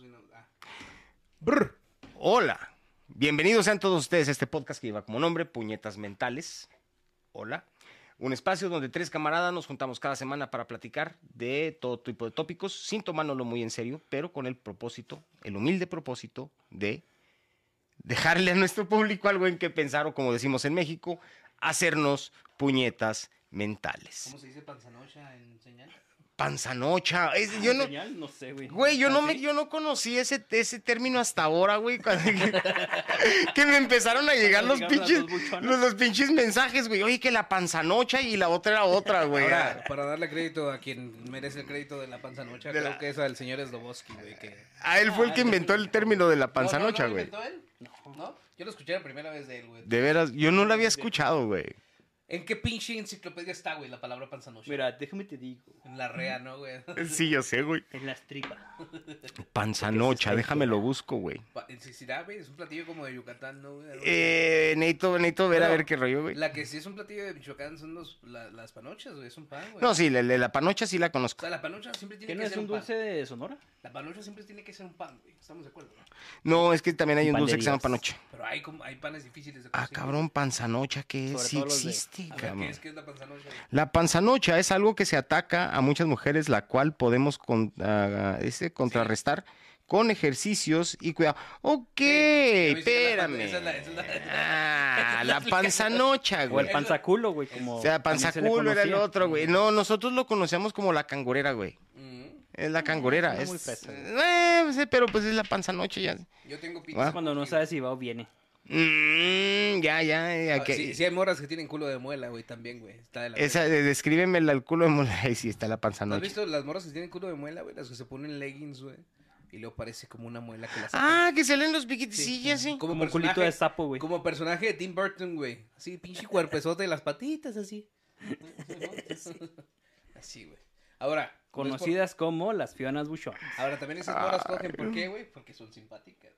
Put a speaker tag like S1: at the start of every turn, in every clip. S1: sin aud- ah.
S2: Brr. Hola. Bienvenidos sean todos ustedes a este podcast que lleva como nombre Puñetas Mentales. Hola. Un espacio donde tres camaradas nos juntamos cada semana para platicar de todo tipo de tópicos, sin tomárnoslo muy en serio, pero con el propósito, el humilde propósito de dejarle a nuestro público algo en que pensar o como decimos en México, hacernos puñetas mentales.
S1: se dice panzanocha en señal?
S2: Panzanocha. Es- yo no,
S3: señal? No sé, güey.
S2: Güey, yo
S3: ¿Ah,
S2: no,
S3: sí?
S2: me, yo no conocí ese, ese término hasta ahora, güey. cuando- que, me empezaron a llegar los
S3: Llegaron las
S2: pinches,
S3: dos buchonas.
S2: los, los pinches mensajes, güey. Oye, que la panzanocha y la otra era otra, güey.
S1: Ahora, para darle crédito a quien merece el crédito de la panzanocha,
S2: De
S1: creo
S2: la-
S1: que es al señor Sloboski, güey, que...
S2: A él fue el que inventó el término de la
S1: ¿No,
S2: panzanocha,
S1: no, no lo
S2: güey.
S1: inventó él? ¿No? Yo lo escuché la primera vez de él, güey.
S2: De veras, yo no lo había escuchado, güey.
S1: ¿En qué pinche enciclopedia está, güey, la palabra panzanocha?
S3: Mira, déjame te digo.
S1: En la rea, ¿no, güey?
S2: Sí, yo sé, güey.
S3: En las tripas.
S2: Panzanocha, déjame lo busco, güey.
S1: Pa- En Sisirá, güey, es un platillo como de Yucatán, ¿no, güey?
S2: Eh, necesito, necesito ver a
S1: Bueno,
S2: ver qué rollo, güey.
S1: La que sí es un platillo de Michoacán son los, la- las panochas, güey, es un pan, güey.
S2: No, sí, la, la- la panocha sí la
S1: O
S2: conozco.
S1: sea, la panocha siempre tiene
S3: ¿Qué
S1: que
S3: no es
S1: ser
S3: un
S1: un pan.
S3: dulce de Sonora?
S1: La panocha siempre tiene que ser un pan, güey. Estamos de acuerdo, ¿no?
S2: No, es que también hay
S3: Y
S2: un dulce que se llama
S3: panderías.
S2: panocha.
S1: Pero hay, como, hay panes difíciles de
S2: Ah,
S1: conseguir.
S2: cabrón, panzanocha, que
S3: Sobre
S2: sí
S3: todo los de-
S2: existe,
S1: A ver,
S2: cabrón.
S1: ¿qué es, qué es la panzanocha? güey?
S2: La panzanocha es algo que se ataca a muchas mujeres, la cual podemos con- ah, ese, contrarrestar con ejercicios y cuidado. Ok,
S1: Sí, yo hice la pan-
S2: espérame.
S1: esa es la- esa es
S2: Ah, la panzanocha,
S3: O el
S2: güey.
S3: panzaculo, güey. Como
S2: O sea,
S3: también se le
S2: panzaculo era el
S3: conocía.
S2: otro, güey. No, nosotros lo conocíamos como la cangurera, güey.
S1: Mm.
S2: Es la cangurera.
S3: está
S2: es-
S3: muy fresa, güey.
S2: eh, pues, eh, pero pues es la panzanocha ya.
S1: Yo tengo
S2: Ah.
S1: pizza.
S3: Es Cuando no sabes si va o viene.
S2: Mm, ya, ya. eh,
S1: Ah,
S2: aquí-
S1: sí, sí hay morras que tienen culo de muela, güey, también, güey. Está de la
S2: Esa, eh, descríbeme el culo de mola. Ahí sí está la
S1: ¿No ¿Has
S2: panzanocha.
S1: visto las morras que tienen culo de muela, güey? Las que se ponen leggings, güey. Y luego parece como una muela que las...
S2: Ah, que se leen los piquites. Sí, ya sí.
S3: Como un culito de sapo, güey.
S1: Como personaje de Tim Burton, güey. Así, pinche cuerpezote de las patitas, así. así, güey. Ahora... no es por-
S3: Conocidas como las Fionas Buchonas.
S1: Ahora, también esas morras cogen. ¿Por qué, güey? Porque son simpáticas.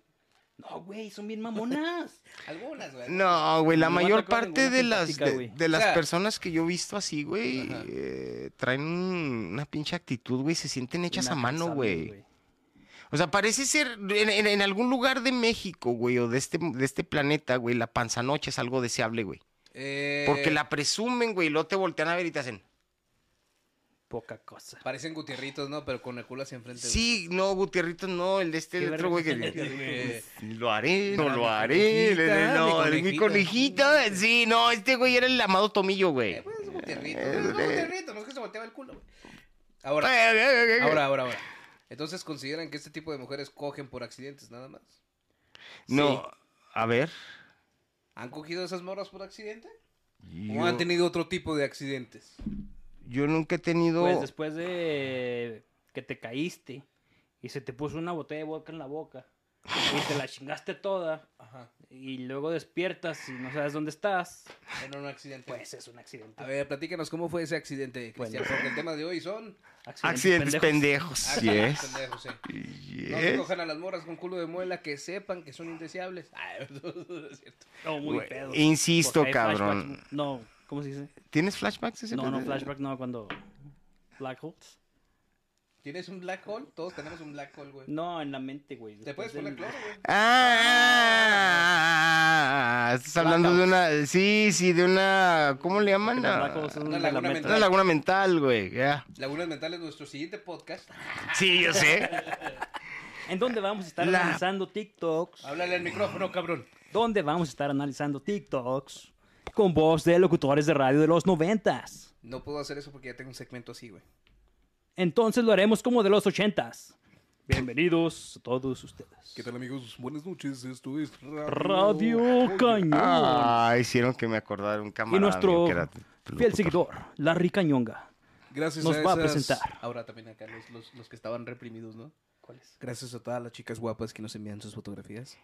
S3: No, güey, son bien mamonas.
S1: Algunas, güey.
S2: No, güey, la
S3: No me ha
S2: mayor
S3: tocado
S2: parte
S3: ninguna
S2: de las,
S3: simpática,
S2: de,
S3: güey.
S2: de las
S1: O sea-
S2: personas que yo he visto así, güey,
S1: Ajá.
S2: eh, traen un- una pinche actitud, güey, se sienten hechas a mano,
S3: Inacansables,
S2: güey. O sea, parece ser en, en- en algún lugar de México, güey, o de este, de este planeta, güey, la panzanocha es algo deseable, güey.
S1: Eh,
S2: Porque la presumen, güey, y luego te voltean a ver y te hacen.
S3: Poca cosa.
S1: Parecen gutierritos, ¿no? Pero con el culo hacia enfrente. güey.
S2: Sí, no, Gutierrito, no, el de este
S3: Qué
S2: el otro, güey,
S3: vergüenza,
S2: que.
S1: Eh,
S2: Lo haré, no
S1: Era mi
S2: lo haré.
S1: conejita,
S2: No,
S1: mi
S2: es mi
S1: conejita.
S2: conejita. Sí, no, este güey era el amado Tomillo, güey.
S1: eh, pues, es gutierrito. Es gutierrito, no es que se volteaba el culo, güey. Ahora, ahora,
S2: Ahora,
S1: ahora, ahora. Entonces, ¿consideran que este tipo de mujeres cogen por accidentes nada más?
S2: no, a ver.
S1: ¿Han cogido esas morras por accidente? ¿O han
S2: Yo,
S1: tenido otro tipo de accidentes?
S2: yo nunca he tenido.
S3: Pues después de que te caíste y se te puso una botella de vodka en la boca y te la chingaste toda
S1: Ajá.
S3: y luego despiertas y no sabes dónde estás,
S1: En un accidente.
S3: pues es un accidente.
S1: A ver, platícanos cómo fue ese accidente, Cristian.
S3: Bueno.
S1: Porque el tema de hoy son...
S2: accidentes
S3: pendejos.
S2: pendejos.
S1: accidentes,
S2: Yes.
S1: pendejos, sí. No se
S2: Yes.
S1: cojan a las morras con culo de muela que sepan que son indeseables. Ay, no es cierto.
S3: No, muy
S2: Güey,
S3: pedo.
S2: insisto,
S3: Porque hay
S2: cabrón.
S3: flashbacks- No, ¿cómo se dice?
S2: ¿Tienes flashbacks? ese
S3: No, no,
S2: pendejo?
S3: flashback no, cuando... Black holes.
S1: ¿Tienes un black hole? Todos tenemos un black hole, güey.
S3: No, en la mente, güey.
S1: ¿Te puedes
S3: después del-
S1: poner cloro, güey?
S2: Ah, ah, ah, estás hablando de una. Sí, sí, de una. ¿Cómo le llaman? Ah,
S3: Porque
S2: Una
S3: los black holes son
S1: Una
S3: de la
S1: laguna
S3: mente.
S1: mental.
S2: laguna mental, güey. ya.
S1: Lagunas Mentales, nuestro siguiente podcast.
S2: Sí, yo sé.
S3: En donde vamos a estar
S2: La-
S3: analizando TikToks.
S1: Háblale al micrófono, cabrón.
S3: donde vamos a estar analizando TikToks con voz de locutores de radio de los noventas.
S1: No puedo hacer eso porque ya tengo un segmento así, güey.
S3: Entonces lo haremos como de los ochentas. Bienvenidos a todos ustedes.
S1: ¿Qué tal, amigos? Buenas noches. Esto es
S3: Radio Cañón.
S2: Ah, hicieron que me acordara un camarada.
S3: y nuestro
S2: mío que era
S3: fiel
S2: locutor.
S3: seguidor, la Ricañonga.
S1: Gracias
S3: Nos
S1: a
S3: va a
S1: esas-
S3: presentar.
S1: Ahora también acá los, los, los que estaban reprimidos, ¿no?
S3: ¿Cuál es?
S1: Gracias a todas las chicas guapas que nos envían sus fotografías.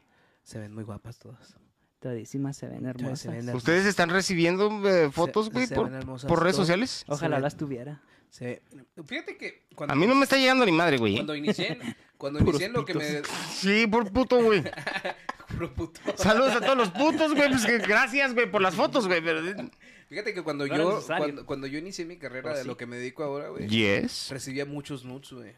S1: Se ven muy guapas todas.
S3: Todísimas se ven hermosas.
S1: Se ven her-
S2: ¿Ustedes están recibiendo eh, fotos,
S1: Se-
S2: güey,
S1: se
S2: por,
S1: ven hermosas
S2: por redes
S1: todas.
S2: sociales?
S3: Ojalá
S1: se ven-
S3: las tuviera.
S1: Se ve- Fíjate que cuando,
S2: A mí no me está llegando ni madre, güey.
S1: cuando
S2: ¿eh?
S1: inicié, cuando
S3: Puros
S1: inicié lo que me...
S2: Sí, por puto, güey.
S1: Puro puto.
S2: Saludos a todos los putos, güey. Pues que gracias, güey, por las fotos, güey. pero-
S1: Fíjate que cuando
S3: No era
S1: yo
S3: necesario.
S1: cuando, cuando yo inicié mi carrera
S3: Pero
S1: de
S3: sí.
S1: lo que me dedico ahora, güey,
S2: Yes.
S1: recibía muchos nudes, güey.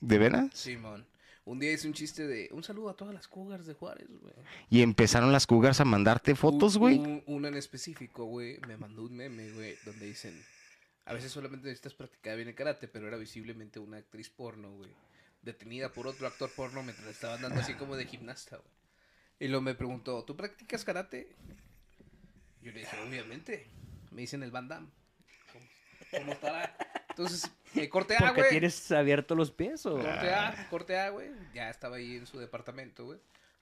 S2: ¿De veras?
S1: Simón. Un día hice un chiste de un saludo a todas las cougars de Juárez, güey.
S2: Y empezaron las cougars a mandarte fotos,
S1: Un-
S2: güey.
S1: un- Una en específico, güey, me mandó un meme, güey, donde dicen, a veces solamente necesitas practicar bien el karate, pero era visiblemente una actriz porno, güey, detenida por otro actor porno mientras le estaban dando así como de gimnasta, güey. Y luego me preguntó, ¿tú practicas karate? Yo le dije, obviamente. Me dicen el bandam. ¿Cómo, cómo estará? Entonces, me corté a,
S3: Porque
S1: Ah, güey. Ah.
S3: tienes abierto los pies o.
S1: Corte A, corte A, güey. Ya estaba ahí en su departamento, güey.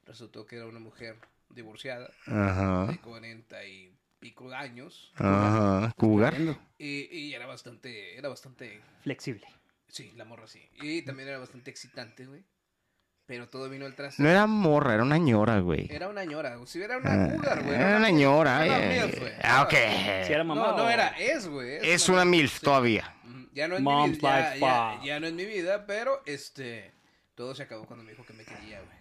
S1: Resultó que era una mujer divorciada
S2: Ajá.
S1: de 40 y pico de años.
S2: Ah. Ajá. Cougar.
S1: Y, y era bastante, era bastante,
S3: Flexible.
S1: sí, la morra sí. Y también era bastante excitante, güey. Pero todo vino al traste.
S2: No era morra, era una ñora, güey.
S1: Era una ñora, güey. si era una
S2: Ah,
S1: cougar, güey.
S2: Era una ñora.
S1: era una
S2: eh.
S1: MILF, güey.
S2: Ah, ok.
S3: Si era mamá.
S1: Eh. No, no
S3: o-
S1: era, es, güey.
S2: Es una MILF
S1: sí.
S2: todavía.
S1: Ujú. Ya no es mi
S3: Mom's
S1: vida, ya-
S3: like
S1: ya,
S3: fuck.
S1: ya no es mi vida, pero este, todo se acabó cuando me dijo que me quería, güey.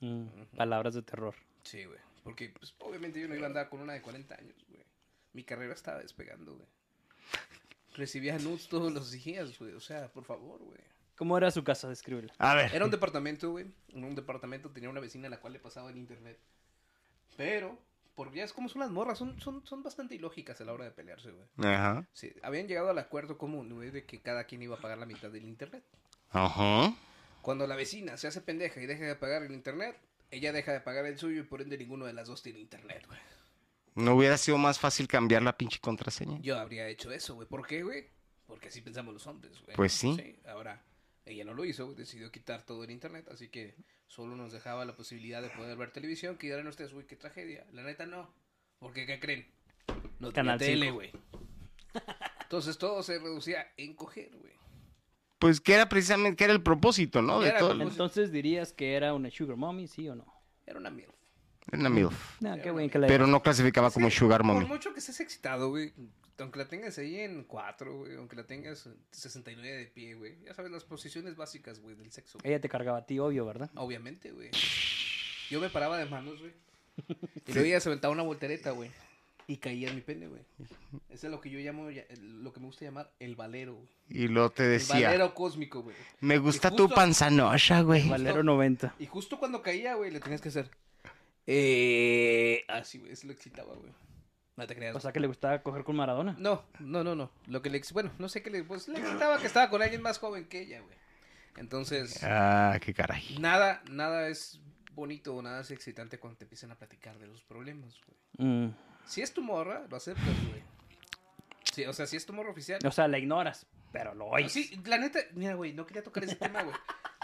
S3: Mm, palabras de terror.
S1: Sí, güey. Porque, pues, obviamente yo no iba a andar con una de 40 años, güey. Mi carrera estaba despegando, güey. Recibía nudes todos los días, güey. O sea, por favor, güey.
S3: ¿Cómo era su casa? Descríbela.
S2: A ver.
S1: Era un departamento, güey. En un departamento tenía una vecina a la cual le pasaba el internet. Pero, por ya es como son las morras, son, son, son bastante ilógicas a la hora de pelearse, güey.
S2: Ajá.
S1: Sí, habían llegado al acuerdo común, güey, de que cada quien iba a pagar la mitad del internet.
S2: Ajá.
S1: Cuando la vecina se hace pendeja y deja de pagar el internet, ella deja de pagar el suyo y por ende ninguno de las dos tiene internet, güey.
S2: ¿No hubiera sido más fácil cambiar la pinche contraseña?
S1: Yo habría hecho eso, güey. ¿Por qué, güey? Porque así pensamos los hombres, güey.
S2: Pues sí.
S1: Ahora, ella no lo hizo, güey, decidió quitar todo el internet, así que solo nos dejaba la posibilidad de poder ver televisión. Que dirán ustedes, güey, qué tragedia. La neta, no. Porque, ¿qué creen? No tenía
S3: Canal
S1: tele,
S3: cinco.
S1: güey. Entonces todo se reducía en coger, güey.
S2: Pues que era precisamente, que era el propósito, ¿no? De
S1: Era
S2: todo.
S1: como-
S2: Era
S3: Entonces dirías que era una sugar mommy, ¿sí o no?
S1: Era una mierda.
S2: una MILF.
S3: No,
S1: Era
S3: qué
S1: una
S3: bueno que la
S2: Pero no clasificaba como
S1: Sí,
S2: Sugar
S1: Por
S2: Mommy.
S1: mucho que estés excitado, güey. Aunque la tengas ahí en 4, güey. Aunque la tengas en 69 de pie, güey. Ya sabes, las posiciones básicas, güey, del sexo. güey.
S3: Ella te cargaba a ti, obvio, ¿verdad?
S1: Obviamente, güey. Yo me paraba de manos, güey. Y luego ella se aventaba una voltereta, güey. Y caía en mi pene, güey. Eso es lo que yo llamo, ya- lo que me gusta llamar el valero, güey.
S2: Y luego te
S1: El
S2: decía,
S1: valero cósmico, güey.
S2: me gusta tu
S1: justo-
S2: panzanocha, güey.
S3: Valero 90.
S1: Y justo cuando caía, güey, le tenías que hacer. Eh. Así, güey. Eso lo excitaba, güey. No te creas.
S3: O sea que le gustaba coger con Maradona.
S1: No, no, no, no. Lo que le. ex- Bueno, no sé qué le. Pues le excitaba que estaba con alguien más joven que ella, güey. Entonces.
S2: Ah, qué caray.
S1: Nada, nada es bonito o nada es excitante cuando te empiezan a platicar de los problemas, güey.
S3: Mm.
S1: Si es tu morra, lo aceptas, güey. Sí, o sea, si es tu morra oficial.
S3: O sea, la ignoras, pero lo oyes.
S1: Sí, la neta, mira, güey, no quería tocar ese tema, güey.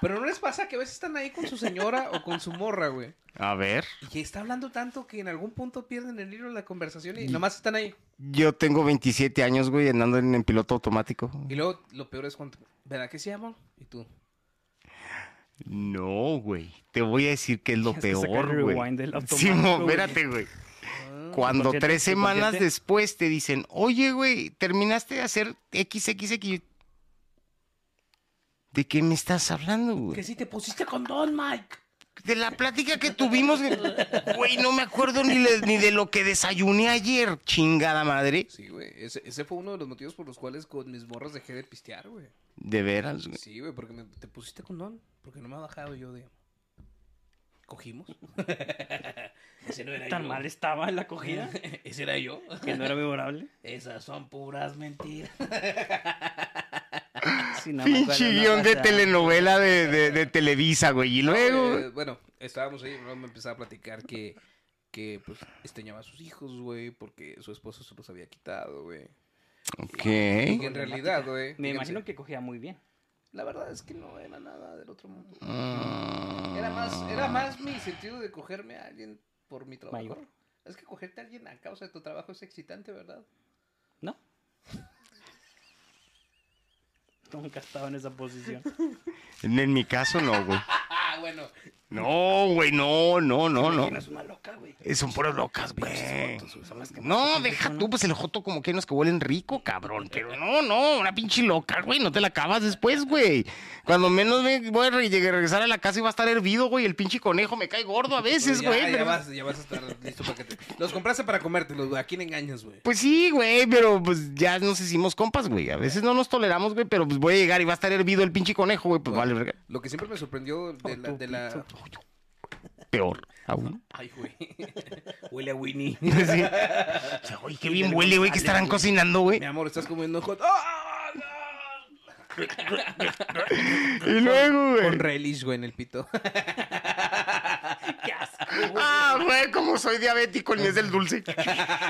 S1: Pero no les pasa que a veces están ahí con su señora o con su morra, güey.
S2: A ver,
S1: Y está hablando tanto que en algún punto pierden el hilo de la conversación y nomás están ahí.
S2: yo tengo 27 años, güey, andando en, en piloto automático.
S1: Y luego lo peor es cuando, ¿verdad que sí, amor? Y tú.
S2: No, güey. Te voy a decir que es lo
S3: Tienes que sacar
S2: peor,
S3: el
S2: güey.
S3: rewind del
S2: Sí,
S3: automático,
S2: mo,
S3: güey.
S2: espérate, güey.
S1: "Ah,
S2: Cuando
S3: Subconsciente,
S2: tres semanas
S3: subconsciente.
S2: después te dicen, oye, güey, terminaste de hacer XXX. ¿De qué me estás hablando,
S1: Que
S2: güey?
S1: si te pusiste condón, Mike.
S2: De la plática que tuvimos, güey. güey, no me acuerdo ni, le- ni de lo que desayuné ayer, chingada madre.
S1: Sí, güey. Ese, ese fue uno de los motivos por los cuales con mis morras dejé de pistear, güey.
S2: De veras, güey.
S1: Sí, güey, porque me, te pusiste condón. Porque no me ha bajado yo de. ¿Cogimos? Ese no era
S3: Tan
S1: yo.
S3: mal estaba en la cogida
S1: Ese era yo.
S3: que no era memorable.
S1: Esas son puras mentiras.
S3: Sí, nada más,
S2: Pinche
S3: vale, no,
S2: guión
S3: o
S2: de
S3: sea,
S2: telenovela de, de- de Televisa, güey. Y luego.
S1: Eh, bueno, estábamos ahí, ¿no? me empezaba a platicar que, que pues, extrañaba a sus hijos, güey, porque su esposo se los había quitado, güey. Y
S2: Ok.
S1: que en realidad, güey.
S3: Me
S1: fíjense,
S3: imagino que cogía muy bien.
S1: La verdad es que no era nada del otro mundo. Era más, era más mi sentido de cogerme a alguien por mi trabajo.
S3: Mayor.
S1: Es que cogerte a alguien a causa de tu trabajo es excitante, ¿verdad?
S3: ¿No? Nunca he estado en esa posición.
S2: En, en mi caso, no, güey.
S3: Ah, bueno.
S2: No, güey, no, no, no, no.
S3: Tienes una joto, güey.
S2: Eh, Son puras locas, güey.
S3: Pinches jotos, son las que más
S2: No,
S3: te
S2: deja
S3: fijan,
S2: tú, pues el joto como que hay unos que huelen rico, cabrón. Pero no, no, una pinche loca, güey. No te la acabas después, güey. Cuando menos me voy a re- llegue- regresar a la casa y va a estar hervido, güey. El pinche conejo me cae gordo a veces,
S1: ya,
S2: güey.
S1: ya,
S2: pero-
S1: vas, ya vas a estar listo para que te... Los compraste para comértelos, güey. ¿A quién engañas, güey?
S2: Pues sí, güey, pero pues ya nos hicimos compas, güey. A veces no nos toleramos, güey, pero pues voy a llegar y va a estar hervido el pinche conejo, güey. Pues vale, verga.
S1: Lo que siempre me sorprendió de la... De la...
S2: peor aún.
S1: Ay, güey. Huele a Winnie.
S2: Sí. O sea, güey, qué bien huele, güey, que estarán cocinando, güey.
S1: Mi amor, estás comiendo hot... ¡Ah!
S2: Y luego, güey.
S1: Con relish, güey, en el pito.
S3: Qué asco.
S2: Ah, güey, como soy diabético, el mes del dulce.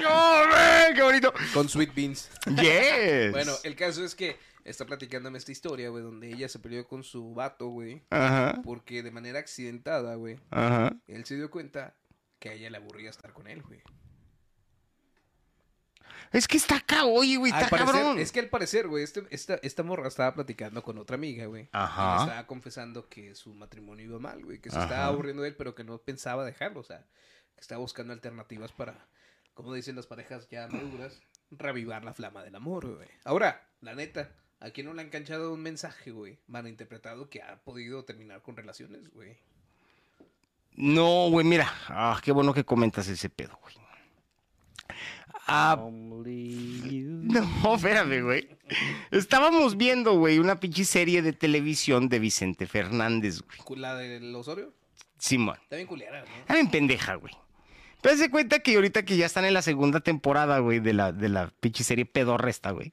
S2: ¡No, güey! ¡Qué bonito!
S1: Con sweet beans.
S2: ¡Yes!
S1: Bueno, el caso es que está platicándome esta historia, güey, donde ella se peleó con su vato, güey.
S2: Ajá,
S1: Porque de manera accidentada, güey,
S2: ajá.
S1: él se dio cuenta que a ella le aburría estar con él, güey.
S2: Es que está acá, oye, güey,
S1: Al
S2: está
S1: parecer-
S2: cabrón.
S1: Es que al parecer, güey, este- esta, esta morra estaba platicando con otra amiga, güey.
S2: Ajá.
S1: Y le estaba confesando que su matrimonio iba mal, güey. Que se estaba
S2: Ajá.
S1: aburriendo de él, pero que no pensaba dejarlo. O sea, que estaba buscando alternativas para, como dicen las parejas ya maduras, revivar la flama del amor, güey. Ahora, la neta, ¿a quién no le han canchado un mensaje, güey? Malinterpretado que ha podido terminar con relaciones, güey.
S2: No, güey, mira. Ah, qué bueno que comentas ese pedo, güey. Ah,
S3: Only you.
S2: No, espérame, güey. Estábamos viendo, güey, una pinche serie de televisión de Vicente Fernández, güey.
S1: Cu- La del Osorio,
S2: Simón.
S1: está bien culera, ¿no?
S2: Está bien pendeja, güey. Pero se cuenta que ahorita que ya están en la segunda temporada, güey, de la, de la pinche serie pedorresta, güey.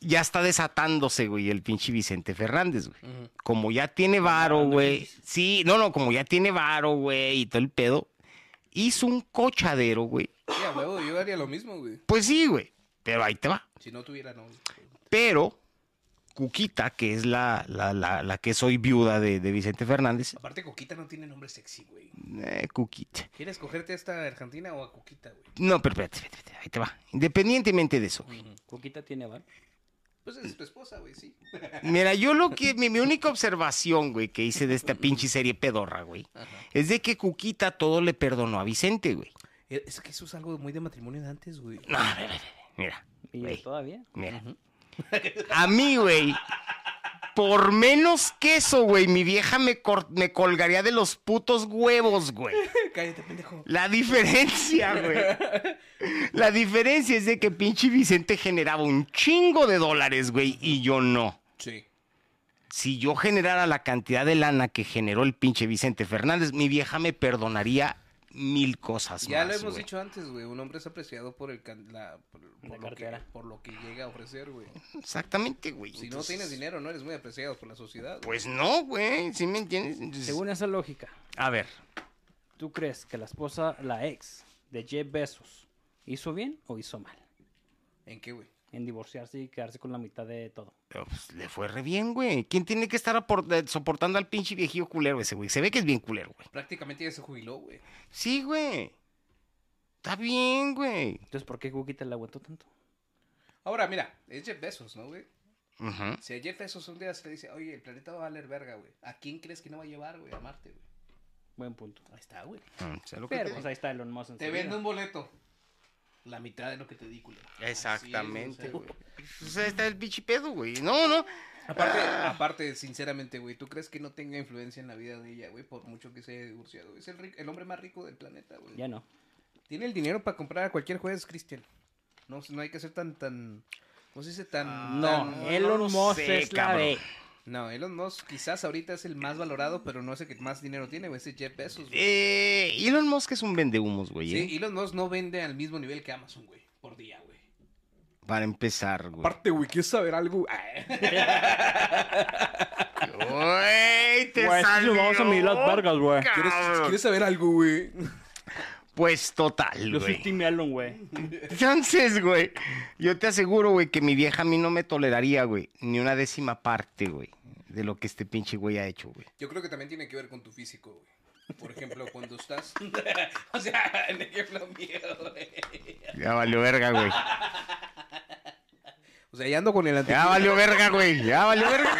S2: Ya está desatándose, güey, el pinche Vicente Fernández, güey.
S1: Ujú.
S2: Como ya tiene varo, güey. Sí, no, no, como ya tiene varo, güey, y todo el pedo. Hizo un cochadero, güey.
S1: Sí, a huevo, yo haría lo mismo, güey.
S2: Pues sí, güey. Pero ahí te va.
S1: Si no tuviera, no. güey.
S2: Pero Cuquita, que es la, la, la- la que soy viuda de, de Vicente Fernández,
S1: Aparte, Coquita no tiene nombre sexy, güey.
S2: eh, Cuquita.
S1: ¿Quieres cogerte a esta argentina o a Coquita, güey?
S2: No, pero espérate, espérate, espérate, ahí te va. Independientemente de eso. güey.
S3: Coquita tiene bar.
S1: Pues es tu esposa, güey, sí.
S2: Mira, yo lo que, mi, mi única observación, güey, que hice de esta pinche serie pedorra, güey, es de que Cuquita todo le perdonó a Vicente, güey.
S1: Eh, Es que eso es algo muy de matrimonio de antes, güey.
S2: No, a ver, a ver, mira,
S3: Y yo
S2: güey,
S3: todavía.
S2: mira. A mí, güey, por menos queso, güey, mi vieja me, cor- me colgaría de los putos huevos, güey.
S1: Cállate, pendejo.
S2: La diferencia, güey. La diferencia es de que pinche Vicente generaba un chingo de dólares, güey, y yo no.
S1: Sí.
S2: Si yo generara la cantidad de lana que generó el pinche Vicente Fernández, mi vieja me perdonaría mil cosas
S1: Ya
S2: más,
S1: lo hemos
S2: güey.
S1: dicho antes, güey. Un hombre es apreciado por el can- la, por, por
S3: La
S1: lo que,
S3: cartera.
S1: por lo que llega a ofrecer, güey.
S2: Exactamente, güey.
S1: Si no
S2: Entonces,
S1: tienes dinero, no eres muy apreciado por la sociedad. güey.
S2: Pues no, güey. ¿Sí me entiendes? Entonces,
S3: Según esa lógica,
S2: A ver.
S3: ¿tú crees que la esposa, la ex de Jeff Bezos, hizo bien o hizo mal?
S1: ¿En qué, güey?
S3: En divorciarse y quedarse con la mitad de todo.
S2: pero, pues, le fue re bien, güey. ¿Quién tiene que estar apor- eh, soportando al pinche viejillo culero ese, güey? Se ve que es bien culero, güey.
S1: Prácticamente ya se jubiló, güey.
S2: Sí, güey. Está bien, güey.
S3: Entonces, ¿por qué Coquita la aguantó tanto?
S1: Ahora, mira, es Jeff Bezos, ¿no, güey?
S2: Ujú.
S1: Si a Jeff Bezos un día se le dice, oye, el planeta va a valer verga, güey. ¿A quién crees que no va a llevar, güey? A Marte, güey.
S3: Buen punto.
S1: Ahí está, güey.
S2: Mm, sé lo que
S3: Pero
S2: te
S3: pues
S2: digo.
S3: ahí está Elon Musk. en
S1: Te
S3: su
S1: vendo
S3: vida.
S1: un boleto. La mitad de lo que te di, culero.
S2: Exactamente,
S1: Así es, o sea,
S2: güey. Pues ahí está el pinche pedo, güey. No, no.
S1: Aparte, aparte, sinceramente, güey, ¿tú crees que no tenga influencia en la vida de ella, güey? Por mucho que se haya divorciado. Es el, ric- el hombre más rico del planeta, güey.
S3: Ya no.
S1: Tiene el dinero para comprar a cualquier juez, Cristian. No, no hay que ser tan, tan... ¿Cómo se dice? Tan...
S3: No,
S1: tan-
S3: Elon
S2: lo
S3: Musk
S2: sé,
S3: es la B.
S1: No, Elon Musk quizás ahorita es el más valorado, pero no es el que más dinero tiene, güey. Ese Jeff Bezos, güey.
S2: Eh, Elon Musk es un vendehumos, güey. eh.
S1: Sí, Elon Musk no vende al mismo nivel que Amazon, güey. Por día, güey.
S2: Para empezar, güey.
S1: Aparte, güey, ¿quieres saber algo?
S2: Güey, te
S3: Güey, Pues, sí, nos vamos a medir las vergas, güey.
S2: cabrón.
S1: saber algo, güey?
S2: Pues total,
S3: Yo soy
S2: güey.
S3: Tim Elon, güey.
S2: Entonces, güey, yo te aseguro, güey, que mi vieja a mí no me toleraría, güey, ni una décima parte, güey, de lo que este pinche güey ha hecho, güey.
S1: Yo creo que también tiene que ver con tu físico, güey. Por ejemplo, cuando estás. o sea, el ejemplo mío, güey.
S2: Ya valió verga, güey.
S1: O sea, ya ando con el
S2: Ya
S1: antequila.
S2: valió verga, güey. Ya valió verga.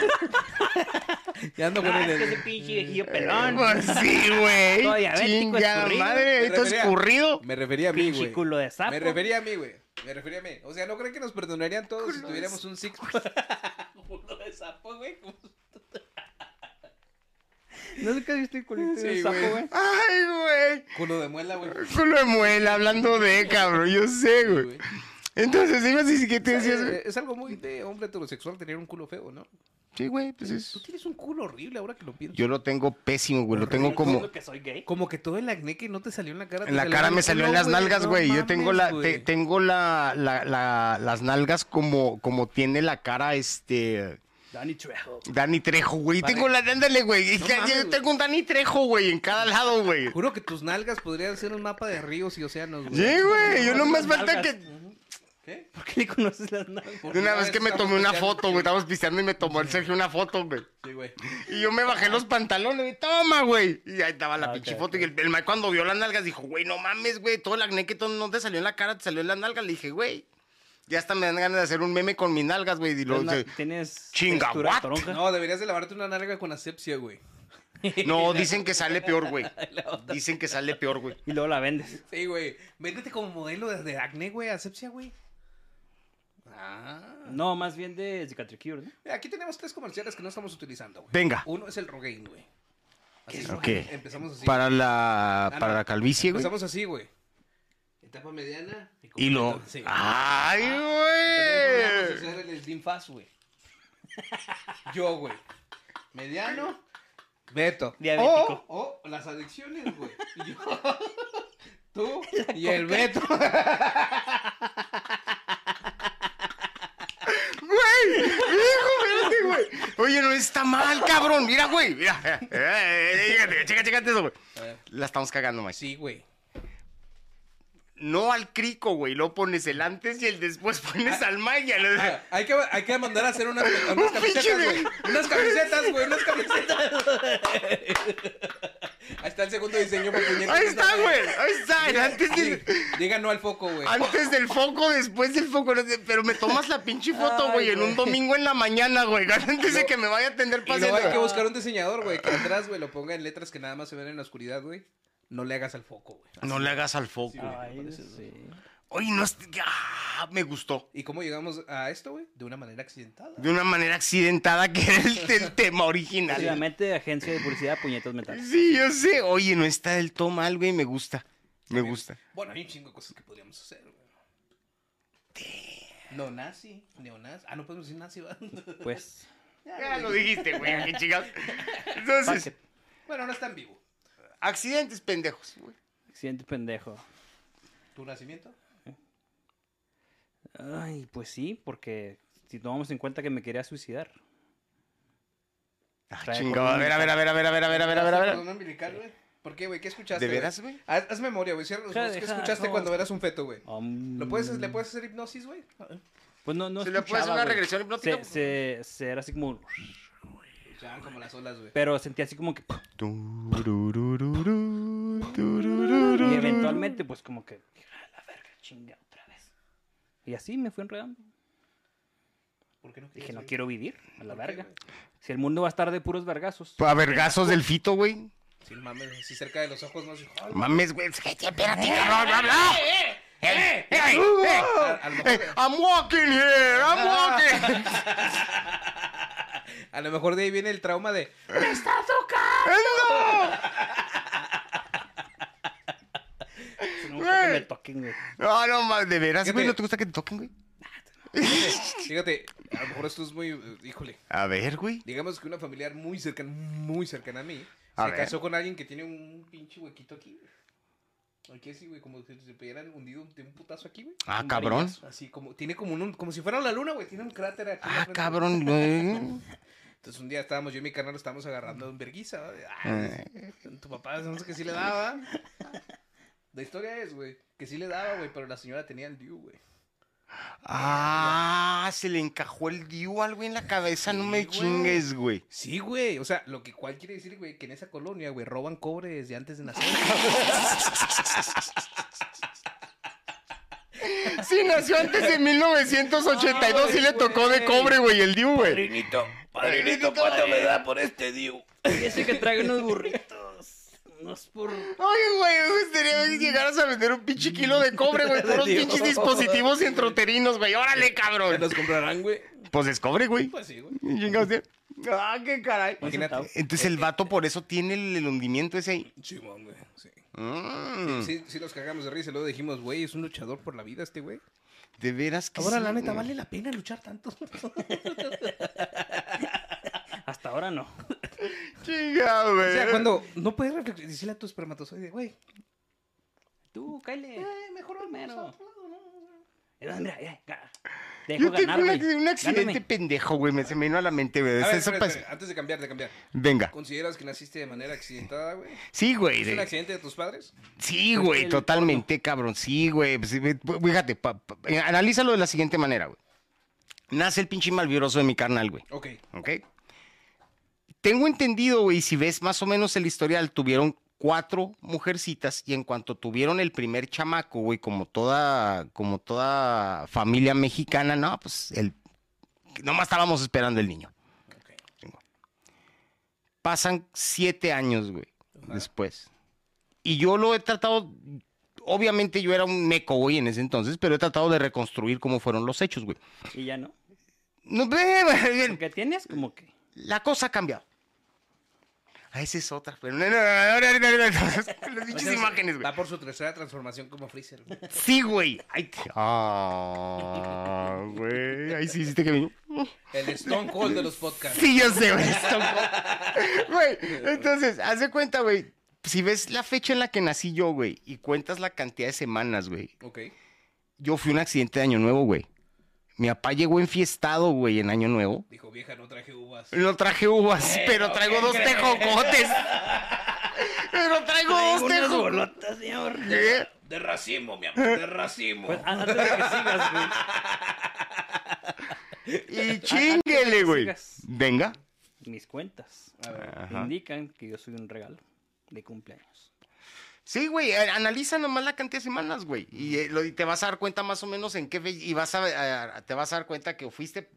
S1: Ya ando con
S3: Ah, es
S1: el.
S3: que ese pinche viejillo pelón.
S2: Pues sí, güey.
S3: Todo diabético,
S2: Chingada
S3: escurrido.
S2: madre. Esto
S1: refería-
S2: escurrido.
S1: Me refería a mí,
S3: pinche
S1: güey.
S3: culo de sapo.
S1: Me refería a mí, güey. Me refería a mí. O sea, ¿no creen que nos perdonarían todos si tuviéramos un six Culo de sapo, güey.
S3: No sé qué has visto el culito de
S1: Sí,
S3: sapo,
S1: güey.
S3: güey.
S2: Ay, güey.
S1: Culo de muela, güey.
S2: Culo de muela, hablando de cabrón. Yo sé, güey.
S1: güey.
S2: Entonces, ibas a decir que te
S1: Es,
S2: decías, güey.
S1: es algo muy de hombre heterosexual tener un culo feo, ¿no?
S2: Sí, güey, pues
S1: Tú
S2: es.
S1: tienes un culo horrible ahora que lo pienso.
S2: Yo lo tengo pésimo, güey. Lo tengo como.
S3: Diciendo que soy gay?
S1: Como que todo el acné que no te salió en la cara. te
S2: En la
S1: salió
S2: cara
S1: el
S2: me salió en
S1: culo,
S2: las nalgas,
S1: No
S2: güey. Yo tengo la,
S1: mames,
S2: te-
S1: güey.
S2: tengo la, la- la- las nalgas como, como tiene la cara este
S3: Danny Trejo.
S2: Dani Trejo, güey.
S1: Vale.
S2: Tengo la, ándale, güey. Y
S1: No
S2: que-
S1: mames,
S2: yo
S1: güey.
S2: tengo un Dani Trejo, güey, en cada lado, güey.
S1: Juro que tus nalgas podrían ser un mapa de ríos y océanos, güey.
S2: Sí, güey. Yo nomás
S3: Nalgas.
S2: falta que.
S1: ¿Qué?
S3: ¿Por qué le conoces las nalgas?
S1: Por
S2: De una
S1: primera
S2: vez que me
S1: estamos
S2: tomé una
S1: pisteando.
S2: foto, güey. Estábamos pisteando y me tomó el Sergio una foto, güey.
S1: Sí, güey.
S2: Y yo me bajé los pantalones, y toma, güey. Y ahí estaba la
S3: Ah,
S2: pinche
S3: ok,
S2: foto.
S3: ok.
S2: Y el, el Mike cuando vio las nalgas dijo, güey, no mames, güey. Todo el acné que todo no te salió en la cara, te salió en las nalgas. Le dije, güey, ya hasta me dan ganas de hacer un meme con mis nalgas, güey. Y lo,
S3: Tienes-
S2: se-
S3: ¿Tienes
S2: Chinga,
S3: textura
S2: what?
S3: de toronja?
S1: No, deberías de lavarte una nalga con asepsia, güey.
S2: no, dicen que sale peor, güey. Dicen que sale peor, güey.
S3: Y luego la vendes.
S1: Sí, güey. Véndete como modelo de, de acné, güey. Asepsia, güey. Ah.
S3: No, más bien de Cicatricure, ¿no?
S1: Mira, aquí tenemos tres comerciales que no estamos utilizando, güey.
S2: Venga.
S1: Uno es el Rogaine, güey. Así,
S2: Ok.
S1: Empezamos así.
S2: Para la,
S1: Ah, no.
S2: para la calvicie, güey.
S1: Empezamos así, güey. Etapa mediana.
S2: Y lo. Ah.
S1: Sí.
S2: ¡Ay,
S1: También podríamos
S2: güey!
S1: usar el Slim Fast, güey. Yo, güey. Mediano. Beto.
S3: Diabético.
S2: Oh.
S1: O, o las adicciones, güey. Yo. Tú y el Beto.
S2: ¡Güey! ¡Hijo, espérate, güey! Oye, no está mal, cabrón. Mira, güey. Mira. Eh, eh, Chécate, chécate, chécate eso, güey.
S1: A ver,
S2: La estamos cagando, Mike.
S1: Sí, güey.
S2: No al crico, güey. Lo pones el antes y el después pones al Mike. y al-
S1: Ah, Hay que, hay que mandar a hacer unas, unas
S2: pinche
S1: camisetas, güey. Unas camisetas, güey. Unas camisetas. Ahí está el segundo diseño. por puñetas.
S2: Ahí está, güey. Ahí está. El antes, y el-
S1: Diga no al foco, güey.
S2: antes del foco, después del foco. no sé, Pero me tomas la pinche foto,
S3: Ay,
S2: güey, en
S3: güey.
S2: un domingo en la mañana, güey. Antes de que me vaya a atender
S1: Y luego hay que
S2: paciente.
S1: buscar un diseñador, güey, que atrás, güey, lo ponga en letras que nada más se ven en la oscuridad, güey. No le hagas al foco, güey.
S2: No le hagas al foco.
S3: Ay, sí.
S2: Oye, no. es- ah, me gustó.
S1: ¿Y cómo llegamos a esto, güey? De una manera accidentada.
S2: De una manera accidentada que era el, el tema original.
S3: Obviamente, agencia de publicidad, puñetas metales.
S2: Sí, yo sé. Oye, no está del todo mal, güey. Me gusta. Me gusta.
S1: Bueno, hay un chingo de cosas que podríamos hacer, güey. No nazi, neonazi. Ah, no podemos decir nazi, ¿va?
S3: Pues,
S2: Ya lo dijiste, güey. Qué chingados. Entonces,
S3: paquete.
S1: bueno, no está en vivo.
S2: accidentes pendejos, güey.
S3: Accidente pendejo.
S1: ¿Tu nacimiento?
S3: Ay, pues sí, porque si tomamos en cuenta que me quería suicidar.
S2: Ah,
S3: Trae
S2: chingado. A ver, a ver, a ver, a ver, a ver, a ver, a ver, a ver. a ver.
S1: Cordón umbilical, güey. ¿Por qué, güey? ¿Qué escuchaste?
S2: ¿De veras, güey?
S1: Haz, haz memoria, güey. Cierra los
S3: Deja,
S1: ojos. ¿Qué
S3: deja,
S1: escuchaste
S3: no. Mm.
S1: cuando eras un feto, güey?
S3: Am,
S1: ¿Lo puedes, ¿Le puedes hacer hipnosis, güey?
S3: Pues no, no
S2: ¿Se le puede hacer
S3: escuchaba,
S2: una
S3: güey.
S2: regresión hipnótica?
S3: Se, se, se era así como...
S1: Ya, como las olas, güey.
S3: Pero sentía así como que...
S2: Tururururu,
S3: Y
S2: tururururu.
S3: eventualmente, pues como que... "Ah, la verga, chinga otra vez. Y así me fui enredando.
S1: ¿Por qué no
S3: Dije,
S1: querías,
S3: no
S1: güey?
S3: quiero vivir, a la
S1: ¿Por qué,
S3: verga.
S1: güey?
S3: Si el mundo va a estar de puros vergazos.
S2: A vergazos del fito, güey.
S1: Sí, mames, así cerca de los ojos no se... ¡Ay,
S2: Mames, güey. Es que- Espérate, cabrón. bla, bla. ¡Eh, eh, eh!
S1: A, a lo
S2: Eh,
S1: mejor,
S2: I'm walking here, I'm walking.
S1: a lo mejor de ahí viene el trauma de...
S3: pues, No me gusta que
S2: güey.
S3: me toquen, güey.
S2: No, Ah, no, ma- de veras,
S1: Fíjate.
S2: güey, ¿no te gusta que te toquen, güey?
S1: Fíjate, a lo mejor esto es muy... eh, Híjole.
S2: A ver, güey.
S1: Digamos que una familiar muy cercana, muy cercana a mí,
S2: A
S1: se
S2: ver.
S1: casó con alguien que tiene un pinche huequito aquí. güey. Aquí así, güey, como si se hubieran hundido de un putazo aquí, güey.
S2: Ah, cabrón.
S1: Así como, tiene como un, como si fuera la luna, güey, tiene un cráter aquí. en la
S2: Ah,
S1: frente, güey.
S2: cabrón, güey.
S1: Entonces un día estábamos, yo y mi carnal estábamos agarrando en verguiza, ¿va? De, ah,
S2: Eh,
S1: tu papá, no sé qué sí le daba. La historia es, güey, que sí le daba, güey, pero la señora tenía el diu, güey.
S2: Ah, se le encajó el diu al güey en la cabeza, no
S1: Sí,
S2: me
S1: güey.
S2: chingues, güey.
S1: Sí, güey. O sea, lo que cual quiere decir, güey, que en esa colonia, güey, roban cobre desde antes de nacer.
S2: Sí, nació antes de 1982 y le tocó de cobre, güey, el Diu, güey.
S4: Padrinito, padrinito, ¿cuánto me da por este Diu?
S3: Ese que trae unos burritos. No es por.
S2: Ay, güey, me gustaría que llegaras a vender un pinche kilo de cobre, güey, puros pinches dispositivos intrauterinos, güey. Órale,
S1: ¿Te
S2: cabrón.
S1: los comprarán, güey?
S2: Pues es cobre, güey.
S1: Pues sí, güey.
S2: Y chingados, ¿sí? Ah, qué caray.
S1: Imagínate.
S2: Entonces el vato por eso tiene el, el hundimiento ese ahí.
S1: Chimón, güey. Sí.
S2: Mm.
S1: Sí, sí los cagamos de risa y luego dijimos, güey, es un luchador por la vida este güey.
S2: De veras que
S3: Ahora,
S2: sí,
S3: la neta,
S2: güey.
S3: vale la pena luchar tanto. Hasta ahora no.
S2: Chinga, güey.
S1: O sea, cuando no puedes reflex- decirle a tu espermatozoide, güey,
S3: Tú, cállate.
S2: Eh,
S1: mejor al
S3: Primero.
S1: menos.
S3: Mira, mira, mira. gana. Te
S2: Yo
S3: Dejo
S2: tengo
S3: ganarme.
S2: un, un accidente
S3: Gáname.
S2: pendejo, güey. Me se me vino a la mente, güey.
S1: A ver,
S2: Eso
S1: espera,
S2: pasó-
S1: espera, antes de cambiar, de cambiar.
S2: Venga.
S1: ¿Consideras que naciste de manera accidentada, güey?
S2: Sí, güey.
S1: ¿Es un
S2: de-
S1: accidente de tus padres?
S2: Sí, güey.
S3: el
S2: Totalmente, cabrón. Sí, güey. pues, sí, ve- Fíjate, pa- pa- eh, analízalo de la siguiente manera, güey. Nace el pinche malvibroso de mi carnal, güey.
S1: Ok.
S2: ¿Ok? Tengo entendido, güey, si ves más o menos el historial, tuvieron cuatro mujercitas y en cuanto tuvieron el primer chamaco, güey, como toda, como toda familia mexicana, no, pues el, nomás estábamos esperando el niño. Chingón. Pasan siete años, güey, después. Y yo lo he tratado, obviamente yo era un neco, güey, en ese entonces, pero he tratado de reconstruir cómo fueron los hechos, güey.
S3: Y ya no.
S2: No, ve, güey, bien.
S3: Porque tienes como que.
S2: La cosa ha cambiado. Ah, esa es otra. Pero no, no, no, ahora, ahorita, ahorita, ahorita. Las
S1: O
S2: pinches
S1: sea,
S2: imágenes, güey.
S1: Va por su tercera transformación como Freezer. güey.
S2: Sí, güey. Ay, te- Ah, güey. Ahí sí hiciste que me...
S1: El Stone Cold de los podcasts.
S2: Sí, yo sé, güey. esto- Güey, entonces, haz de cuenta, güey. Si ves la fecha en la que nací yo, güey, y cuentas la cantidad de semanas, güey.
S1: Ok.
S2: Yo fui un accidente de Año Nuevo, güey. Mi papá llegó enfiestado, güey, en Año Nuevo.
S1: Dijo, vieja, no traje uvas.
S2: No traje uvas, pero traigo dos tejocotes. Pero traigo dos ¿Eh?
S3: unas
S2: tejocotes.
S3: bolotas, señor.
S2: ¿Qué?
S1: De racimo, mi amor, de racimo.
S3: Pues antes de que sigas, güey.
S2: Y chinguele, güey.
S3: sigas.
S2: Venga.
S3: Mis cuentas
S1: A ver,
S2: Ajá.
S3: indican que yo soy un regalo de cumpleaños.
S2: Sí, güey, a- analiza nomás la cantidad de semanas, güey. Y, eh, lo- y te vas a dar cuenta más o menos en qué fe- y vas a, a- a- te vas a dar cuenta que fuiste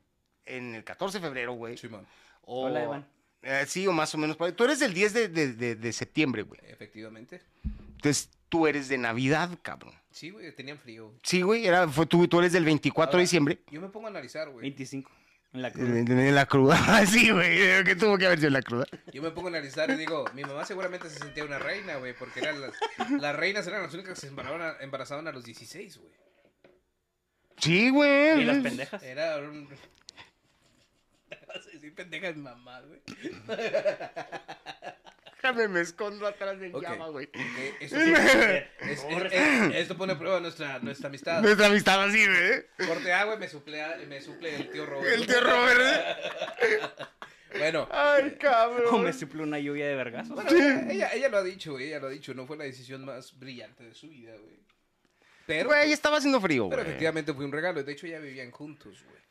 S2: en el 14 de febrero, güey.
S1: Simón,
S2: O-
S3: Hola, Evan.
S2: Eh, sí, o más o menos. por ahí. Tú eres del 10 de, de- de- de septiembre, güey.
S1: efectivamente.
S2: Entonces, tú eres de Navidad, cabrón.
S1: Sí, güey, tenían frío. güey.
S2: Sí, güey, era, fue, tú, tú eres del 24 de
S1: Ahora,
S2: diciembre.
S1: Yo me pongo a analizar, güey.
S3: 25. En la cruz.
S2: En en la cruda. ah, sí, güey, que tuvo que haber sido en la cruda.
S1: Yo me pongo a analizar y digo, mi mamá seguramente se sentía una reina, güey, porque eran las, las reinas eran las únicas que se embarazaban a, embarazaban a los 16, güey.
S2: Sí, güey.
S3: Y las pendejas.
S1: Era un... Vas a decir pendeja de mamá, güey.
S2: Déjame, me escondo atrás del
S1: Ok.
S2: llama, güey.
S1: Eh, Eso sí, es- es- es- esto pone a prueba nuestra, nuestra amistad.
S2: Nuestra amistad así, güey. ¿eh?
S1: Corte A, güey, me suple, me suple el tío Robert.
S2: El tío Robert. ¿eh?
S1: Bueno,
S2: Ay,
S3: O
S2: cabrón.
S3: me suple una lluvia de vergazos.
S1: bueno, ella, ella- ella lo ha dicho, güey, ella lo ha dicho. No fue la decisión más brillante de su vida, güey. Pero,
S2: Güey, estaba haciendo frío,
S1: pero
S2: güey.
S1: efectivamente fue un regalo. De hecho, ya vivían juntos, güey.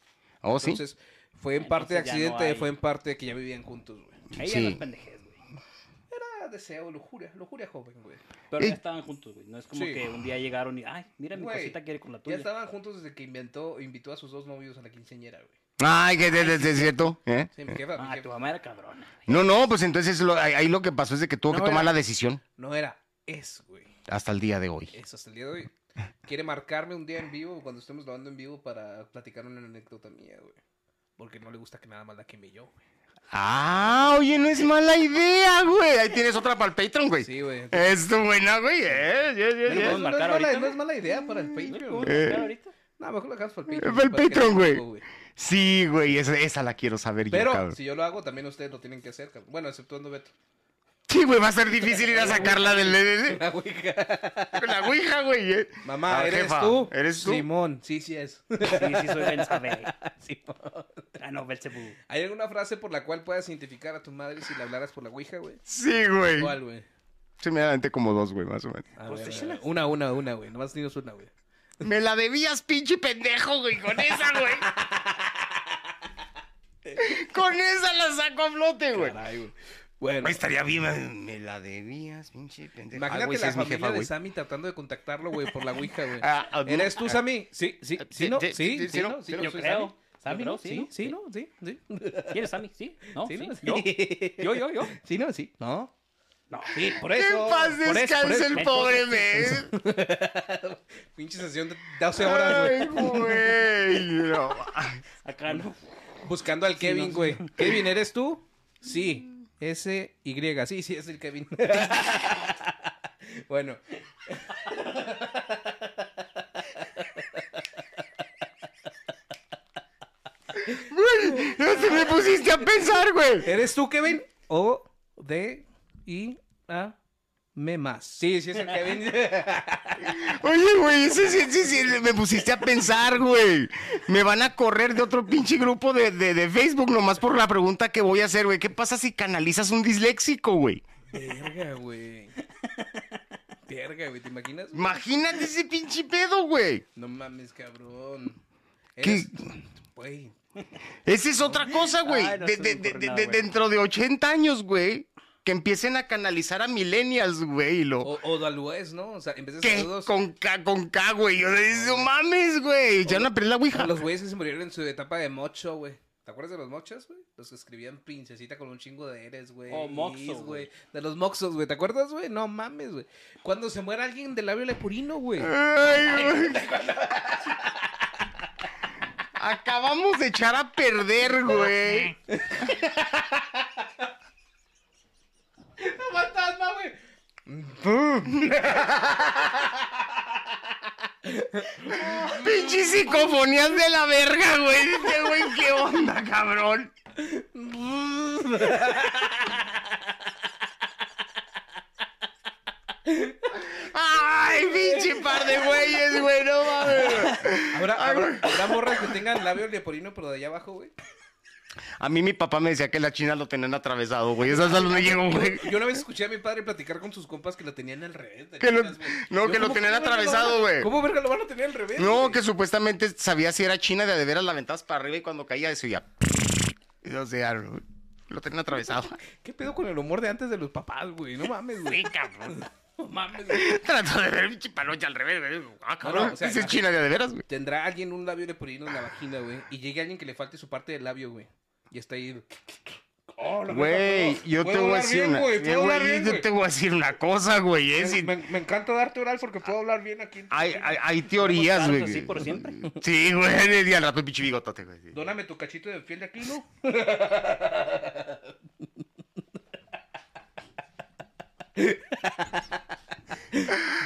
S2: Oh, sí.
S1: Entonces, fue en parte
S3: Ah, Entonces ya no
S1: accidente,
S3: hay.
S1: fue en parte que ya vivían juntos, güey.
S3: Ahí
S2: Sí.
S3: ya las pendejes, güey.
S1: Era deseo, lujuria, lujuria joven, güey.
S3: Pero
S2: Eh.
S3: ya estaban juntos, güey. No es como
S1: Sí.
S3: que un día llegaron y, ay, mira, mi
S1: Güey,
S3: cosita quiere con la
S1: Ya
S3: tuya.
S1: estaban juntos desde que inventó, invitó a sus dos novios a la quinceañera, güey.
S2: Ay, que de- de- de- es cierto. ¿eh?
S1: Sí, mi jefa, mi
S3: Ah,
S1: jefa.
S3: tu mamá era cabrona. güey.
S2: No, no, pues entonces lo- ahí, ahí lo que pasó es de que tuvo
S1: No,
S2: que tomar
S1: era-
S2: la decisión
S1: No era, es, güey.
S2: hasta el día de hoy.
S1: Es hasta el día de hoy. Quiere marcarme un día en vivo, cuando estemos grabando en vivo, para platicar una anécdota mía, güey. Porque no le gusta que nada más la queme yo, güey.
S2: Ah, oye, no es mala idea, güey. Ahí tienes otra para el Patreon, güey.
S1: Sí, pues- güey. No,
S2: Es tu buena, güey. eh, sí, sí,
S3: Bueno,
S1: no
S2: sí.
S1: es
S3: ¿Podemos marcar
S1: mala-
S3: ahorita?
S1: no es mala idea para el
S3: ¿No le
S1: Patreon.
S3: podemos
S1: güey.
S3: marcar ahorita?
S1: No, mejor lo dejamos para el
S2: Mm, Eh,
S1: Patreon.
S2: para el
S1: para que
S2: Patreon,
S1: quede
S2: güey.
S1: poco,
S2: Sí, güey, esa, esa la quiero saber yo,
S1: Pero
S2: cabrón.
S1: si yo lo hago, también ustedes lo tienen que hacer, cabrón. Bueno, exceptuando Beto.
S2: Sí, güey, va a ser difícil ir a sacarla del... de-
S1: La ouija.
S2: de- de La ouija, güey. eh.
S1: Mamá,
S2: Ah,
S1: ¿eres
S2: jefa,
S1: tú?
S2: ¿Eres tú?
S1: Simón, sí, sí es.
S3: Sí, sí, soy Benzabé. Ah, no, Belzebú.
S1: ¿Hay alguna frase por la cual puedas identificar a tu madre si le hablaras por la ouija, güey?
S2: Sí, güey.
S1: ¿Cuál, güey?
S2: Se me adelanté como dos, güey, más o menos.
S1: A
S3: Pues,
S1: ver, a ver, Una, una, una, güey. Nomás dinos una, güey.
S2: Me la debías, pinche pendejo, güey, con esa, güey. Con esa la saco a flote, güey.
S1: Caray, güey. Bueno,
S2: Ahí estaría bien, me- me la debías, pinche pendejo. Ah,
S1: imagínate
S2: güey, si
S1: la
S2: es mi
S1: familia
S2: jefa,
S1: de
S2: güey.
S1: Sammy tratando de contactarlo, güey, por la Ouija, güey.
S2: Ah, ah,
S1: ¿Eres tú,
S2: ah,
S1: Sammy? Sí, sí,
S2: ah,
S1: sí,
S2: sí,
S1: no,
S2: sí,
S1: sí,
S2: sí,
S1: sí,
S2: sí,
S1: no,
S2: no,
S1: sí, no,
S3: yo
S1: soy
S3: creo.
S1: Sammy. Sammy,
S3: Yo
S1: ¿no?
S3: creo, sí,
S1: Sí,
S3: ¿no?
S1: sí, no, sí, sí.
S3: ¿Quieres Sammy? Sí, no, sí,
S1: Sí, no, sí.
S3: yo, yo, yo, yo.
S1: Sí, no, sí, no.
S3: No,
S1: Sí, por
S2: Que
S1: eso.
S2: en paz
S1: por eso, por
S2: descanse
S1: eso.
S2: el pobre mes.
S1: Pinche sesión de 12 horas, güey.
S2: Ay, güey. no.
S3: acá no.
S1: Buscando al Kevin,
S3: no.
S1: güey. Kevin, ¿eres tú? Sí. S Y. Sí, sí, es el Kevin. bueno.
S2: Güey, no te me pusiste a pensar, güey.
S1: ¿Eres tú, Kevin? O D I A M más. Sí, sí es el Kevin.
S2: Oye, güey, sí, sí, sí, sí, me pusiste a pensar, güey. Me van a correr de otro pinche grupo de, de- de Facebook nomás por la pregunta que voy a hacer, güey. ¿Qué pasa si canalizas un disléxico, güey?
S1: Verga, güey. Verga, güey, ¿te imaginas?
S2: Imagínate ese pinche pedo, güey.
S1: No mames, cabrón.
S2: ¿Qué?
S1: Eres- Güey.
S2: Esa es otra cosa, güey.
S3: Ay, Ah, no
S2: De-
S3: se me
S2: de- de-
S3: ocurre nada,
S2: de-
S3: güey.
S2: dentro de 80 años, güey, que empiecen a canalizar a millennials, güey. y Lo...
S1: O, o Dalués, ¿no? O sea, en vez
S3: Oh,
S1: de
S2: ¿Qué?
S1: saludos.
S2: Con K, con K, güey. Yo digo, no mames, güey. Ya no aprendí la ouija.
S1: a Pues Los güeyes que se murieron en su etapa de mocho, güey. ¿Te acuerdas de los mochos, güey? Los que escribían princesita con un chingo de eres, güey.
S3: Oh, moxo,
S1: is,
S3: güey.
S1: De los moxos, güey. ¿Te acuerdas, güey? No mames, güey. Cuando se muera alguien del labio lepurino, güey.
S2: Ay, güey. Acabamos de echar a perder, güey.
S1: fantasma, güey!
S2: Pinches psicofonías de la verga, güey. Dice, güey, ¿qué onda, cabrón? Ay, pinche par de güeyes, güey, no mames.
S1: ¿Habrá,
S2: Ay,
S1: habrá-
S2: güey.
S1: habrá morras que tengan labio leporino, pero de allá abajo, güey?
S2: A mí mi papá me decía que la china lo tenían atravesado, güey. Esa sal no llegó, güey.
S1: Yo una vez escuché a mi padre platicar con sus compas que lo tenían al revés. de
S2: Que lo-
S1: chinas, güey.
S2: no,
S1: Yo,
S2: que lo
S1: ¿cómo-
S2: tenían
S1: cómo verga
S2: atravesado,
S1: lo van a-
S2: güey.
S1: ¿Cómo verga lo van a tener al revés?
S2: No,
S1: güey?
S2: que supuestamente sabía si era china de a de veras la aventabas para arriba y cuando caía eso ya. O sea, lo tenían atravesado.
S1: ¿Qué pedo con el humor de antes de los papás, güey? No mames, güey. No mames, güey.
S2: Trato de ver mi chipalocha al revés, güey. Ah, cabrón.
S1: No, o sea,
S2: esa es
S1: la-
S2: china de a de veras, güey.
S1: Tendrá alguien un labio leporino en la vagina, güey. Y llegue alguien que le falte su parte del labio, güey. Y está ahí. Oh, la
S2: Güey,
S1: verga,
S2: yo
S1: puedo
S2: te voy a
S1: hablar
S2: decir
S1: bien,
S2: una.
S1: güey,
S2: eh,
S1: puedo hablar
S2: güey,
S1: bien,
S2: yo
S1: güey.
S2: te voy a decir una cosa, güey. eh, si-
S1: Me, me encanta darte oral porque
S2: Ah.
S1: puedo hablar bien aquí.
S2: Hay, hay- hay teorías,
S3: Vamos
S2: güey.
S3: a estar así por siempre.
S2: Sí, güey. Y al rato el pinche bigotote, güey. sí.
S1: Dóname tu cachito de piel de aquí, ¿no?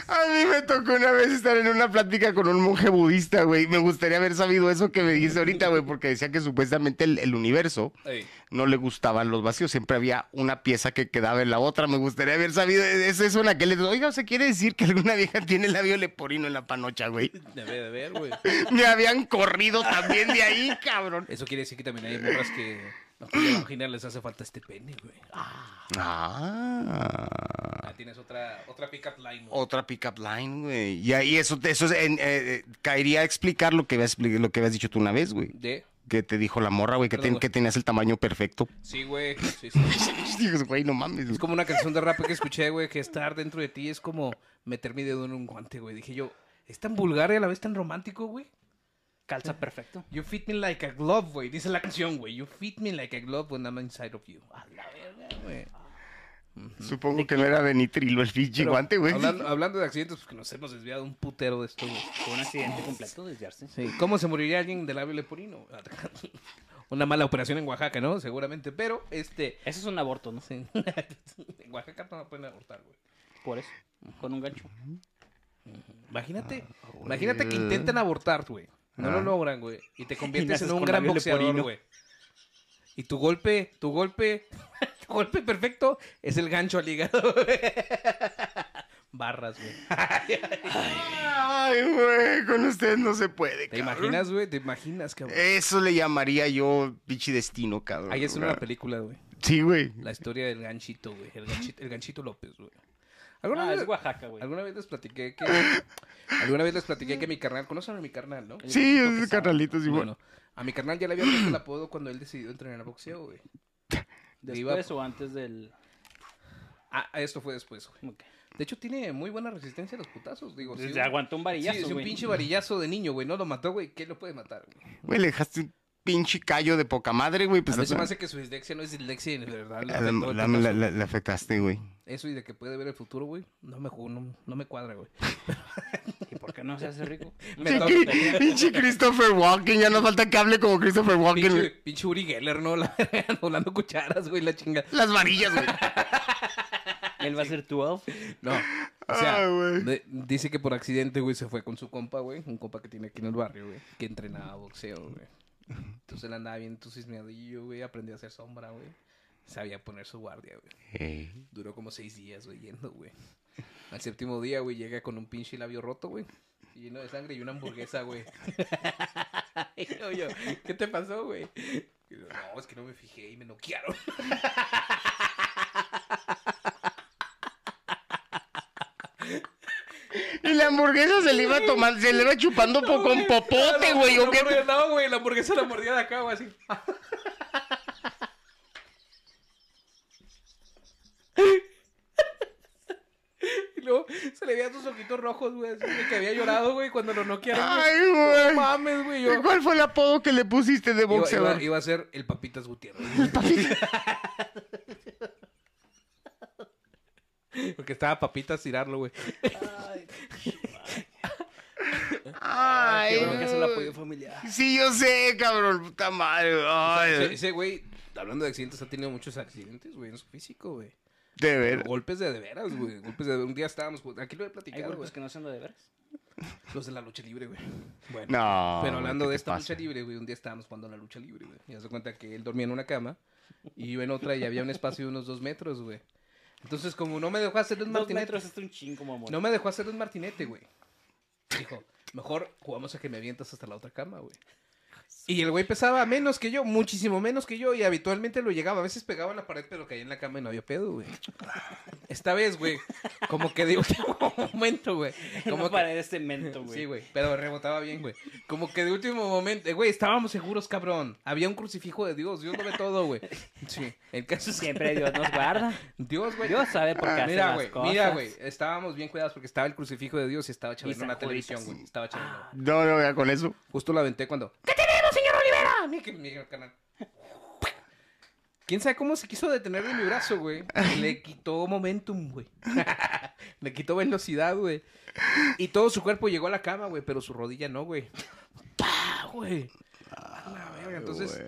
S2: A mí me tocó una vez estar en una plática con un monje budista, güey. Me gustaría haber sabido eso que me dijiste ahorita, güey, porque decía que supuestamente el, el universo
S1: Ey.
S2: no le gustaban los vacíos. Siempre había una pieza que quedaba en la otra. Me gustaría haber sabido es eso en aquel entonces. Oiga, o sea, quiere decir que alguna vieja tiene el labio leporino en la panocha, güey.
S1: De ver, de ver, güey.
S2: Me habían corrido también de ahí, cabrón.
S1: Eso quiere decir que también hay morras que no que la vagina les hace falta este pene, güey.
S2: Ah.
S1: Ah, tienes otra, otra pick-up line, güey.
S2: Otra pickup line, güey. Y ahí eso, eso es en- eh, eh, caería a explicar lo que, habías, expli- lo que habías dicho tú una vez, güey.
S1: ¿De?
S2: Que te dijo la morra, güey, que,
S1: Perdón,
S2: ten- que tenías el tamaño perfecto.
S1: Sí, güey. Sí, sí.
S2: Dices, güey, no mames.
S1: Es como una canción de rap que escuché, güey, que estar dentro de ti es como meter mi dedo en un guante, güey. Dije yo, es tan vulgar y a la vez tan romántico, güey.
S3: Calza perfecto.
S1: You fit me like a glove, güey. Dice la canción, güey. You fit me like a glove when I'm inside of you. A la verga, güey.
S2: Supongo que no era de nitrilo el pinche
S1: Pero,
S2: guante, güey.
S1: Hablando, hablando de accidentes, pues que nos hemos desviado un putero de esto, güey.
S3: Fue un accidente completo, desviarse.
S1: Sí, ¿Cómo se moriría alguien del labio leporino? Una mala operación en Oaxaca, ¿no? Seguramente, pero este.
S3: Eso es un aborto, ¿no?
S1: sí. en Oaxaca no la pueden abortar, güey.
S3: Por eso. Con un gancho.
S1: Imagínate,
S3: Ah,
S1: imagínate que intentan abortar, güey. No lo logran, güey. Y te conviertes en
S3: naces
S1: un
S3: Ah. con
S1: gran
S3: labio
S1: boxeador,
S3: leporino.
S1: güey. Y tu golpe, tu golpe, tu golpe perfecto es el gancho al hígado, güey. Barras, güey.
S2: Ay, güey, con ustedes no se puede,
S1: ¿Te
S2: cabrón.
S1: imaginas, güey? ¿Te imaginas, cabrón?
S3: Eh,
S2: Eso le llamaría yo pinche destino, cabrón.
S1: Ahí es una
S2: güey.
S1: película, güey.
S2: Sí, güey.
S1: La historia del ganchito, güey. El ganchito, el ganchito López, güey. ¿Alguna,
S3: Ah, es
S1: vez,
S3: Oaxaca, güey.
S1: alguna vez les platiqué que... Alguna vez les platiqué que mi carnal... ¿Conocen a mi carnal, no?
S2: Sí, es carnalito, sí, bueno.
S1: Bueno, a mi carnal ya le había puesto el apodo cuando él decidió entrenar a boxeo, güey. Le iba-
S3: Después o antes del...
S1: Ah, esto fue después, güey.
S3: Como que-
S1: De hecho, tiene muy buena resistencia a los putazos, digo.
S3: Se
S1: un-
S3: aguantó un
S1: Pues sí,
S3: varillazo,
S1: si un
S3: güey.
S1: pinche varillazo de niño, güey, no lo mató, güey, ¿qué lo puede matar? güey?
S2: Güey, le dejaste un pinche callo de poca madre, güey. Pues
S1: a mí se
S2: la-
S1: me hace que su dislexia no es dislexia, de verdad. le
S2: la-
S1: afectó el
S2: la-
S1: putazo.
S2: la- la- la afectaste, güey.
S1: Eso y de que puede ver el futuro, güey, no me, ju- no, no me cuadra, güey.
S3: ¿Y por qué no se hace rico?
S1: Me toca-
S2: Cri- Pinche Christopher Walken, ya no falta que hable como Christopher Walken.
S1: Pinche,
S2: güey.
S1: pinche Uri Geller, ¿no? La, doblando cucharas, güey, la chinga.
S2: Las varillas, güey.
S3: Él va a ser tu elf.
S1: No, o sea,
S2: Ah, güey.
S1: de- dice que por accidente, güey, se fue con su compa, güey. Un compa que tiene aquí en el barrio, güey. Que entrenaba boxeo, güey. Entonces él andaba bien entusiasmadillo, güey. Aprendió a hacer sombra, güey. Sabía poner su guardia, güey.
S2: Ey.
S1: Duró como seis días, güey, yendo, güey. Al séptimo día, güey, llega con un pinche labio roto, güey. y Lleno de sangre y una hamburguesa, güey. Y yo, yo, ¿qué te pasó, güey? Y yo, No, es que no me fijé y me noquearon.
S2: Y la hamburguesa se le iba tomando, se le iba chupando po- con popote, güey. ¿o
S1: No,
S2: qué?
S1: güey, No, güey, la hamburguesa la mordía de acá, güey, así. Y luego se le veían sus ojitos rojos, güey, así de que había llorado, güey, cuando lo noquearon. güey.
S2: Ay,
S1: No
S2: güey.
S1: mames, güey. Yo
S2: ¿Y ¿Cuál fue el apodo que le pusiste de
S1: iba,
S2: boxeador?
S1: iba- iba a ser el Papitas Gutiérrez. Porque estaba Papitas tirarlo, güey.
S2: Ay,
S3: Creo que se la
S2: güey.
S3: apoyo familiar.
S2: Sí, yo sé, cabrón. Puta madre. güey.
S1: Ese-
S2: Ay,
S1: Ese güey, hablando de accidentes, ha tenido muchos accidentes, güey, en su físico, güey.
S2: de ver.
S1: Golpes de de veras, güey. Golpes de un día estábamos jug- aquí lo he
S3: Hay
S1: platicado, güey.
S3: grupos pues que no son lo de veras.
S1: Los de la lucha libre, güey. Bueno.
S2: No.
S1: Pero hablando
S2: güey,
S1: de
S2: ¿qué te
S1: esta
S2: pasa?
S1: lucha libre, güey, un día estábamos jugando a la lucha libre, güey. Y se cuenta que él dormía en una cama y yo en otra y había un espacio de unos dos metros, güey. Entonces, como no me dejó hacer un
S3: Dos
S1: martinete,
S3: metros es un chingo, mamón.
S1: no me dejó hacer un martinete, güey. Dijo, mejor jugamos a que me avientas hasta la otra cama, güey. Y el güey pesaba menos que yo, muchísimo menos que yo, y habitualmente lo llegaba. A veces pegaba en la pared, pero caía en la cama y no había pedo, güey. Esta vez, güey, como que de último momento, güey.
S3: Como
S1: Como que-
S3: pared de este cemento, güey.
S1: Sí, güey, pero rebotaba bien, güey. Como que de último momento, eh, güey, estábamos seguros, cabrón. Había un crucifijo de Dios, Dios lo ve todo, güey. Sí, el caso es que
S3: Siempre Dios nos guarda.
S1: Dios, güey.
S3: Dios sabe por qué hace
S1: Ah, mira,
S3: las
S1: güey,
S3: cosas.
S1: mira, güey, estábamos bien cuidados porque estaba el crucifijo de Dios y estaba
S3: Y
S1: chavando
S3: San
S1: una
S3: Judas.
S1: televisión, güey. Estaba chavando.
S3: Ah,
S2: No, no, ya con eso.
S1: Justo la aventé cuando. ¿Qué tenemos, señor Olivera? Mi, que- mi canal. Quién sabe cómo se quiso detener de mi brazo, güey. Le quitó momentum, güey. Le quitó velocidad, güey. Y todo su cuerpo llegó a la cama, güey, pero su rodilla no, güey. ¡Pah, güey! A la verga. Entonces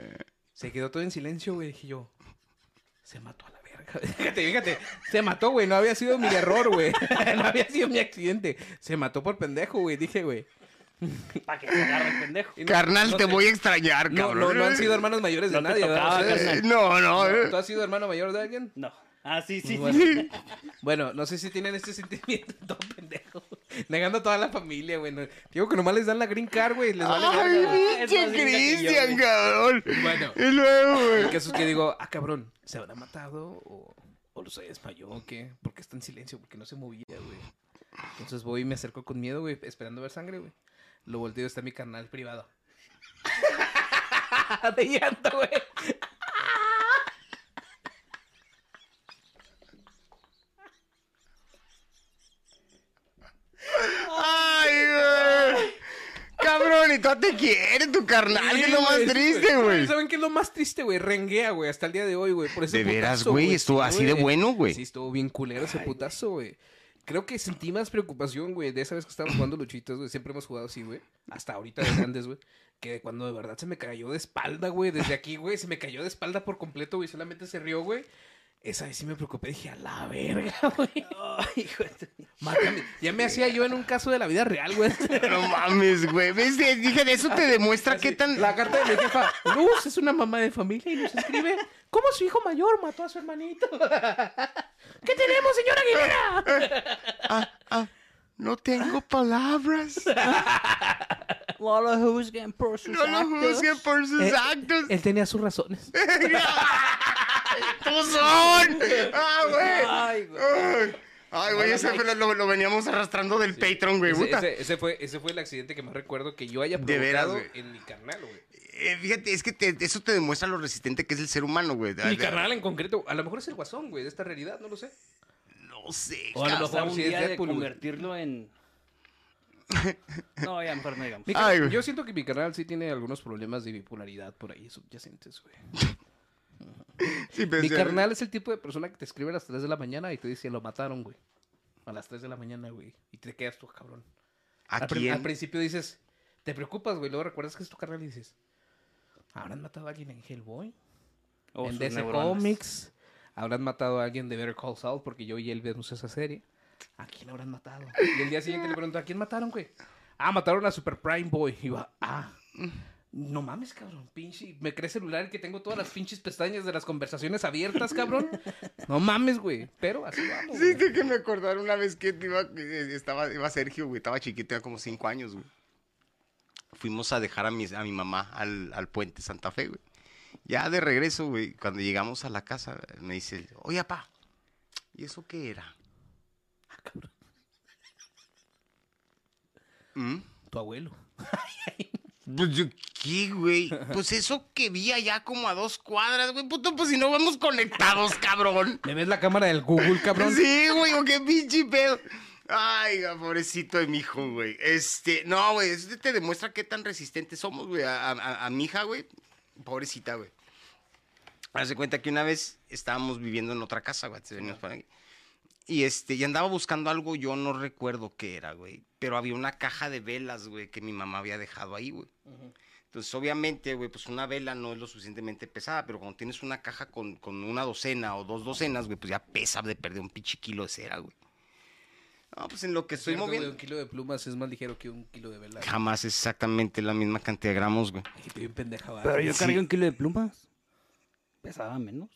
S1: se quedó todo en silencio, güey. Dije yo, se mató a la verga. Fíjate, fíjate. Se mató, güey. No había sido mi error, güey. No había sido mi accidente. Se mató por pendejo, güey. Dije, güey.
S3: Para que se agarre el pendejo.
S1: Y no-
S2: Carnal,
S1: no
S2: te
S1: sé.
S2: voy a extrañar,
S1: No,
S2: cabrón.
S1: no, no han sido hermanos mayores de
S3: No te
S1: nadie, ¿verdad?
S3: tocaba,
S1: Ustedes-
S3: carnal.
S2: No, no. eh.
S1: ¿Tú has sido hermano mayor de alguien?
S3: No. Ah, sí, sí,
S1: Bueno.
S3: sí.
S1: Bueno, no sé si tienen este sentimiento todo pendejo. Negando a toda la familia, güey. No- Digo que nomás les dan la green card, güey. Les
S2: Ah,
S1: vale verga, güey.
S2: Ay,
S3: es más
S2: pinche
S3: linda que yo,
S2: Cristian,
S3: güey.
S2: cabrón.
S1: Bueno.
S2: Y luego,
S1: El
S2: güey.
S1: caso es que digo, ah, cabrón, ¿se habrá matado o, o los desmayó o qué? Porque está en silencio, porque no se movía, güey. Entonces voy y me acerco con miedo, güey, esperando ver sangre, güey. Lo volteo, está mi canal privado. De llanto, güey.
S2: Ay, güey. Cabrón, y tú te quieres, tu carnal, que es lo más
S1: Sí,
S2: triste, güey.
S1: ¿Saben qué es lo más triste, güey? Renguea, güey, hasta el día de hoy, güey. Por ese
S2: De veras,
S1: putazo,
S2: güey, estuvo así de bueno, güey.
S1: Sí, estuvo bien culero ese putazo, güey. Creo que sentí más preocupación, güey, de esa vez que estábamos jugando luchitas, güey. Siempre hemos jugado así, güey. Hasta ahorita de grandes, güey. Que de cuando de verdad se me cayó de espalda, güey. Desde aquí, güey, se me cayó de espalda por completo, güey. Solamente se rió, güey. Esa vez sí me preocupé. Dije, a la verga, güey.
S3: Ay, hijo de tu-
S1: Mátame. Ya me hacía yo en un caso de la vida real, güey.
S2: No mames, güey. ¿Ves? Dije, de eso te demuestra qué tan.
S1: La carta de mi jefa, Luz es una mamá de familia y nos escribe cómo su hijo mayor mató a su hermanito. ¿Qué tenemos, señora Aguilera?
S2: ah, No tengo palabras.
S3: No lo juzguen por sus
S2: No lo
S3: actos.
S2: juzguen por
S1: Eh,
S2: sus actos.
S1: Él tenía sus razones.
S2: ¡Tú son! ¡Ah, güey!
S3: Ay, güey.
S2: Ay. Ay, güey, ese fue lo, lo veníamos arrastrando del Patreon, güey.
S1: Ese,
S2: puta.
S1: ese- ese fue, ese fue el accidente que más recuerdo que yo haya
S2: De veras,
S1: provocado
S2: güey.
S1: en mi carnal, güey.
S2: Eh, fíjate, es que te- eso te demuestra lo resistente que es el ser humano, güey.
S1: Mi carnal en concreto, a lo mejor es el guasón, güey, de esta realidad, no lo sé.
S2: No sé.
S3: O a lo mejor
S1: mejor
S3: un
S1: sí es
S3: día de
S1: Deadpool, güey.
S3: convertirlo en. No, ya mejor no digamos.
S1: Mi
S2: Ay,
S1: carnal-
S2: güey.
S1: yo siento que mi canal sí tiene algunos problemas de bipolaridad por ahí subyacentes, güey.
S2: Sí,
S1: Mi
S2: pensé-
S1: carnal es el tipo de persona que te escribe a las 3 de la mañana y te dice, lo mataron, güey. A las 3 de la mañana, güey. Y te quedas tú, cabrón.
S2: ¿A
S1: Al, pri- al
S2: quién?
S1: principio dices, te preocupas, güey. Luego recuerdas que es tu carnal y dices, ¿habrán matado a alguien en Hellboy?
S3: O
S1: en
S3: Oh, sus
S1: DC
S3: neuronas.
S1: Comics. ¿Habrán matado a alguien de Better Call Saul? Porque yo y él vemos esa serie. ¿A quién habrán matado? Y el día siguiente le pregunto, ¿a quién mataron, güey? Ah, mataron a Super Prime Boy. Y va, ah. No mames, cabrón, pinche. Me cree celular que tengo todas las pinches pestañas de las conversaciones abiertas, cabrón. No mames, güey. Pero así vamos. güey.
S2: Sí, de que me acordaron una vez que iba, que eh, estaba, iba Sergio, güey, estaba chiquito, era como cinco años, güey. Fuimos a dejar a, mis- a mi mamá al, al puente Santa Fe, güey. Ya de regreso, güey, cuando llegamos a la casa, me dice, oye, papá, ¿y eso qué era? ¿Mm?
S1: Tu abuelo.
S2: Pues yo, ¿qué, güey? Pues eso que vi allá como a dos cuadras, güey, puto, pues si no vamos conectados, cabrón.
S1: ¿Le ves la cámara del Google, cabrón?
S2: Sí, güey, o qué pinche pedo. Ay, ga, pobrecito de mi hijo, güey. Este, no, güey, eso te demuestra qué tan resistentes somos, güey. A, a- a mi hija, güey, pobrecita, güey. Hace cuenta que una vez estábamos viviendo en otra casa, güey. antes de venirnos para aquí. Y este, y andaba buscando algo, yo no recuerdo qué era, güey. Pero había una caja de velas, güey, que mi mamá había dejado ahí, güey. Entonces, obviamente, güey, pues una vela no es lo suficientemente pesada, pero cuando tienes una caja con, con una docena o dos docenas, güey, pues ya pesa de perder un pinche kilo de cera, güey. No, pues en lo que estoy
S1: Cierto, güey,
S2: moviendo.
S1: Un kilo de plumas es más ligero que un kilo de vela.
S2: Jamás es exactamente la misma cantidad de gramos, güey.
S1: Y estoy bien pendeja, va.
S3: Pero yo
S2: Sí.
S3: cargué un kilo de plumas. Pesaba menos.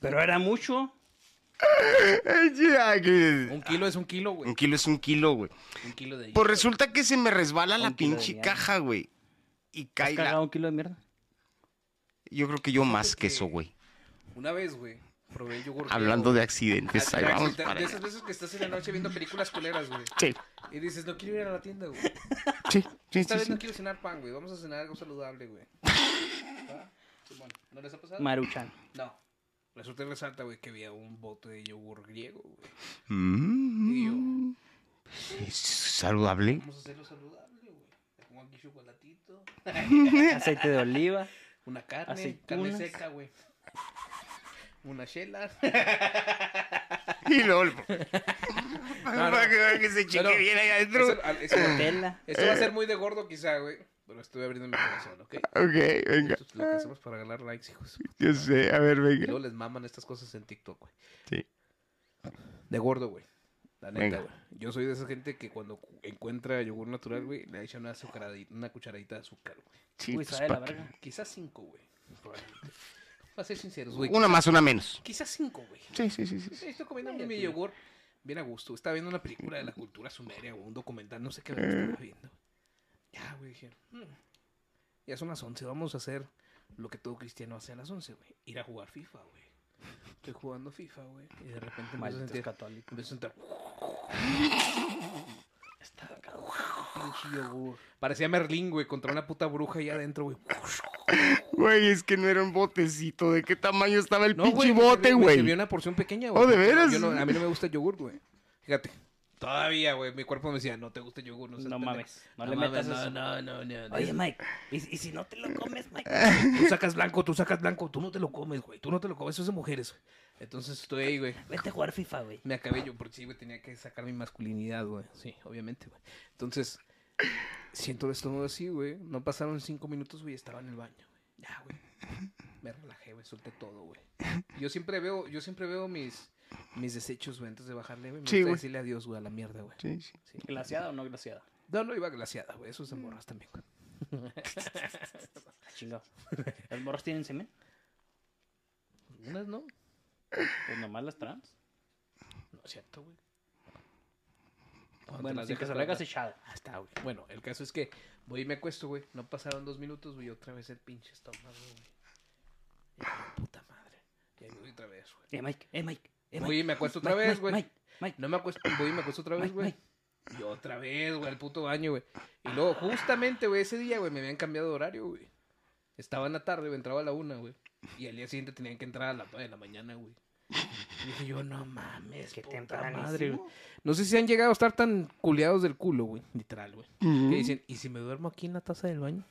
S3: Pero era mucho.
S1: Un kilo es un kilo, güey.
S2: Un kilo es un kilo, güey.
S1: Un kilo de
S2: Pues resulta que se me resbala la
S3: Un kilo de
S2: pinche
S3: mierda.
S2: caja, güey. Y
S3: ¿Has
S2: cae la-
S3: cargado un kilo de mierda?
S2: Yo creo que yo más que eso,
S1: que-
S2: güey.
S1: Una vez, güey, probé yogur. griego,
S2: Hablando de
S1: güey.
S2: accidentes,
S1: Ah,
S2: ahí
S1: de
S2: vamos
S1: accidente-
S2: para
S1: De
S2: allá.
S1: esas veces que estás en la noche viendo películas culeras, güey.
S2: Sí,
S1: Y dices, no quiero ir a la tienda, güey.
S2: sí, sí,
S1: Esta
S2: sí,
S1: vez
S2: sí.
S1: no quiero cenar pan, güey. Vamos a cenar algo saludable, güey. ¿Va? Simón, ¿No les ha pasado?
S3: Maruchan.
S1: No. Resulta y resalta, güey, que había un bote de yogur griego, güey. Y yo,
S2: Mm, ¿es saludable.
S1: vamos a hacerlo saludable, güey. Le pongo aquí chocolatito,
S3: Aceite de oliva.
S1: una carne, carne
S3: Aceitunas.
S1: seca, güey. Una chela.
S2: Y luego le- para que vean que se cheque
S1: Pero-
S2: bien ahí adentro.
S1: Eso- al- eso-
S3: Tela.
S1: esto va a ser muy de gordo quizá, güey. Pero estoy abriendo mi corazón, ¿ok?
S2: Ok, venga.
S1: Esto es lo que hacemos para ganar likes, hijos.
S2: Yo sé, a ver,
S1: Y
S2: venga.
S1: luego les maman estas cosas en TikTok, güey.
S2: Sí.
S1: De gordo, güey. La neta,
S2: Venga.
S1: güey. Yo soy de esa gente que cuando cu- encuentra yogur natural, güey, le echa una, azucaradita- una cucharadita de azúcar, güey.
S2: Sí,
S3: Uy,
S2: pues,
S3: sabe la
S2: pa-
S3: verga.
S1: Quizás cinco, güey. Probablemente. Para ser sinceros, güey.
S2: Una más, una menos.
S1: Quizás cinco, güey.
S2: Sí, sí, sí, sí. sí.
S1: Estoy comiendo mi yogur bien a gusto. Estaba viendo una película de la cultura sumeria o un documental, no sé qué verga estaba viendo. Ya, güey, dije, "Mm, ya son las 11, vamos a hacer lo que todo cristiano hace a las 11, güey. Ir a jugar FIFA, güey. Estoy jugando FIFA, güey. Y de repente me empiezo a
S3: Malditos
S1: sentir...
S3: católicos.
S1: Empiezo a sentir... Estaba acá, pinche yogur. Parecía Merlín, güey, contra una puta bruja ahí adentro, güey.
S2: Güey, es que no era un botecito. ¿De qué tamaño estaba el
S1: No, güey.
S2: pinche bote,
S1: Sirvió
S2: güey?
S1: una porción pequeña,
S2: Oh, ¿de
S1: porque yo-
S2: veras?
S1: yo no- a mí no me gusta el yogur, güey. Fíjate. Todavía, güey. Mi cuerpo me decía, no te gusta el yogur, no seas
S3: No
S1: pendejo".
S3: mames, no le metas eso.
S1: No, no, no, no.
S3: Oye, Mike, ¿y, y si no te lo comes, Mike?
S1: Tú sacas blanco, tú sacas blanco, tú no te lo comes, güey. Tú no te lo comes, eso es de mujeres, güey. Entonces estoy ahí, güey.
S3: Vete a jugar FIFA, güey.
S1: Me acabé yo, porque sí, güey, tenía que sacar mi masculinidad, güey. Sí, obviamente, güey. Entonces, siento de estómago así, güey. No pasaron cinco minutos, güey, estaba en el baño, güey. Ya, güey. Me relajé, güey, solté todo, güey. Yo siempre veo, yo siempre veo mis, mis desechos, güey, antes de bajarle, güey. Me
S2: Sí,
S1: gusta
S2: güey.
S1: decirle adiós, güey, a la mierda, güey.
S2: Sí, sí.
S1: Sí.
S3: ¿Glaseada o no glaseada?
S1: No, no iba glaciada, güey. Eso es de
S2: Mm.
S1: morras también, güey.
S3: Ah, Chingado. ¿Las morras tienen semen?
S1: Unas no.
S3: Pues nomás las trans.
S1: No es cierto, güey.
S3: Bueno, sin que se la hagas echada.
S1: Hasta, Ah, güey. Bueno, el caso es que voy y me acuesto, güey. No pasaron dos minutos, güey. Otra vez el pinche estómago, güey. Y digo, puta madre. Y ahí voy otra vez, güey.
S3: Eh, Mike, eh, Mike. Eh, Mike.
S1: Voy y me acuesto otra
S3: Mike,
S1: vez,
S3: Mike,
S1: güey.
S3: Mike, Mike.
S1: No me acuesto, voy y me acuesto otra vez, güey.
S3: Mike,
S1: Y otra vez, güey, al puto baño, güey. Y luego, justamente, güey, ese día, güey, me habían cambiado de horario, güey. Estaba en la tarde, güey, entraba a la una, güey. Y al día siguiente tenían que entrar a la de la mañana, güey. Y dije yo, no mames,
S3: Qué
S1: qué
S3: tempranísimo.
S1: madre, güey. No sé si han llegado a estar tan culeados del culo, güey. Literal, güey. Que dicen, ¿y si me duermo aquí en la taza del baño?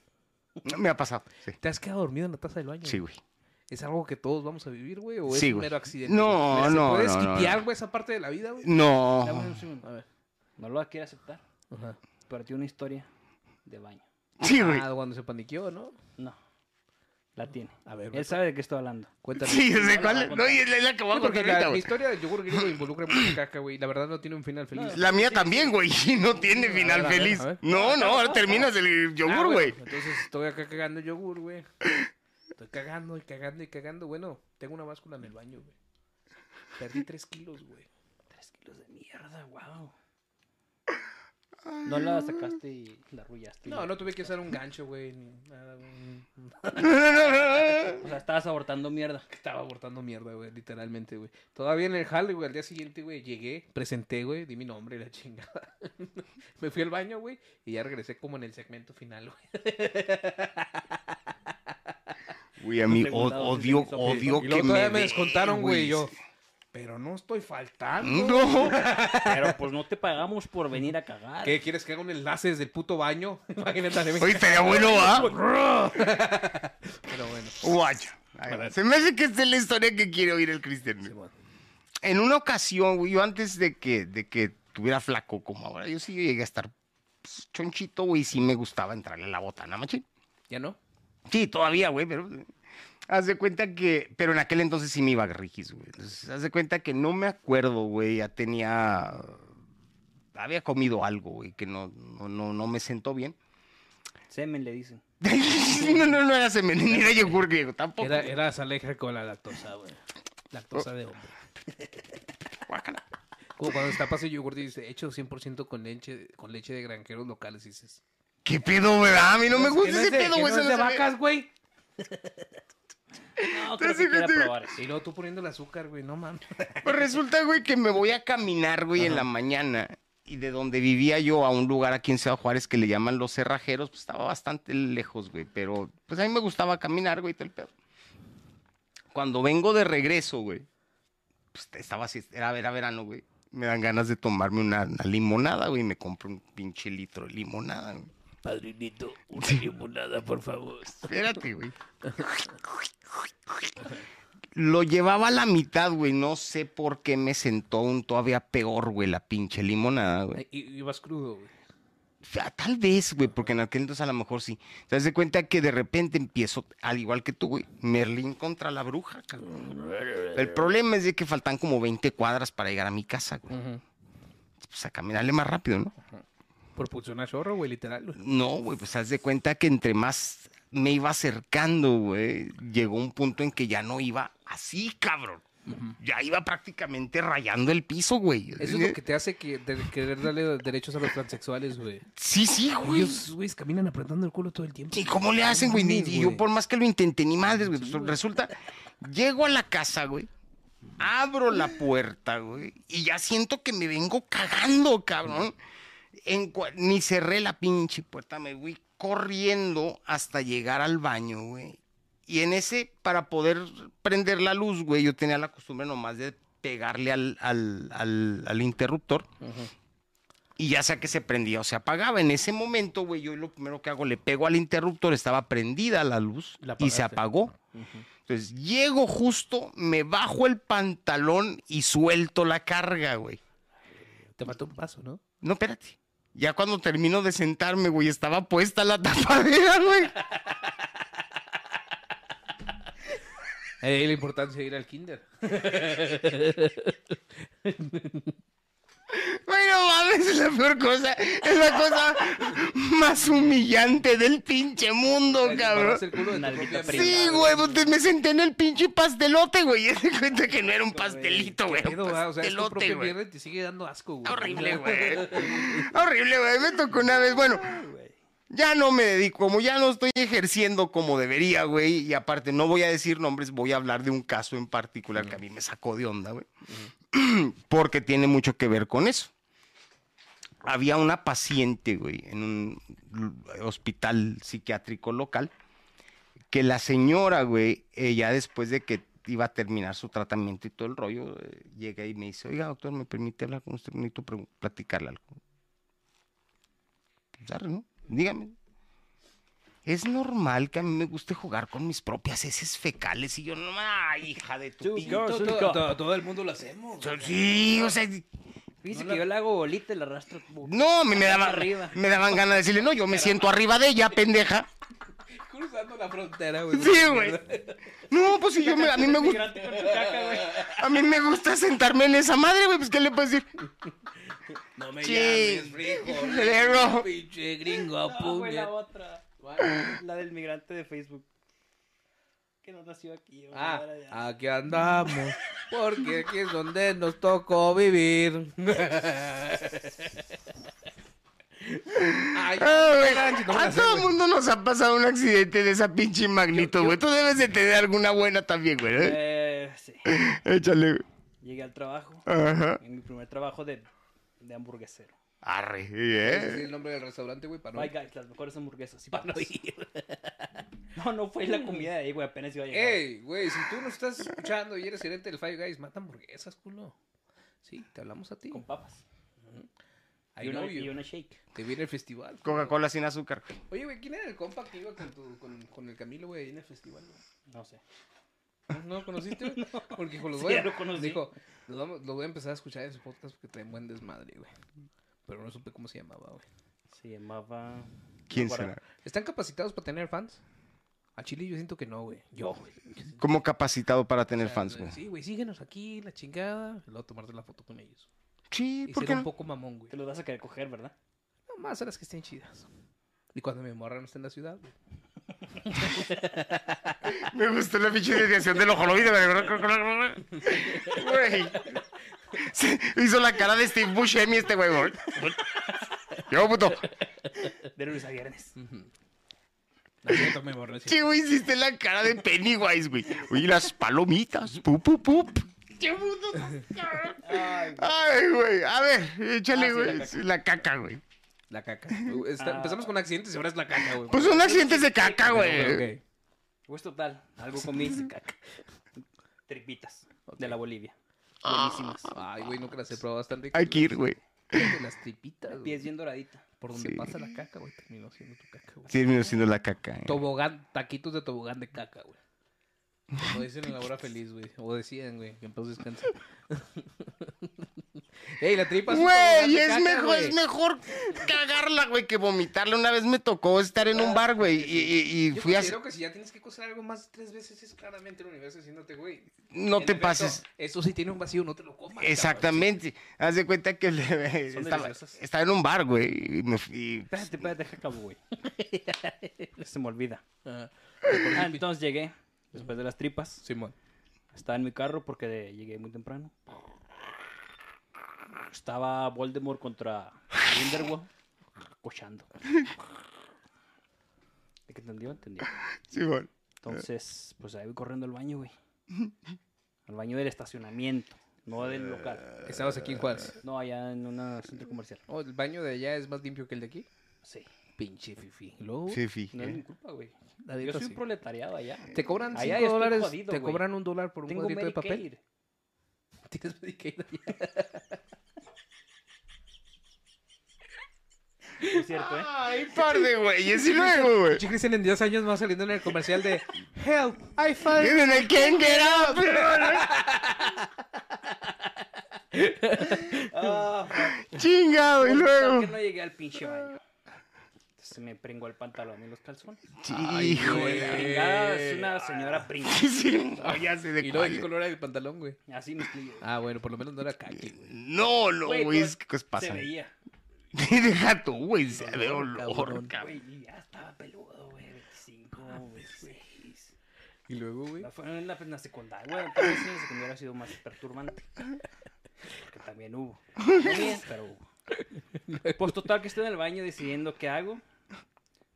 S2: Mm. Me ha pasado, sí.
S1: ¿Te has quedado dormido en la taza del baño?
S2: Sí, güey.
S1: ¿Es algo que todos vamos a vivir, güey? ¿O es
S2: Sí,
S1: un
S2: güey.
S1: mero accidente?
S2: No,
S1: Mira, ¿se
S2: no,
S1: ¿Puedes
S2: no, no,
S1: quipear,
S2: no.
S1: güey, esa parte de la vida, güey?
S3: Dame
S2: No.
S3: un segundo.
S1: A ver.
S3: No lo quiere aceptar.
S1: Ajá.
S3: Pero tiene una historia de baño.
S2: Sí, güey.
S1: Ah, cuando se paniqueó, ¿no?
S3: No. La tiene.
S1: A ver, güey,
S3: Él sabe de qué estoy hablando.
S1: cuéntame.
S2: Sí, yo sé
S3: No la voy a
S2: cuál. No, y es la- es la que voy a
S1: Sí, porque
S2: contar
S1: la,
S2: ahorita,
S1: mi
S2: güey.
S1: historia de yogur griego involucra mucha caca, güey. La verdad no tiene un final feliz.
S2: La mía también, güey. y No tiene
S1: a
S2: final
S1: ver, a
S2: feliz.
S1: ver.
S2: No, no, ahora terminas el
S1: Ah,
S2: yogur,
S1: bueno,
S2: güey.
S1: Entonces estoy acá cagando yogur, güey. Estoy cagando y cagando y cagando. Bueno, tengo una báscula en el baño, güey. Perdí tres kilos, güey.
S3: Tres kilos de mierda, wow. No la sacaste y la arrullaste.
S1: No, no tuve que usar un gancho, güey. ni Nada, güey.
S3: O sea, estabas abortando mierda.
S1: Estaba abortando mierda, güey, literalmente, güey. Todavía en el jale, güey, al día siguiente, güey, llegué, presenté, güey, di mi nombre y la chingada. Me fui al baño, güey, y ya regresé como en el segmento final, güey.
S2: Güey, a mí
S3: No
S2: o-
S3: preguntaba si
S2: odio,
S3: se hizo
S2: odio
S1: Y
S2: que
S1: luego
S2: me.
S1: todavía me
S2: den,
S1: descontaron, güey, y yo. Pero no estoy faltando.
S2: No.
S3: Pero pues no te pagamos por venir a cagar.
S1: ¿Qué quieres que haga un enlace desde el puto baño? Imagínate, dale,
S2: Oye, estaría bueno, ¿ah?
S1: pero bueno.
S2: Guacha. Ahí va. Se me hace que esta es la historia que quiere oír el Cristian. güey.
S1: bueno.
S2: En una ocasión, güey, yo antes de que, de que tuviera flaco como ahora, yo sí llegué a estar pues, chonchito, güey, y sí me gustaba entrarle a la botana, machín.
S1: ¿Ya no?
S2: Sí, todavía, güey, pero. Haz de cuenta que. Pero en aquel entonces sí me iba rigis, güey. Entonces, haz de cuenta que no me acuerdo, güey. Ya tenía. Había comido algo, güey, que no, no, no, no me sentó bien.
S3: Semen le dicen.
S2: no, no, no era semen, ni era yogur griego, tampoco.
S1: Era, eh. era Saleja con la lactosa, güey. Lactosa de hombre.
S2: Guácala.
S1: Como cuando está el yogur y dice, hecho 100% con leche, con leche de granjeros locales, y dices.
S2: ¿Qué pedo, güey? Ah, A mí no me
S1: "Que
S2: gusta
S1: no
S2: ese
S1: es de-
S2: pedo,
S1: que
S2: güey.
S1: no
S2: se
S1: es de
S2: no se ve".
S1: vacas, güey.
S3: No, creo que quiere probar eso.
S1: Y luego tú poniendo el azúcar, güey, no mames.
S2: Pues resulta, güey, que me voy a caminar, güey, en la mañana. Y de donde vivía yo a un lugar aquí en Ciudad Juárez que le llaman Los Cerrajeros, pues estaba bastante lejos, güey. Pero pues a mí me gustaba caminar, güey, y todo el pedo. Cuando vengo de regreso, güey, pues estaba así, era, era verano, güey. Me dan ganas de tomarme una, una limonada, güey, y me compro un pinche litro de limonada, güey.
S4: Padrinito, una limonada, por favor.
S2: Espérate, güey. Lo llevaba a la mitad, güey. No sé por qué me sentó un todavía peor, güey, la pinche limonada, güey.
S1: Y, y vas crudo, güey.
S2: O sea, tal vez, güey, porque en aquel entonces a lo mejor sí. Te das de cuenta que de repente empiezo, al igual que tú, güey, Merlín contra la bruja, cabrón. El problema es de que faltan como 20 cuadras para llegar a mi casa, güey. Pues a caminarle más rápido, ¿no?
S1: Propulsión a chorro, güey, literal, güey.
S2: No, güey, pues haz de cuenta que entre más me iba acercando, güey, llegó un punto en que ya no iba así, cabrón. Ya iba prácticamente rayando el piso, güey.
S1: Eso es lo que te hace que, de- querer darle derechos a los transexuales, güey.
S2: Sí, sí, güey.
S1: Ellos, güey, caminan apretando el culo todo el tiempo.
S2: ¿Y cómo le hacen, güey? Ni-
S1: Mames,
S2: Y yo por más que lo intenté, ni madres, güey. Pues, resulta, llego a la casa, güey. Abro la puerta, güey. Y ya siento que me vengo cagando, cabrón. En cua- ni cerré la pinche puerta, me fui corriendo hasta llegar al baño, güey. Y en ese, para poder prender la luz, güey, yo tenía la costumbre nomás de pegarle al, al- al- al interruptor. Y ya sea que se prendía o se apagaba. En ese momento, güey, yo lo primero que hago, le pego al interruptor, estaba prendida la luz
S1: La
S2: y se
S1: apagaste.
S2: apagó. Entonces, llego justo, me bajo el pantalón y suelto la carga, güey.
S1: Te mató un paso, ¿no?
S2: No, espérate. Ya cuando termino de sentarme, güey, estaba puesta la tapadera, güey.
S1: Eh, la importancia de ir al kinder.
S2: Bueno, mames, es la peor cosa. Es la cosa más humillante del pinche mundo, cabrón.
S1: Embarrarse el culo de tu
S3: Nalguita
S1: propia
S3: prima.
S1: prima.
S2: Sí, güey, pues, te- me senté en el pinche pastelote, güey. Y se cuenta que no era un pastelito, güey. era
S1: Pedo,
S2: Un
S1: ah, o sea, es tu
S2: pastelote,
S1: propia
S2: güey.
S1: mierda y te sigue dando asco, güey.
S2: Horrible, güey. Horrible, güey. Me tocó una vez. Bueno, ya no me dedico, como ya no estoy ejerciendo como debería, güey. Y aparte, no voy a decir nombres, voy a hablar de un caso en particular que a mí me sacó de onda, güey. Porque tiene mucho que ver con eso. Había una paciente, güey, en un l- hospital psiquiátrico local, que la señora, güey, eh, ya después de que iba a terminar su tratamiento y todo el rollo, eh, llega y me dice, oiga, doctor, ¿me permite hablar con usted? Necesito pregu- platicarle algo. Pues, arre, ¿no? Dígame. Es normal que a mí me guste jugar con mis propias heces fecales y yo, no, ay, hija de tu
S3: Two
S2: pin-".
S3: girls,
S1: Todo,
S3: one
S1: todo-
S3: cup.
S1: todo- todo el mundo lo hacemos.
S2: So- Sí, o sea,
S3: Dice
S1: No
S3: que
S1: la-
S3: yo le hago bolita y la arrastro. como-
S2: no, me, me daban,
S3: Arriba.
S2: me daban ganas de decirle, no, yo me siento arriba de ella, pendeja.
S1: Cruzando la frontera, güey.
S2: Sí, güey. No, pues si yo me- a mí me gusta.
S3: Migrante con tu caca, güey.
S2: A mí me gusta sentarme en esa madre, güey. Pues, ¿qué le puedes decir?
S1: No me
S2: Sí.
S1: llames, frijol.
S2: Lero.
S1: Pinche gringo,
S3: No, güey,
S1: puñet.
S3: la otra. La del migrante de Facebook. Que no nació aquí. güey,
S1: Ah,
S3: ahora ya.
S1: aquí andamos, porque aquí es donde nos tocó vivir. Ay,
S2: Ah, güey,
S1: Angie, no me
S2: a
S1: la sé,
S2: todo
S1: güey.
S2: mundo nos ha pasado un accidente de esa pinche magnitud, güey. Tú debes de tener alguna buena también, güey. ¿eh?
S3: Eh, sí.
S2: Échale, güey.
S3: Llegué al trabajo.
S2: Ajá.
S3: En mi primer trabajo de, de hamburguesero.
S2: Arre,
S1: Ese es
S2: ¿eh?
S1: el nombre del restaurante, güey, para no-
S3: Bye, guys, las mejores hamburguesas. Y para no ir. No, no fue la comida de ahí, güey. Apenas iba a llegar.
S1: Ey, güey, si tú no estás escuchando y eres gerente del Five Guys, mata hamburguesas, culo. Sí, te hablamos a ti.
S3: Con papas.
S1: I
S3: Y una,
S1: know
S3: y
S1: you.
S3: una shake.
S1: Te viene el festival. culo.
S2: Coca-Cola sin azúcar. güey.
S1: Oye, güey, ¿quién era el compa que iba con, tu, con, con el Camilo, güey, ahí en el festival, güey?
S3: No sé.
S1: ¿No, no lo conociste, güey? Porque con los
S3: Sí,
S1: voy a-
S3: ya lo conocí.
S1: Dijo, lo, vamos- lo voy a empezar a escuchar en su podcast porque traen buen desmadre, güey. Pero no supe cómo se llamaba, güey.
S3: Se llamaba.
S2: ¿Quién
S3: No,
S2: será?
S1: ¿Están capacitados para tener fans? A Chile yo siento que no, güey. Yo, güey.
S2: ¿Cómo capacitado para tener
S1: O sea,
S2: fans, güey?
S1: Sí, güey, síguenos aquí, la chingada. Y luego tomarte la foto con ellos.
S2: Sí,
S1: Y
S2: ¿por
S1: ser
S2: qué
S1: un
S2: no?
S1: poco mamón, güey.
S3: Te los vas a querer coger, ¿verdad?
S1: No más a las que estén chidas. Y cuando mi morra no esté en la ciudad, güey.
S2: Me gustó la pinche desviación del ojo, lo vi de Güey. Se- Hizo la cara de Steve Buscemi este güey, güey. Yo, puto.
S3: De lunes a viernes.
S1: Mm. No siento, mi morra. sí.
S2: Sí, güey, hiciste la cara de Pennywise, güey. Oye, las palomitas. Pup, pup, pup. Qué puto estás, cabrón. Ay, güey. A ver,
S3: Ah,
S2: échale,
S3: sí,
S2: güey. Sí, La
S3: la caca.
S2: caca, güey.
S1: La caca. Güey, Uh, está-
S3: Ah.
S1: Empezamos con accidentes y ahora es la caca, güey.
S2: Pues son accidentes de caca,
S1: Pero,
S2: güey.
S1: güey, ok.
S3: Pues total. Algo comí y se caca. Tripitas. De la Bolivia. Buenísimas.
S1: Ay, güey, nunca las he probado tan ricas.
S2: Ah. Hay que ir, güey.
S1: De las tripitas,
S3: La
S1: güey.
S3: piel bien doradita.
S1: Por donde
S2: Sí.
S1: pasa la caca, güey, terminó siendo tu caca, güey.
S2: Terminó siendo la caca. eh.
S1: Tobogán, taquitos de tobogán de caca, güey. Como dicen en la hora feliz, güey. O decían, güey, que en paz descansa. Ey, la tripa un tobogán
S2: Güey,
S1: de
S2: es
S1: caca,
S2: mejor,
S1: güey.
S2: es mejor cagarla, güey, que vomitarla. Una vez me tocó estar en un bar, güey, y, y- y
S1: Yo
S2: fui a...
S1: considero que si ya tienes que coser algo más de tres veces es claramente el universo diciéndote, güey.
S2: No
S1: en
S2: te
S1: efecto,
S2: pases.
S1: Eso sí tiene un vacío, no te lo comas. cabrón.
S2: Exactamente. Haz de cuenta que le-
S3: Son
S2: estaba,
S3: deliciosas.
S2: estaba en un bar, güey, y me fui...
S3: Espérate, espérate, deja acabo, güey. Se me olvida.
S1: Ajá.
S3: Ah, entonces llegué. Después de las tripas.
S1: Simón.
S3: Estaba en mi carro porque de- llegué muy temprano. Estaba Voldemort contra Grindelwald cochando. ¿De qué entendió? Entendió.
S2: Sí, bueno.
S3: Entonces, pues ahí voy corriendo al baño, güey. Al baño del estacionamiento, no del local.
S1: Estabas aquí en Juárez.
S2: Ah.
S3: No, allá en un centro comercial.
S1: Oh, el baño de allá es más limpio que el de aquí.
S3: Sí.
S1: Pinche fifi. Luego,
S2: Sí, fíjate.
S3: No es mi culpa, güey.
S1: la
S3: Yo
S1: neta
S3: soy
S1: sí.
S3: un proletariado allá.
S1: Te cobran
S3: Allá
S1: 5
S3: estoy
S1: dólares,
S3: jodido,
S1: te
S3: güey.
S1: cobran un dólar por un
S3: Tengo
S1: cuadrito de papel.
S3: Medicaid.
S1: Tienes Medicaid allá.
S3: Por cierto, ¿eh?
S2: Ay, par de güeyes, y luego, güey.
S1: Pinche Cristian en 10 años más saliendo en el comercial de Help, I find
S2: Dicen, I can't get up. Chingado, y
S3: Total, Ah, que
S2: luego.
S3: no llegué al pinche baño. Entonces me pringó el pantalón y los calzones.
S2: Hijo
S1: güey.
S2: de
S3: La
S1: Eh,
S3: pringada es una señora pringa.
S2: Sí, no, ya sé de
S1: Y luego, ¿de qué
S2: cuál.
S1: color era el pantalón, güey?
S3: Así me explico.
S1: Ah, pues, bueno, por lo menos no era kaki, güey.
S2: No, no,
S3: Güey,
S2: güey,
S3: pero
S2: es que cosas
S3: Se
S2: pasan.
S3: veía.
S2: Deja tú, güey, se ve olor,
S1: cabrón. Ah,
S2: cabrón.
S3: Güey, y ya estaba peludo, güey. 25, 26.
S1: Y luego, güey.
S3: No, fue en la, en la secundaria. Bueno, tal vez en la secundaria ha sido más perturbante. Porque también hubo. También, pero hubo. Pues total que estoy en el baño decidiendo qué hago.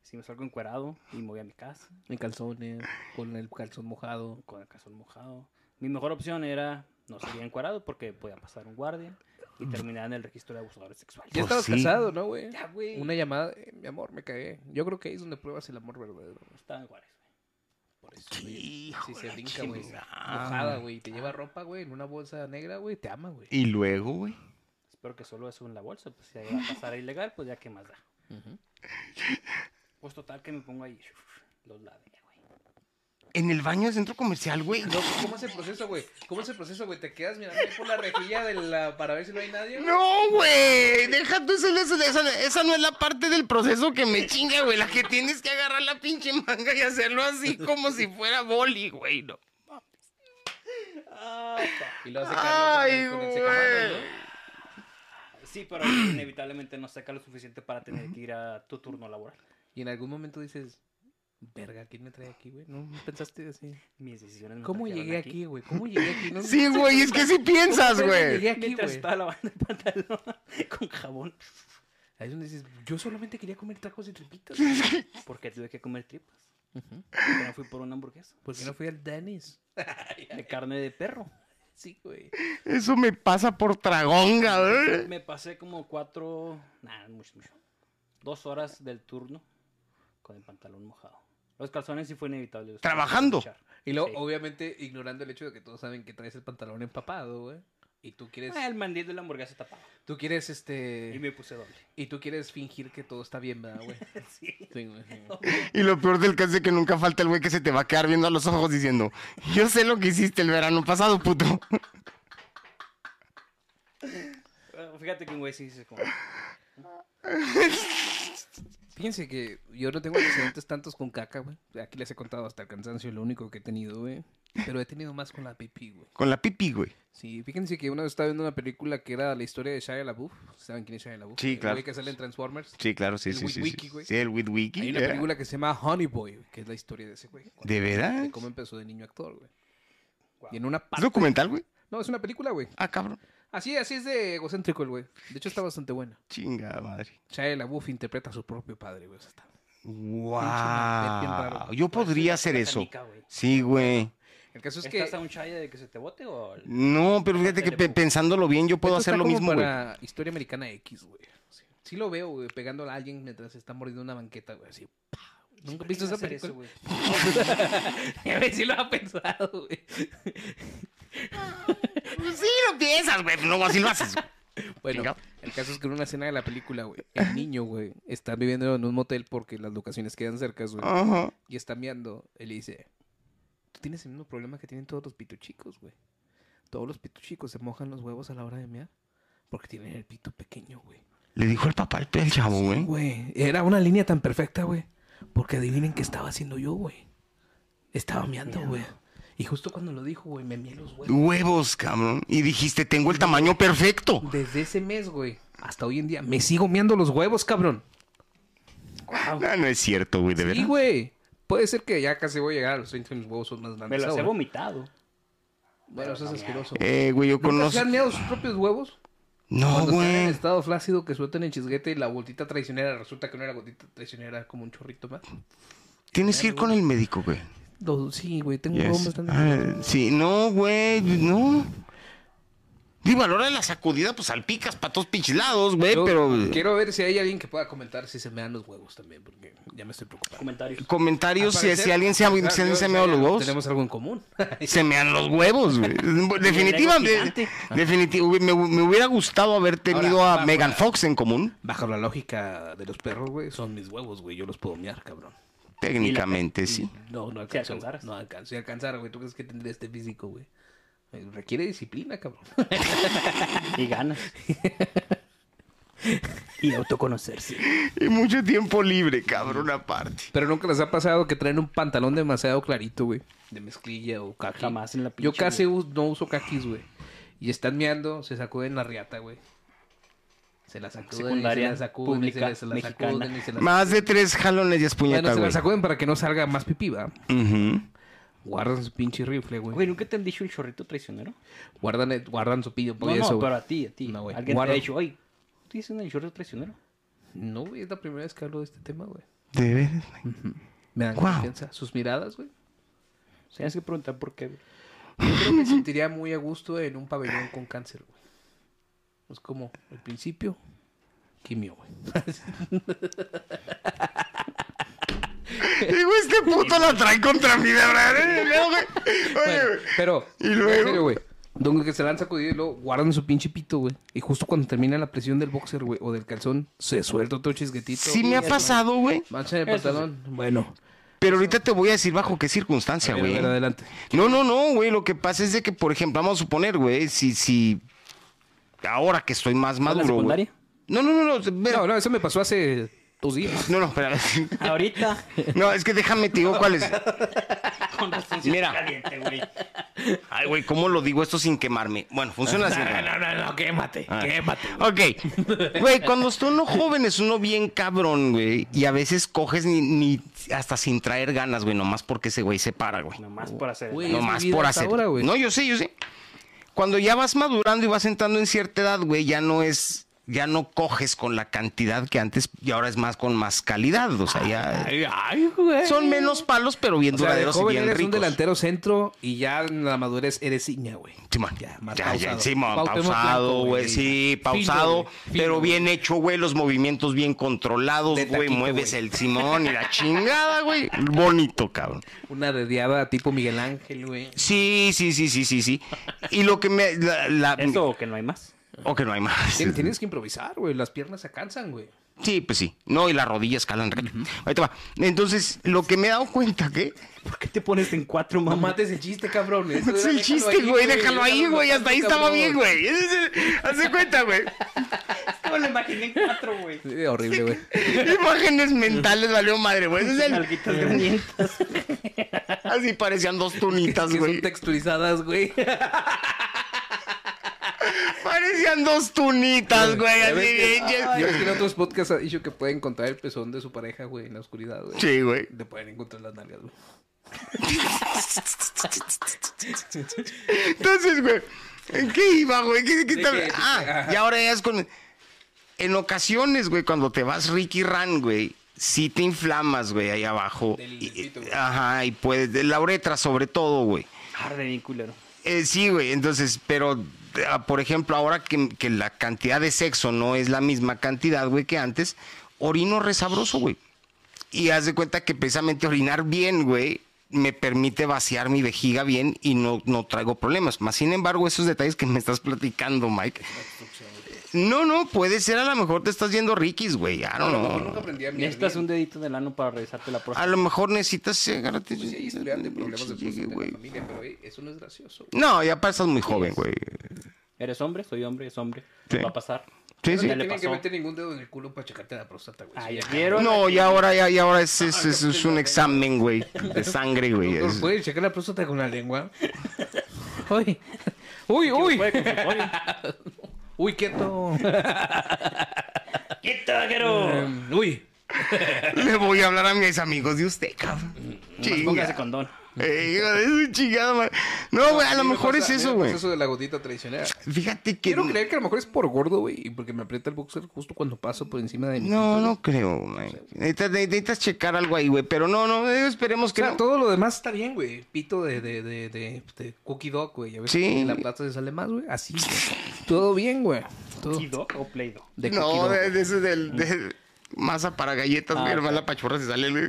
S3: Si me salgo encuerado y me voy a mi casa
S1: En calzones, con el calzón mojado.
S3: con el calzón mojado. Mi mejor opción era no salir encuerado porque podía pasar un guardia y terminar en el registro de abusadores sexuales.
S1: Ya
S2: Pues
S1: estabas
S2: sí.
S1: casado, ¿no, güey?
S3: Ya, güey.
S1: Una llamada, eh, mi amor, me cagué. Yo creo que ahí es donde pruebas el amor verdadero.
S3: Estaba en Juárez, güey.
S1: Por mames. güey.
S2: Hijo
S1: Si se
S2: de la
S1: brinca, güey.
S2: chingada.
S1: Mojada, güey. Te lleva ropa, güey, en una bolsa negra, güey. Te ama, güey.
S2: Y luego, güey.
S3: Espero que solo eso en la bolsa, pues si ahí va a pasar a ilegal, pues ya qué más da. Pues total que me pongo ahí, los ladeé, güey.
S2: En el baño del centro comercial, güey.
S1: No, pues, ¿cómo es el proceso, güey? ¿Cómo es el proceso, güey? ¿Te quedas mirando ahí por la rejilla de la... para ver si no hay nadie? güey?
S2: No, güey. Deja tú eso, eso- esa, esa no es la parte del proceso que me chinga, güey. La que tienes que agarrar la pinche manga y hacerlo así como si fuera boli, güey. No.
S1: Y lo hace
S2: Ay,
S1: Carlos con el- con el secamanos,
S2: güey.
S1: ¿no?
S3: Sí, pero inevitablemente no saca lo suficiente para tener que ir a tu turno laboral.
S1: Y en algún momento dices, verga, ¿quién me trae aquí, güey? ¿No pensaste así?
S3: Mis decisiones me
S1: ¿Cómo
S3: trajeron
S1: llegué aquí, güey? ¿Cómo llegué aquí? No-
S2: Sí, güey, es que si piensas,
S1: ¿Cómo
S2: güey.
S1: Llegué aquí,
S3: Mientras
S1: güey.
S3: estaba lavando el pantalón con jabón.
S1: Ahí es donde dices, yo solamente quería comer tacos de tripitas.
S3: Porque tuve que comer tripas. Porque no fui por una hamburguesa.
S1: ¿Por qué no fui al Dennis?
S3: De carne de perro.
S1: Sí, güey.
S2: Eso me pasa por tragonga, ¿eh? güey.
S3: Me pasé como cuatro. Nada, mucho, mucho. Dos horas del turno con el pantalón mojado. Los calzones sí fue inevitable. los tuve que
S2: Trabajando.
S3: desechar.
S1: Y luego,
S3: Sí.
S1: obviamente, ignorando el hecho de que todos saben que traes el pantalón empapado, güey. Y tú quieres,
S3: Ah, el mandil de la hamburguesa tapado.
S1: tú quieres,
S3: Y
S1: este,
S3: me puse doble.
S1: y tú quieres fingir que todo está bien, ¿verdad, güey?
S3: Sí.
S1: Sí, güey, sí, güey.
S2: Y lo peor del caso es que nunca falta el güey que se te va a quedar viendo a los ojos diciendo, yo sé lo que hiciste el verano pasado, puto.
S3: Ah, Fíjate que un güey sí dice como.
S1: Fíjense que yo no tengo antecedentes tantos con caca, güey. Aquí les he contado hasta el cansancio, lo único que he tenido, güey. Pero he tenido más con la pipí, güey.
S2: Con la pipi, güey.
S1: Sí, fíjense que una vez estaba viendo una película que era la historia de Shia LaBeouf. ¿Saben quién es Shia LaBeouf?
S2: Sí,
S1: El
S2: claro.
S1: güey que sale en Transformers.
S2: Sí, claro, sí,
S1: El
S2: sí, sí,
S1: Witwiki,
S2: sí.
S1: güey.
S2: Sí, el Witwiki. Eh,
S1: Hay una
S2: yeah.
S1: película que se llama Honey Boy, que es la historia de ese güey.
S2: ¿De veras?
S1: De cómo empezó de niño actor, güey. Y en una
S2: ¿Es
S1: parte...
S2: documental, güey?
S1: No, es una película, güey.
S2: Ah, cabrón.
S1: Así, así es de egocéntrico el güey. De hecho, está bastante buena.
S2: Chingada madre.
S1: Shia LaBeouf interpreta a su propio padre, güey. o sea, está-
S2: Wow.
S1: bien raro.
S2: Yo podría hacer
S3: Parece
S2: eso.
S3: una canica, güey.
S2: Sí, güey.
S1: El caso es que...
S3: ¿Estás a un chaya de que se te bote o.? el-
S2: No, pero fíjate que pe- pensándolo bien, yo puedo
S1: Esto
S2: hacer
S1: está
S2: lo
S1: como
S2: mismo, güey.
S1: para historia americana X, güey. Sí, sí lo veo, güey, pegando a alguien mientras se está mordiendo una banqueta, güey. Así, pa. Nunca he visto esa
S3: hacer
S1: película.
S3: eso, güey?
S1: A ver si lo ha pensado, güey.
S2: Sí, lo piensas, güey, pero no así lo haces. güey.
S1: Bueno,
S2: Venga.
S1: el caso es que en una escena de la película, güey, el niño, güey, está viviendo en un motel porque las locaciones quedan cerca, güey.
S2: Ajá.
S1: Y está mirando, él le dice, tú tienes el mismo problema que tienen todos los pituchicos, güey. Todos los pituchicos se mojan los huevos a la hora de mear porque tienen el pito pequeño, güey.
S2: Le dijo el papá al pe- al chavo, güey.
S1: Güey, era una línea tan perfecta, güey. Porque adivinen qué estaba haciendo yo, güey. Estaba meando, güey. Y justo cuando lo dijo, güey, me mié los huevos.
S2: Huevos, cabrón. Y dijiste, tengo el tamaño perfecto.
S1: Desde ese mes, güey, hasta hoy en día, me sigo meando los huevos, cabrón.
S2: No, no es cierto, güey, de
S1: Sí,
S2: verdad.
S1: güey. Puede ser que ya casi voy a llegar a los 20 mis huevos son más
S3: Me
S1: grandes.
S3: los he
S1: ahora.
S3: vomitado.
S1: Bueno, eso es asqueroso.
S2: Eh, güey, yo
S1: ¿Nunca se
S2: conozco.
S1: han meado sus propios huevos?
S2: No,
S1: Cuando este están en
S2: güey.
S1: estado flácido que sueltan el chisguete y la gotita traicionera resulta que no era gotita traicionera, era como un chorrito más.
S2: Tienes que ir con el médico, güey.
S1: Los- sí, güey, tengo
S2: Yes.
S1: un huevo bastante.
S2: Ah, sí, no, güey, no. Digo, a la hora de la sacudida, pues salpicas para todos pinches lados, güey,
S1: Yo
S2: Eh, pero.
S1: Quiero ver si hay alguien que pueda comentar si se me dan los huevos también, porque ya me estoy preocupando.
S3: Comentarios.
S2: Comentarios,
S1: Al
S2: si,
S1: parecer,
S2: si alguien se ha, si alguien se ha meado los huevos,
S1: Tenemos algo en común.
S2: se mean los huevos, güey. Definitivamente.
S3: gigante.
S2: Definitivo, me, me hubiera gustado haber tenido
S1: Ahora,
S2: a
S1: vamos
S2: Megan
S1: a-
S2: Fox en común,
S1: Bajo la lógica de los perros, güey, son mis huevos, güey. Yo los puedo mear, cabrón.
S2: técnicamente, sí.
S1: No, no alcanzo. güey.
S3: alcanzaras.
S1: No alcanzo. Si alcanzara, güey, ¿tú crees que tendría este físico, güey? Eh, Requiere disciplina, cabrón.
S3: Y ganas. y autoconocerse.
S2: Y mucho tiempo libre, cabrón, aparte.
S1: Pero nunca les ha pasado que traen un pantalón demasiado clarito, güey. De mezclilla o caqui.
S3: Jamás en la
S1: Yo
S3: pinche
S1: casi us- no uso caquis, güey. Y están meando, se sacuden la riata, güey. Se la sacuden,
S3: Secundaria
S1: y se la sacuden, y se la-
S3: pública
S1: se la
S3: mexicana.
S1: sacuden, y se la
S2: Más de tres jalones y es
S1: Bueno,
S2: puñeta,
S1: se la
S2: güey.
S1: sacuden para que no salga más pipí, va.
S2: Ujú.
S1: Guardan su pinche rifle,
S3: Güey,
S1: güey.
S3: ¿nunca te han dicho el chorrito traicionero?
S1: Guardan, el- guardan su pillo.
S3: No,
S1: por eso,
S3: no,
S1: güey.
S3: pero a ti, a ti.
S1: No, güey.
S3: Alguien
S1: Guarda.
S3: te ha dicho, oye, ¿tú dices el chorrito traicionero?
S1: No, güey, es la primera vez que hablo de este tema, güey.
S2: De veras, güey.
S1: Me dan
S2: Guau.
S1: confianza. Sus miradas, güey.
S3: Tienes que preguntar por qué. güey.
S1: Yo creo que me sentiría muy a gusto en un pabellón con cáncer, güey. Es como, al principio, quimio, güey.
S2: Digo, este puto la trae contra mí, de verdad. eh, no, güey. Oye,
S1: Bueno,
S2: güey.
S1: pero,
S2: Y luego.
S1: en serio, güey. Donde que se la han sacudido y luego guardan su pinche pito, güey. Y justo cuando termina la presión del boxer, güey, o del calzón, se suelta otro chisguetito.
S2: Sí me ha
S1: Y-
S2: pasado, güey.
S1: Mancha de pantalón. Bueno,
S2: Pero ahorita te voy a decir bajo qué circunstancia,
S1: a
S2: güey.
S1: ver, adelante.
S2: No, no, no, güey. Lo que pasa es de que, por ejemplo, vamos a suponer, güey, si, si. Ahora que estoy más maduro, güey.
S3: secundaria?
S2: No, no, no, no. espera.
S1: No, no, eso me pasó hace dos días.
S2: No, no, espera.
S3: Ahorita,
S2: No, es que déjame, te digo cuál es.
S3: con razón, sí
S2: Mira.
S3: está caliente, güey.
S2: Ay, güey, ¿cómo lo digo esto sin quemarme? Bueno, funciona así. güey.
S4: No, no, no, quémate,
S2: Ah.
S4: quémate.
S2: Ok. Güey, cuando está uno joven es uno bien cabrón, güey. Y a veces coges ni, ni hasta sin traer ganas, güey, nomás porque ese güey se para, güey.
S3: Nomás por hacer.
S1: Güey, es mi
S2: Nomás
S1: vida
S2: por
S1: hasta
S2: hacer.
S1: ahora, güey.
S2: no, yo sé, yo sé. Cuando ya vas madurando y vas entrando en cierta edad, güey, ya no es. Ya no coges con la cantidad que antes y ahora es más con más calidad. O sea, ya. Son menos palos, pero bien
S1: O sea, de
S2: duraderos y
S1: joven
S2: bien
S1: eres un
S2: ricos.
S1: delantero centro y ya en la madurez eres iña, güey.
S2: Simón.
S1: Ya, más
S2: ya, ya,
S1: pausado.
S2: Simón,
S1: Cuauhtémoc
S2: pausado,
S1: Blanco,
S2: güey.
S1: güey.
S2: Sí,
S1: Fino,
S2: pausado,
S1: güey, fino,
S2: pero
S1: güey.
S2: bien hecho, güey. Los movimientos bien controlados,
S1: De
S2: güey.
S1: taquito,
S2: Mueves
S1: güey.
S2: el Simón y la chingada, güey. Bonito, cabrón.
S1: Una dediada tipo Miguel Ángel, güey.
S2: Sí, sí, sí, sí, sí, sí. Y lo que me. La, la-
S3: Eso o que no hay más.
S2: O que no hay más.
S1: Tien- Tienes que improvisar, güey. Las piernas se cansan, güey.
S2: Sí, pues sí. No, y las rodillas calan. recio. Ahí te va. Entonces, lo que me he dado cuenta que.
S3: ¿Por qué te pones en cuatro,
S1: No
S3: mamá?
S1: mates el chiste, cabrón. Eso
S2: Es
S1: era-
S2: el
S1: déjalo
S2: chiste,
S1: ahí,
S2: güey. Déjalo ahí, güey. Hasta ahí estaba
S1: cabrón.
S2: bien, güey. Ese es el- Haz de cuenta, güey.
S3: No lo imaginé en cuatro, güey.
S1: Sí, horrible, güey.
S2: Imágenes mentales, valió madre, güey. Ese es el,
S3: Nalguitas granientas.
S2: Así parecían dos tunitas,
S1: Que
S2: güey.
S1: son texturizadas, güey.
S2: Parecían dos tunitas, güey.
S1: Ya
S2: Así
S1: ves que-
S2: bien.
S1: ay, ya ves que en otros podcasts ha dicho que pueden encontrar el pezón de su pareja, güey, en la oscuridad, güey.
S2: Sí, güey.
S1: Le pueden encontrar las nalgas, güey.
S2: Entonces, güey. ¿En qué iba, güey? ¿Qué, qué
S1: ¿De
S2: tal?
S1: qué?
S2: Ah,
S1: Ajá.
S2: y ahora ya es con. En ocasiones, güey, cuando te vas Ricky Ran, güey, sí te inflamas, güey, ahí abajo.
S1: Del
S2: Y-
S1: pito, güey.
S2: ajá, y puedes. de La uretra, sobre todo, güey.
S3: Arde bien culero.
S2: Eh, sí, güey, entonces, pero, ah, por ejemplo, ahora que, que la cantidad de sexo no es la misma cantidad, güey, que antes, orino resabroso, güey. Y haz de cuenta que precisamente orinar bien, güey, me permite vaciar mi vejiga bien y no, no traigo problemas. Más sin embargo, esos detalles que me estás platicando, Mike. No, no, puede ser, a lo mejor te estás yendo riquis, güey. I don't
S1: Yo
S2: know.
S1: nunca aprendí a mirar
S3: Necesitas
S1: bien.
S3: un dedito del ano para revisarte la
S2: A
S3: próstata.
S2: lo mejor necesitas sí, agárrate.
S1: Pues sí, hay historial de problemas de
S2: Llegue,
S1: próstata en
S2: güey.
S1: la familia, pero güey, eso no es gracioso. güey.
S2: No, ya pasas muy joven, güey.
S3: ¿Eres hombre? Soy hombre, es hombre.
S2: Sí.
S3: Va a pasar.
S2: Sí,
S1: No
S2: sí.
S1: te
S3: le
S1: tienen que
S3: pasó?
S1: meter ningún dedo en el culo para checarte la próstata, güey.
S3: Ah,
S1: Sí,
S3: ya
S1: ya.
S3: quiero.
S2: No, y ahora, ya, y ahora es,
S1: Ah,
S2: es, es- es un examen, güey, de sangre, güey.
S1: Doctor,
S2: Es-
S1: ¿Puede checar la próstata con la lengua? Uy, uy, uy. Uy, quieto.
S4: ¡Quieto, vaquero!
S1: Em, uy.
S2: Le voy a hablar a mis amigos de usted, cabrón.
S3: Póngase
S2: Chinga.
S3: condón.
S2: Eh, hijo de su chingada madre. No, güey, a lo
S1: mí me
S2: mejor es
S1: pasa- a mí me
S2: eso,
S1: pasa
S2: güey.
S1: Eso de la gotita tradicional.
S2: Fíjate que.
S1: Quiero creer que a lo mejor es por gordo, güey, y porque me aprieta el boxer justo cuando paso por encima de mí.
S2: No, no creo, güey. Necesitas, necesitas checar algo ahí, güey. Pero no, no, eh, esperemos
S1: O
S2: que
S1: sea,
S2: no.
S1: todo lo demás está bien, güey. Pito de, de, de, de, de cookie dog, güey. A veces
S2: Sí.
S1: en la plata se sale más, güey. Así. güey. Todo bien, güey. Todo.
S3: ¿Kido o Play-Doh?
S1: De cookie
S2: No,
S1: dog,
S2: de,
S1: güey.
S2: de ese del. de- masa para galletas,
S3: Ah,
S2: güey. Hermano,
S3: ok.
S2: la pachorra se sale, güey.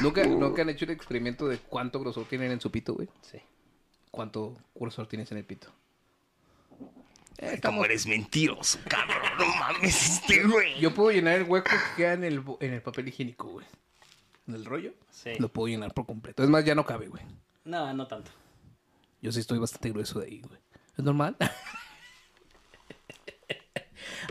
S1: ¿Nunca,
S2: Uh.
S1: nunca han hecho el experimento de cuánto grosor tienen en su pito, güey.
S3: Sí.
S1: ¿Cuánto grosor tienes en el pito? Eh,
S2: Como
S1: estamos-
S2: eres mentiroso, cabrón. No mames, este, güey.
S1: Yo puedo llenar el hueco que queda en el, bo- en el papel higiénico, güey. ¿En el rollo?
S3: Sí.
S1: Lo puedo llenar por completo. Es más, ya no cabe, güey.
S3: No, no tanto.
S1: Yo sí estoy bastante grueso de ahí, güey. ¿Es normal?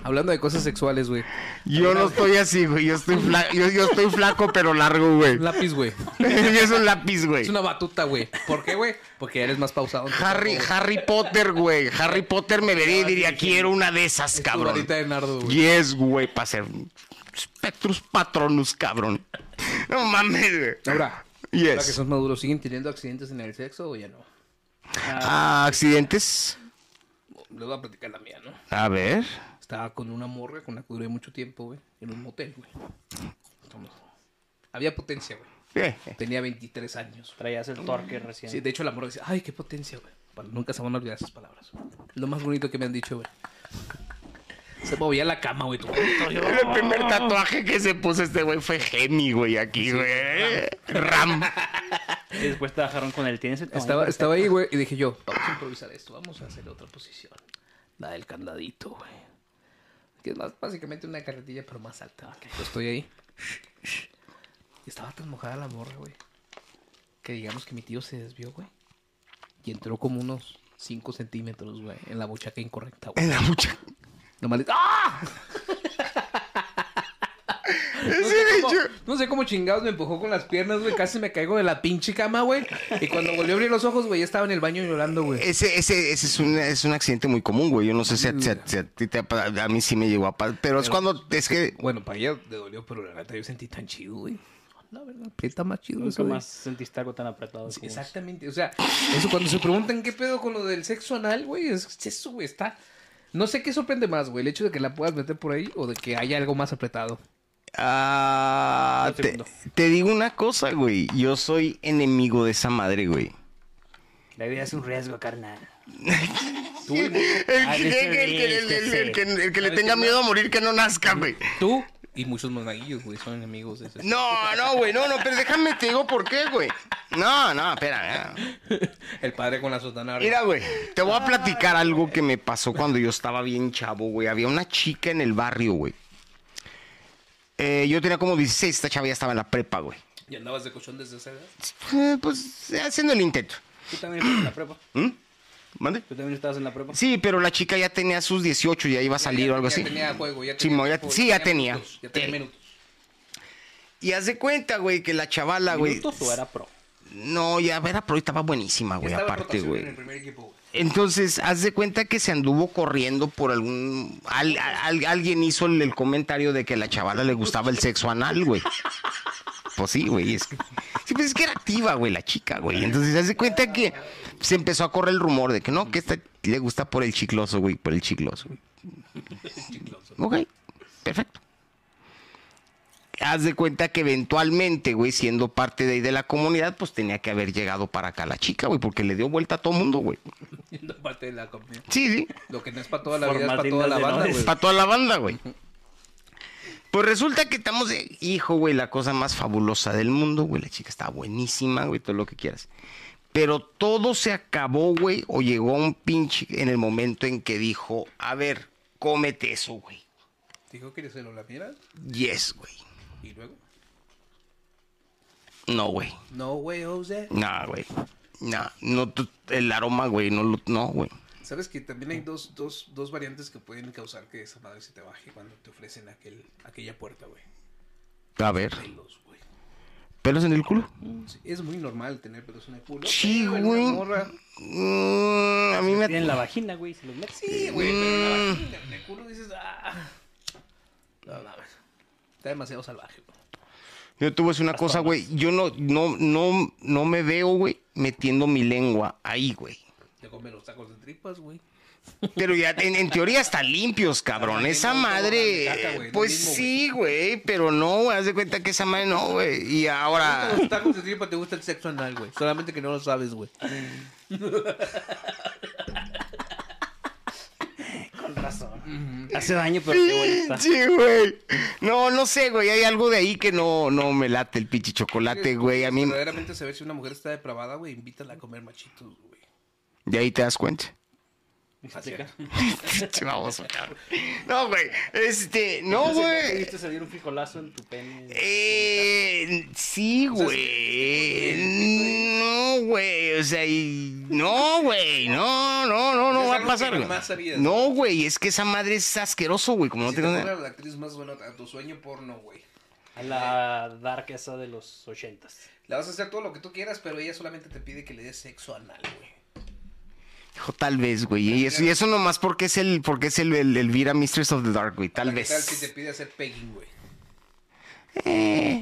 S1: Hablando de cosas sexuales, güey.
S2: Yo no estoy así, güey. Yo estoy flaco, yo, yo estoy flaco pero largo, güey.
S1: Un lápiz, güey.
S2: yo es un lápiz, güey.
S1: Es una batuta, güey. ¿Por qué, güey? Porque eres más pausado. en tu
S2: Harry,
S1: cuerpo,
S2: Harry Potter, güey. Harry Potter me vería y diría, quiero una de esas,
S1: güey. Es tu
S2: cabrón.
S1: varita de nardo, güey.
S2: Yes, güey, para ser Spectrus Patronus, cabrón. No mames, güey.
S1: Ahora, ahora que
S2: Yes.
S1: son maduros, ¿siguen teniendo accidentes en el sexo o ya no?
S2: Ah, accidentes.
S1: Les voy a platicar la mía, ¿no?
S2: A ver.
S1: Estaba con una morra con la que duré mucho tiempo, güey. En un motel, güey. Estamos- Había potencia, güey.
S2: Eh,
S1: Tenía 23 años.
S3: Traías
S2: Mm,
S3: el torque recién.
S1: Sí, de hecho la morra dice, ay, qué potencia, güey. Bueno, nunca se van a olvidar esas palabras. Lo más bonito que me han dicho, güey. Se movía la cama, güey. tú.
S2: El primer tatuaje que se puso este güey fue Gemi, güey, aquí, güey. Ram.
S3: Y después trabajaron con él. Tienes el tamaño
S1: Estaba,
S3: perfecto.
S1: estaba ahí, güey, y dije yo, vamos a improvisar esto, vamos a hacer otra posición. La del candadito, güey. Que es más, básicamente una carretilla, pero más alta. Yo estoy ahí. Y estaba tan mojada la morra, güey. Que digamos que mi tío se desvió, güey. Y entró como unos 5 centímetros, güey, en la buchaca incorrecta, güey.
S2: En la mucha.
S1: Nomás le- ¡Ah! No sé,
S2: Ese
S1: cómo,
S2: bicho.
S1: no sé cómo chingados me empujó con las piernas, güey. Casi me caigo de la pinche cama, güey. Y cuando volví a abrir los ojos, güey, ya estaba en el baño llorando, güey.
S2: Ese, ese, ese es, un, es un accidente muy común, güey. Yo no sé si a, si a- si a ti te ha pa- A mí sí me llegó a pasar. Pero es cuando. Es que.
S1: Bueno, para ella le dolió, pero la neta yo sentí tan chido, güey. La verdad, está más chido
S3: Nunca
S1: eso, güey.
S3: más sentiste algo tan apretado.
S1: Sí,
S3: como eso.
S1: exactamente, o sea, eso cuando se preguntan qué pedo con lo del sexo anal, güey, es es eso, güey, está... No sé qué sorprende más, güey, el hecho de que la puedas meter por ahí o de que haya algo más apretado.
S2: ah,
S3: Un
S2: te,
S3: segundo.
S2: te digo una cosa, güey. Yo soy enemigo de esa madre, güey.
S3: La vida es un riesgo, carnal.
S1: Tú, y-
S2: El,
S3: Ah,
S2: que-
S3: ese
S2: el que- el- el- el que- el que le
S1: Ese
S2: tenga miedo a morir que no nazca, güey.
S1: tú y muchos monaguillos, güey, son enemigos de ese...
S2: No, no, güey, no, no, pero déjame te digo por qué, güey. No, no, espera. no.
S1: El padre con la sotana. arriba.
S2: Mira, güey, te voy a platicar algo que me pasó cuando yo estaba bien chavo, güey. Había una chica en el barrio, güey. Eh, yo tenía como 16, esta chava ya estaba en la prepa, güey.
S1: Y andabas de cochón desde esa edad.
S2: Eh, pues haciendo el intento.
S3: Tú también estabas en la prepa.
S2: ¿Mm? ¿Mande?
S3: Tú también estabas en la prepa.
S2: Sí, pero la chica ya tenía sus 18, ya iba a salir o algo así.
S1: Ya tenía juego, ya
S2: Sí,
S1: tenía...
S2: mo- ya-
S1: tiempo,
S2: sí, ya tenía. Ah,
S1: minutos, ya tenía
S2: Sí.
S1: minutos.
S2: Y haz de cuenta, güey, que la chavala, ah, güey.
S3: ¿Minutos o era pro?
S2: No, ya era, pero estaba buenísima, güey,
S1: Estaba en
S2: aparte,
S1: rotación
S2: güey.
S1: en el primer equipo, güey.
S2: Entonces, haz de cuenta que se anduvo corriendo por algún... al- al- alguien hizo el, el comentario de que a la chavala le gustaba el sexo anal, güey. Pues sí, güey. Es que, sí, pues es que era activa, güey, la chica, güey. Entonces, haz de cuenta que se empezó a correr el rumor de que no, que esta le gusta por el chicloso, güey, por el chicloso. Ok, perfecto. Haz de cuenta que eventualmente, güey, siendo parte de ahí de la comunidad, pues tenía que haber llegado para acá la chica, güey, porque le dio vuelta a todo mundo, güey.
S1: Siendo parte de la comunidad.
S2: Sí, sí.
S1: Lo que no es para toda la vida es
S3: Formas
S1: para toda
S3: dignas
S1: la
S3: de
S1: banda,
S3: no
S1: güey.
S2: Para toda la banda, güey. Pues resulta que estamos de hijo, güey, la cosa más fabulosa del mundo, güey. La chica está buenísima, güey, todo lo que quieras. Pero todo se acabó, güey, o llegó a un pinche en el momento en que dijo, a ver, cómete eso, güey.
S1: Dijo que se lo lamieras
S2: Yes, güey.
S1: y luego...
S2: No, güey.
S1: No, güey, Jose.
S2: Nah, güey. Nah, no, tú- el aroma, güey, no, lo- no, güey.
S1: Sabes que también hay dos, dos, dos variantes que pueden causar que esa madre se te baje cuando te ofrecen aquel, aquella puerta, güey.
S2: A ver,
S1: Pelos, güey.
S2: pelos en el culo.
S1: Sí, es muy normal tener pelos en el culo.
S2: Mm. Sí,
S1: pero en
S2: güey.
S1: una morra-
S2: Mm, a mí me...
S3: Tienen la vagina, güey, se los metes.
S1: Sí, güey, pero en la vagina, en el culo dices, ah. No, no, está demasiado salvaje, güey.
S2: Yo te voy a decir una cosa, güey. Yo no, no, no, no me veo, güey, metiendo mi lengua ahí, güey.
S1: Te comen los tacos de tripas, güey.
S2: Pero ya, en, en teoría están limpios, cabrón.
S1: Ah,
S2: Esa
S1: no, no,
S2: madre.
S1: la caca, güey, lo
S2: pues
S1: mismo,
S2: sí, güey. Pero no, güey. Haz de cuenta que esa madre no, güey. Y ahora.
S1: Los tacos de tripas te gusta el sexo anal, güey. Solamente que no lo sabes, güey.
S3: Con razón. Hace daño, pero qué bonita.
S2: Sí, güey. No, no sé, güey. Hay algo de ahí que no, no me late el pinche chocolate, güey. A mí.
S1: Verdaderamente se ve si una mujer está depravada, güey, invítala a comer machitos, güey.
S2: De ahí te das cuenta.
S3: Explica.
S2: Pinche baboso, cabrón. No, güey. Este, no,
S3: Entonces, ¿ya te
S2: güey.
S3: viste salir un frijolazo en tu pene.
S2: Eh, sí, güey. No, güey. O sea, y... no, güey. No, no, no, no
S1: Es
S2: va a
S1: algo que
S2: pasar. güey.
S1: jamás harías.
S2: No, güey. Es que esa madre es asqueroso, güey. Como no
S1: si
S2: te
S1: te fuera la actriz más buena a tu sueño porno, güey.
S3: A la dark esa de los ochentas.
S1: La vas a hacer todo lo que tú quieras, pero ella solamente te pide que le des sexo anal, güey.
S2: Hijo, tal vez, güey. Y eso, y eso nomás porque es el, porque es el, el Elvira Mistress of the Dark, güey. Tal
S1: ¿Qué tal si te
S2: vez.
S1: pide hacer pegging, güey?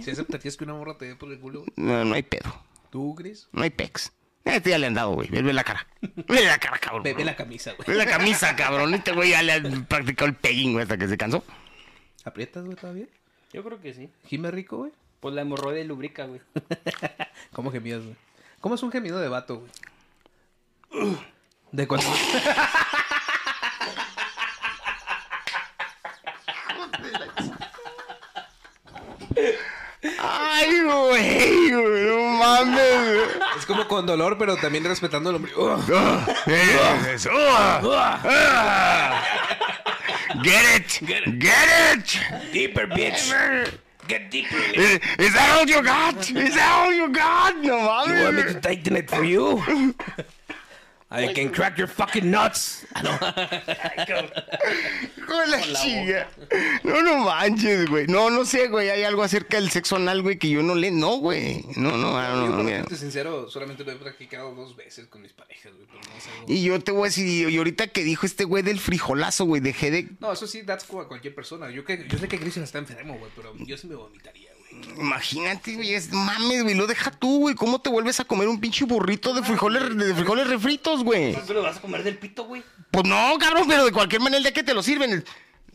S1: Si aceptarías que una morra te dé por el culo, güey.
S2: Eh, No, no hay pedo.
S1: ¿Tú, Gris?
S2: No hay pex. Eh, este ya le han dado, güey. Ve ve la cara. Ve la cara, cabrón.
S1: Bebe la camisa,
S2: Ve
S1: güey.
S2: la camisa, cabrón. Este güey ya le han practicado el pegging, güey, hasta que se cansó.
S1: ¿Aprietas, güey, todavía?
S3: Yo creo que sí.
S1: ¿Gime rico, güey?
S3: Pues la hemorroide lubrica, güey.
S1: ¿Cómo gemías, güey? ¿Cómo es un gemido de vato, güey? De cuando... Es como con dolor, pero también respetando al hombre. Ugh.
S2: Yes. Ah. Ah. Get it! Get it!
S4: Deeper, bitch. Get deeper. You
S2: Is is that all you got? Is that all you got? No
S4: want me
S2: mames.
S4: to tighten it for you? I can crack your fucking nuts.
S2: Hijo de la chinga. No, no manches, güey. No, no sé, güey. Hay algo acerca del sexo anal, güey, que yo no le. No, güey. No, no, ah, no,
S1: Yo,
S2: no,
S3: Oh,
S1: para
S2: mira.
S1: serte sincero, solamente lo he practicado dos veces con mis parejas, güey. pero no, es algo-
S2: Y yo te voy a decir, y ahorita que dijo este güey del frijolazo, güey, dejé de.
S1: No, eso sí, that's cool a cualquier persona. Yo, que, yo sé que Christian está enfermo, güey, pero yo sí me vomitaría, güey.
S2: Imagínate, güey, es mames, güey, lo deja tú, güey. ¿Cómo te vuelves a comer un pinche burrito de frijoles, de frijoles refritos, güey?
S3: ¿Tú lo vas a comer del pito, güey?
S2: Pues no, cabrón, pero de cualquier manera, el día que te lo sirven, el-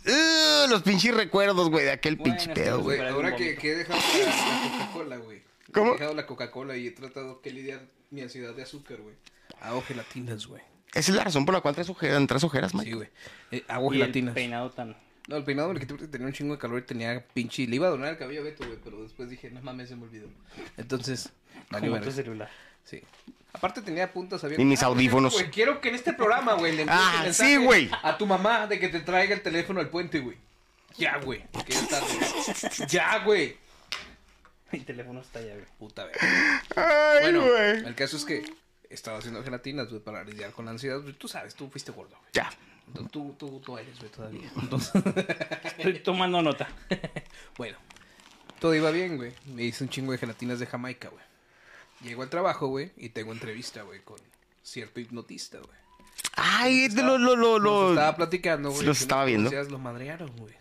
S2: ¡Ugh! los pinches recuerdos, güey, de aquel
S3: Bueno,
S2: pinche
S3: está
S2: pedo,
S3: bien.
S2: güey.
S1: Güey,
S3: Pues Para
S1: ahora
S3: un
S1: que,
S3: momento.
S1: que he dejado la, la Coca-Cola, güey.
S2: ¿Cómo?
S1: He dejado la Coca-Cola y he tratado que lidiar mi ansiedad de azúcar, güey. Hago gelatinas, güey.
S2: Esa es la razón por la cual traes ojeras, traes ojeras,
S1: Sí,
S2: Mike.
S1: güey. Eh, hago
S3: Y el
S1: gelatinas.
S3: peinado tan...
S1: No, el peinado me lo quité porque tenía un chingo de calor y tenía pinche... Le iba a donar el cabello a Beto, güey, pero después dije, no mames, se me olvidó. Entonces, valió
S3: Como
S1: verga.
S3: tu celular.
S1: Sí. Aparte tenía puntas abiertas.
S2: Y mis
S1: Ah, por cierto,
S2: audífonos.
S1: güey, quiero que en este programa, güey, le envíes
S2: Ah,
S1: el mensaje
S2: sí, güey.
S1: A tu mamá de que te traiga el teléfono al puente, güey. Ya, güey. porque ya es tarde. Ya, güey.
S3: Mi teléfono está allá, güey.
S1: Puta vez.
S2: Ay,
S1: Bueno,
S2: güey.
S1: el caso es que estaba haciendo gelatinas, güey, para lidiar con la ansiedad. güey. Tú sabes, tú fuiste gordo, güey.
S2: Ya.
S1: Entonces, Tú, tú, tú eres, güey, todavía. Entonces,
S3: Estoy tomando nota.
S1: bueno. Todo iba bien, güey. Me hice un chingo de gelatinas de Jamaica, güey. Llego al trabajo, güey, y tengo entrevista, güey, con cierto hipnotista, güey.
S2: Ay, es de lo, lo, lo,
S1: Los
S2: lo-
S1: estaba platicando, güey.
S2: los
S1: que
S2: estaba
S1: los
S2: viendo.
S1: policías Los madrearon, güey.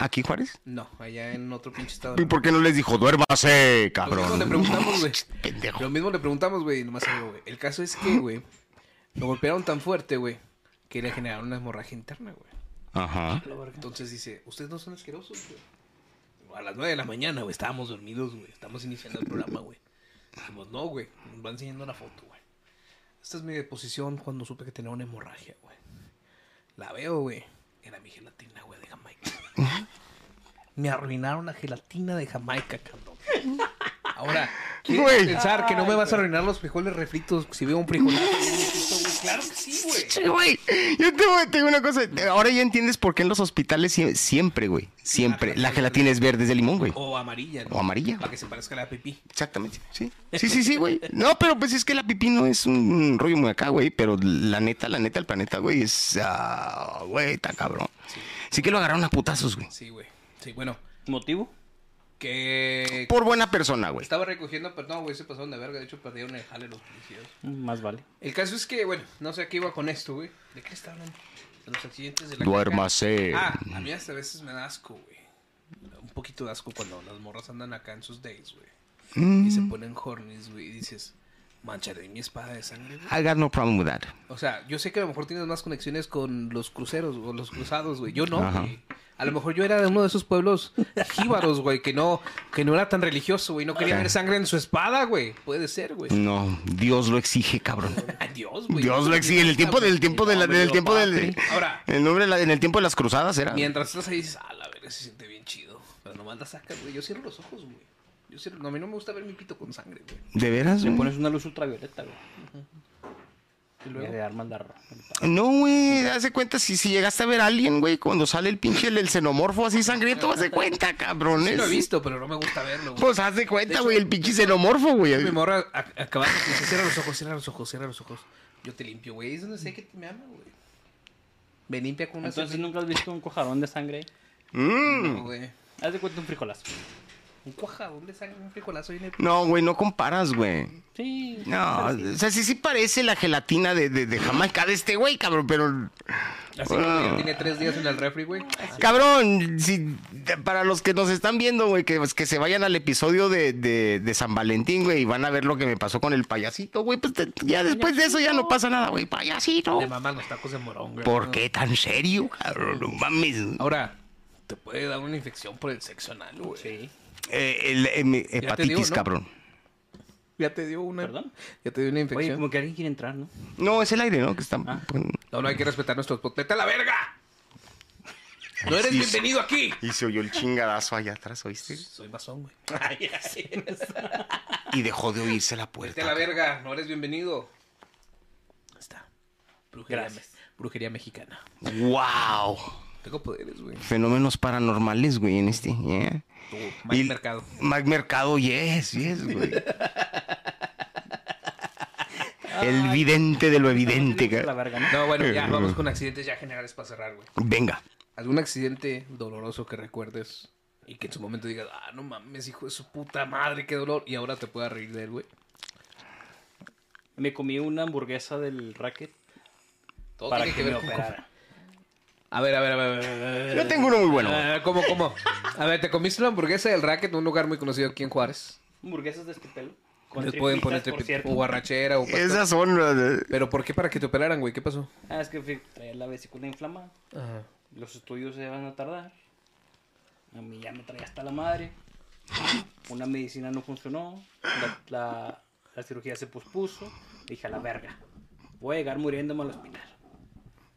S2: ¿Aquí, Juárez?
S1: No, allá en otro pinche estado.
S2: ¿Y por qué no les dijo, duérmase,
S1: Lo mismo
S2: cabrón?
S1: Pues, le preguntamos, güey.
S2: Pendejo.
S1: Lo mismo le preguntamos, güey, y nomás algo, güey. El caso es que, güey, lo golpearon tan fuerte, güey, que le generaron una hemorragia interna, güey.
S2: Ajá.
S1: Entonces dice, ustedes no son asquerosos, güey. A las nueve de la mañana, güey, estábamos dormidos, güey. Estamos iniciando el programa, güey. Dijimos, no, güey, nos van enseñando una foto, güey. Esta es mi deposición cuando supe que tenía una hemorragia, güey. La veo, güey. Era mi gelatina, güey, de Jamaica. Me arruinaron la gelatina de Jamaica, cabrón. Ahora, ¿quieres
S2: Güey.
S1: pensar que no me vas a arruinar los frijoles refritos si veo un frijolito? claro que sí, güey.
S2: Sí, Güey, yo te voy- te digo una cosa. Ahora ya entiendes por qué en los hospitales sie- siempre, güey. Siempre. La gelatina es verde, es de limón, güey.
S1: O amarilla, ¿no?
S2: O amarilla.
S1: Para que se parezca a la pipí.
S2: Exactamente, sí. Sí, sí, sí, güey. No, pero pues es que la pipí no es un rollo muy acá, güey. Pero la neta, la neta, el planeta, güey, es. ah, Güey, está cabrón. Sí que lo agarraron a putazos, güey.
S1: Sí, güey. Sí, bueno.
S3: ¿Motivo?
S1: Que
S2: Por buena persona, güey.
S1: estaba recogiendo, pero no, güey, se pasaron de verga. De hecho, perdieron el jale los policías.
S3: Mm, Más vale.
S1: El caso es que, bueno, no sé a qué iba con esto, güey. ¿De qué le está hablando? De los accidentes de la
S2: Duérmase.
S1: caca. Ah, a mí hasta a veces me da asco, güey. Un poquito de asco cuando las morras andan acá en sus days, güey.
S2: Mm.
S1: Y se ponen hornies, güey, y dices, mancharé mi espada de sangre, güey.
S2: I got no problem with that.
S1: O sea, yo sé que a lo mejor tienes más conexiones con los cruceros o los cruzados, güey. Yo no, güey. A lo mejor yo era de uno de esos pueblos jíbaros, güey, que no, que no era tan religioso, güey. No quería
S2: Ok.
S1: ver sangre en su espada, güey. Puede ser, güey.
S2: No, Dios lo exige, cabrón.
S1: Ay, Dios, güey.
S2: Dios lo exige. En el tiempo del tiempo del del tiempo del.
S1: Ahora.
S2: El nombre de la- en el tiempo de las cruzadas era.
S1: Mientras estás ahí dices, ah, la verga, se siente bien chido. Pero nomás la sacas, güey. Yo cierro los ojos, güey. Yo cierro... No, a mí no me gusta ver mi pito con sangre, güey.
S2: ¿De veras?
S3: Le
S2: güey?
S3: pones una luz ultravioleta, güey.
S1: Y
S3: Y
S1: luego...
S3: le armas la ropa.
S2: No, güey, haz de cuenta, si, si llegaste a ver a alguien, güey, cuando sale el pinche el, el xenomorfo así sangriento, haz de cuenta, cabrones.
S1: Lo he visto, pero no me gusta verlo, güey.
S2: Pues haz de cuenta, güey, el pinche xenomorfo, güey.
S1: Mi morra a- acabando que dice, cierra los ojos, cierra los ojos, cierra los ojos. Yo te limpio, güey. Es donde sé que te me ama, güey. Me limpia con una
S3: Entonces,
S1: servilleta,
S3: ¿nunca has visto un cojarón de sangre ahí?
S2: Mm.
S1: güey.
S3: Haz de cuenta un frijolazo.
S1: Un cuajadón de sangre, un frijolazo y una-
S2: No, güey, no comparas, güey.
S3: Sí.
S2: No, o sea, sí, sí parece la gelatina de, de, de Jamaica de este güey, cabrón, pero...
S1: Así que
S2: Ah.
S1: ya tiene tres días en el refri, güey.
S2: Cabrón, si, para los que nos están viendo, güey, que, pues, que se vayan al episodio de, de- de San Valentín, güey, y van a ver lo que me pasó con el payasito, güey, pues te- ya después de eso ya no pasa nada, güey, payasito.
S1: De mamá los tacos de morón, güey.
S2: ¿Por qué tan serio, cabrón? No mames.
S1: Ahora, te puede dar una infección por el sexo anal, güey.
S3: Sí.
S2: Eh, el- eh, mi- hepatitis,
S1: digo, ¿no?
S2: cabrón.
S1: Ya te dio una.
S3: ¿Perdón?
S1: Ya te dio una
S3: Oye,
S1: infección.
S3: como que alguien quiere entrar, ¿no?
S2: No, es el aire, ¿no? Que está...
S1: Ah. No, no hay que respetar nuestros pod- ¡Vete a la verga! ¡No eres
S2: Sí, sí.
S1: bienvenido aquí!
S2: Y se oyó el chingadazo allá atrás, ¿oíste?
S1: Soy masón, güey.
S2: y dejó de oírse la
S1: Vete
S2: puerta.
S1: a la verga, no eres bienvenido. Ahí Está. Brujería,
S3: Gracias.
S1: brujería mexicana.
S2: ¡Wow!
S1: Tengo poderes, güey.
S2: Fenómenos paranormales, güey, en este. yeah.
S1: Tú, Mike
S2: Y-
S1: Mercado.
S2: Mac Mercado, yes, yes, güey. El vidente de lo evidente,
S3: La
S2: güey.
S3: verga, ¿no?
S1: No, bueno, ya, vamos con accidentes ya generales para cerrar, güey.
S2: Venga.
S1: ¿Algún accidente doloroso que recuerdes y que en su momento digas, ah, no mames, hijo de su puta madre, qué dolor? Y ahora te puedas reír de él, güey.
S3: Me comí una hamburguesa del racket
S1: Todo
S3: para
S1: tiene
S3: que me
S1: ver con-
S3: operara.
S1: A ver, a ver, a ver, a ver, a ver, a ver.
S2: Yo tengo uno muy bueno.
S1: A ver, ¿Cómo, cómo? A ver, te comiste una hamburguesa del racket en un lugar muy conocido aquí en Juárez.
S3: Hamburguesas de este pelo.
S1: Les pueden poner Oh,
S3: tripitas, por
S1: tripi-
S3: cierto.
S1: o guarrachera o pastor.
S2: Esas son las de-
S1: Pero ¿por qué para que te operaran, güey? ¿Qué pasó?
S3: Ah, es que fui- traía la vesícula inflamada. Los estudios se van a tardar. A mí ya me traía hasta la madre. Una medicina no funcionó. La, la- la cirugía se pospuso. Dije a la verga. Voy a llegar muriéndome al hospital.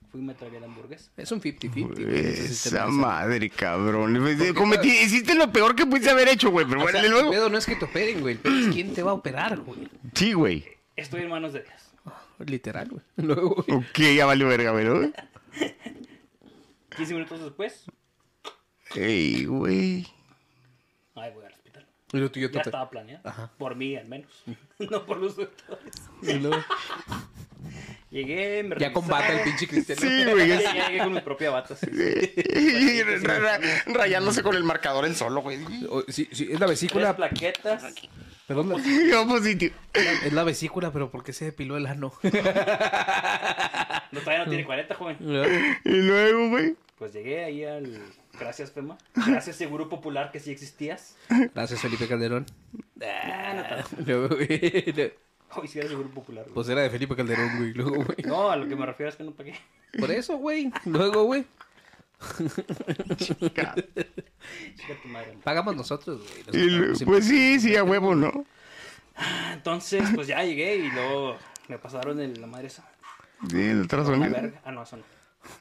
S3: Fui y me tragué la hamburguesa.
S1: Es un 50-50. güey, ese sistema
S2: Esa
S1: de
S2: madre, cabrón. Pues, eh, Cometí, hiciste lo peor que pudiste haber hecho, güey. Pero
S1: salud. O
S2: bueno,
S1: sea,
S2: de
S1: el
S2: nuevo.
S1: pedo no es que te operen, güey. el pedo es ¿Quién te va a operar, güey?
S2: Sí, güey.
S3: Estoy en manos de Dios.
S1: Literal, güey. Luego, güey.
S2: Ok, ya valió verga, güey. ¿no?
S3: 15 minutos después,
S2: Ey, güey.
S3: ahí voy al hospital.
S1: Y lo tuyo
S3: Ya
S1: total.
S3: estaba planeado. Por mí, al menos. no por los doctores.
S1: Y luego,
S3: Llegué, me
S1: Ya combata el pinche cristiano.
S2: Sí, güey. es-
S3: Ya llegué con mi propia bata. sí.
S2: y ra- ra- Rayándose con el marcador el solo, güey.
S1: O- sí, sí, es la
S3: Tres
S1: vesícula.
S3: plaquetas.
S1: Perdón, la-
S2: Yo positivo.
S1: es la vesícula, pero ¿por qué se depiló el ano?
S3: No, todavía no tiene 40, joven.
S2: Y luego, güey.
S3: Pues llegué ahí al. Gracias, Fema. Gracias, Seguro Popular, que sí existías.
S1: Gracias, Felipe Calderón.
S3: Ah, no tanto.
S1: Luego, güey, no.
S3: Hoy sí era Seguro Popular. güey.
S1: Pues era de Felipe Calderón, güey. Luego, güey.
S3: No, a lo que me refiero es que no pagué.
S1: Por eso, güey. Luego, güey.
S3: Chica tu madre.
S1: Pagamos nosotros, güey. Nos
S2: Y
S1: pagamos
S2: luego-
S1: sin-
S2: Pues sí, sí, a huevo, ¿no?
S3: Ah, Entonces, pues ya llegué y luego me pasaron el- la madre esa.
S2: Sí, el
S3: La
S2: ultrasonido.
S3: verga. Ah, no, eso no.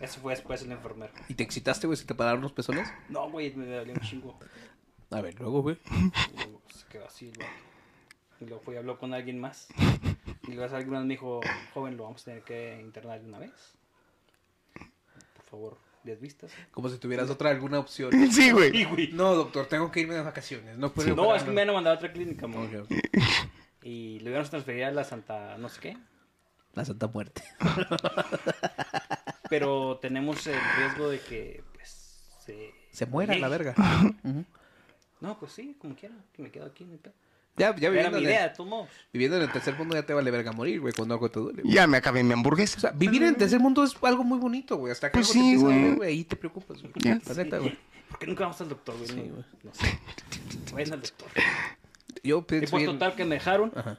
S3: Eso fue después el enfermero.
S1: ¿Y te excitaste, güey, si te pararon los pezones?
S3: No, güey, me dolió un chingo.
S1: A ver, luego, güey.
S3: Y luego se quedó así, güey. Y luego fui y habló con alguien más. Y luego alguien más me dijo, joven, lo vamos a tener que internar de una vez. Por favor, 10 vistas.
S1: Como si tuvieras otra alguna opción.
S2: Sí,
S3: Sí,
S2: güey.
S3: güey.
S1: No, doctor, tengo que irme de vacaciones. No puedo.
S3: No, es que me van a mandar a otra clínica, mo.
S1: operarme.
S3: Y lo íbamos a transferir a la Santa, no sé qué.
S1: La Santa Muerte.
S3: Pero tenemos el riesgo de que, pues, se...
S1: Se muera la verga.
S3: llegue. No, pues sí, como quiera. Que me quedo aquí, no hay pedo.
S1: Ya, ya
S3: Era
S1: viviendo, en
S3: mi idea,
S1: el,
S3: de todos modos.
S1: viviendo en el tercer mundo ya te vale verga morir, güey, cuando algo te duele. güey.
S2: Ya me acabé mi
S1: O
S2: hamburguesa.
S1: sea, vivir en el tercer mundo es algo muy bonito, güey. Hasta que
S2: Pues
S1: algo te
S2: sí,
S1: empieza a
S2: güey.
S1: doler, güey, ahí te preocupas, güey.
S2: Ya.
S1: La neta, güey.
S3: ¿Por qué nunca vamos al doctor, güey?
S1: Sí,
S3: no,
S1: güey.
S3: no sé. Vayan al doctor.
S1: Yo
S3: Y
S1: pienso
S3: pues
S1: bien-
S3: total que me dejaron.
S1: Ajá.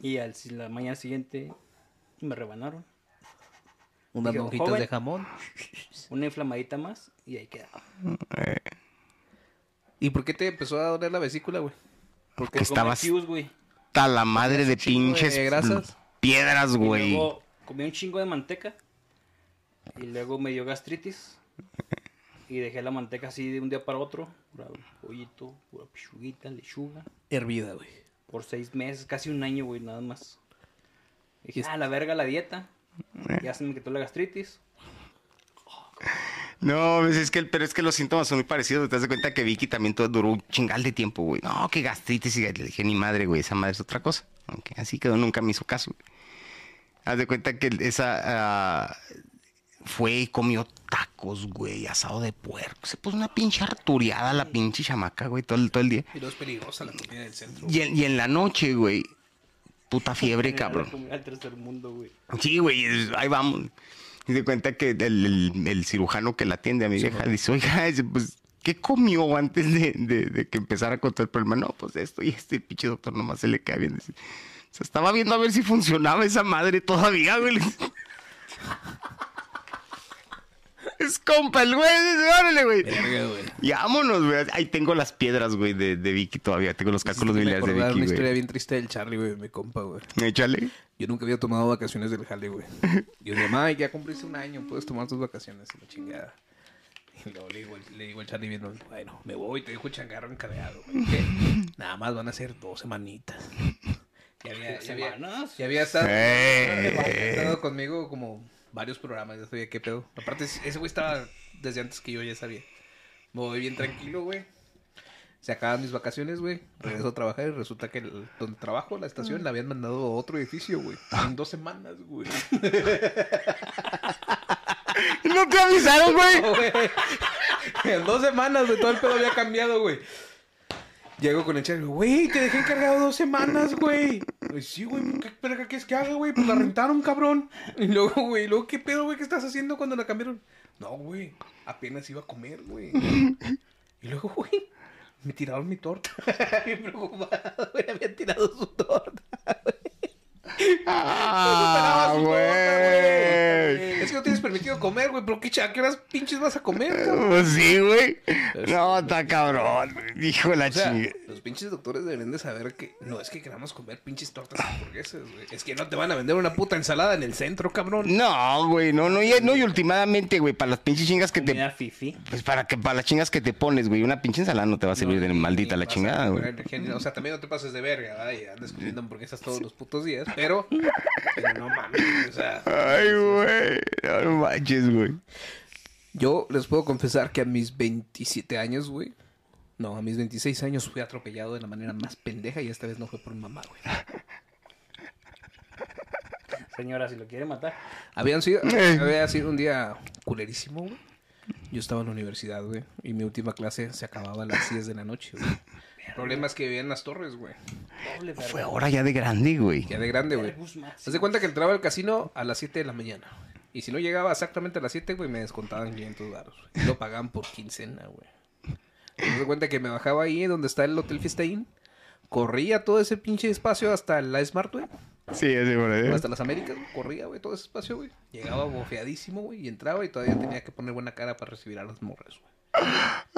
S3: Y al si- la mañana siguiente me rebanaron.
S1: unas
S3: Dije,
S1: lonjitas
S3: joven.
S1: de jamón.
S3: Una inflamadita más y ahí queda.
S1: ¿Y por qué te empezó a doler la vesícula, güey?
S3: Porque
S2: estabas-
S3: comí fuse, güey.
S2: Está la madre de
S1: chingo de
S2: pinches
S1: grasas.
S2: piedras,
S3: Y
S2: güey.
S3: luego comí un chingo de manteca. Y luego me dio gastritis. Y dejé la manteca así de un día para otro. Pura pollito, pura pichuguita, lechuga.
S1: Hervida, güey.
S3: Por seis meses, casi un año, güey, nada más.
S1: Y
S3: Dije,
S1: es-
S3: ah, la verga la dieta.
S1: Eh.
S3: Ya se me quitó la gastritis.
S2: No, pues, es que, el- pero es que los síntomas son muy parecidos. Te das de cuenta que Vicky también todo duró un chingal de tiempo, güey. No, que gastritis. Y le dije, ni madre, güey, esa madre es otra cosa. Aunque así quedó, nunca me hizo caso. güey. Haz de cuenta que esa ah, fue y comió tacos, güey, asado de puerco. Se puso una pinche arturiada la pinche chamaca, güey, todo el, todo el día.
S1: Y no es peligrosa la comida del centro.
S2: Y en, y en la noche, güey, puta fiebre, cabrón.
S3: Al tercer mundo, güey.
S2: Sí, güey, es- ahí vamos. Y de cuenta que el, el- el cirujano que la atiende a mi vieja dice, oiga, dice, pues, ¿qué comió antes de, de- de que empezara a contar el problema? No, pues esto y este pinche doctor nomás se le cae bien. Dice, se estaba viendo a ver si funcionaba esa madre todavía, güey. Es compa el güey, dice, órale, güey.
S1: Verga, güey.
S2: Y vámonos, güey. Ahí tengo las piedras, güey, de, de Vicky todavía. Tengo los cálculos
S1: Me
S2: biliares de
S1: acordaba una
S2: Vicky,
S1: historia
S2: güey.
S1: bien triste del Charlie, güey, mi compa, güey.
S2: Échale.
S1: Yo nunca había tomado vacaciones del jale, güey. Yo dije, mamá, ya cumpliste un año, puedes tomar tus vacaciones y la chingada. Y luego le digo, le digo al Charlie viendo, bueno, me voy, te dejo el changarro encargado. güey, que Nada más van a ser dos semanitas. Ya había, ya había,
S3: Semanas.
S1: ya había estado,
S2: Eh.
S1: estado conmigo como varios programas, ya sabía qué pedo. Aparte, ese güey estaba desde antes que yo ya sabía. Me voy bien tranquilo, güey. Se acaban mis vacaciones, güey. Regreso a trabajar y resulta que el- donde trabajo, la estación, la habían mandado a otro edificio, güey. En dos semanas, güey.
S2: ¿No te avisaron, güey?
S1: güey. En dos semanas, güey, todo el pedo había cambiado, güey. Llego con el chat, güey, te dejé encargado dos semanas, güey. Ay, Sí, güey, ¿qué verga quieres que haga, güey? Pues la rentaron, cabrón. Y luego, güey, luego, ¿qué pedo, güey? ¿Qué estás haciendo cuando la cambiaron? No, güey, apenas iba a comer, güey. Y luego, güey, me tiraron mi torta. Bien preocupado, güey, habían tirado su torta. Esperaba
S2: Ah,
S1: su torta, güey.
S2: güey.
S1: Es que no tienes permitido comer, güey, pero ¿qué, ch- a qué horas pinches vas a comer, cabrón?
S2: Pues sí, güey. No, está cabrón. Hijo de la
S1: Este, O sea,
S2: chinga.
S1: los pinches doctores deberían de saber que no es que queramos comer pinches tortas y hamburguesas, güey. Es que no te van a vender una puta ensalada en el centro, cabrón.
S2: No, güey, no, no, y, no, y últimamente, güey, para las pinches chingas que te.
S3: Comida fifi.
S2: Pues para que para las chingas que te pones, güey. Una pinche ensalada no te va a servir de maldita la
S1: Vas a
S2: chingada,
S1: recuperar
S2: güey.
S1: energía ni nada. O sea, también no te pases de verga, ¿verdad? Y andas comiendo hamburguesas todos los putos días, pero, pero no mames, o sea.
S2: Ay, güey. No manches, güey.
S1: Yo les puedo confesar que a mis 27 años, güey. No, a mis 26 años fui atropellado de la manera más pendeja y esta vez no fue por mi mamá, güey.
S3: Señora, si lo quiere matar.
S1: Habían sido, había sido un día culerísimo, güey. Yo estaba en la universidad, güey, y mi última clase se acababa a las 10 de la noche, güey. El problema es que vivía en las torres, güey.
S3: Doble verga.
S2: Fue ahora ya de grande, güey.
S1: Ya de grande, güey.
S3: Airbus Max.
S1: Haz de cuenta que entraba al casino a las 7 de la mañana. güey. Y si no llegaba exactamente a las 7, güey, me descontaban 500 baros. güey. Y Lo pagaban por quincena, güey. Haz de cuenta que me bajaba ahí donde está el Hotel Fistein. Corría todo ese pinche espacio hasta la Smart, güey.
S2: Sí, así, güey.
S1: Hasta las Américas, güey, corría, güey, todo ese espacio, güey. Llegaba bofeadísimo, güey, y entraba y todavía tenía que poner buena cara para recibir a las morras, güey.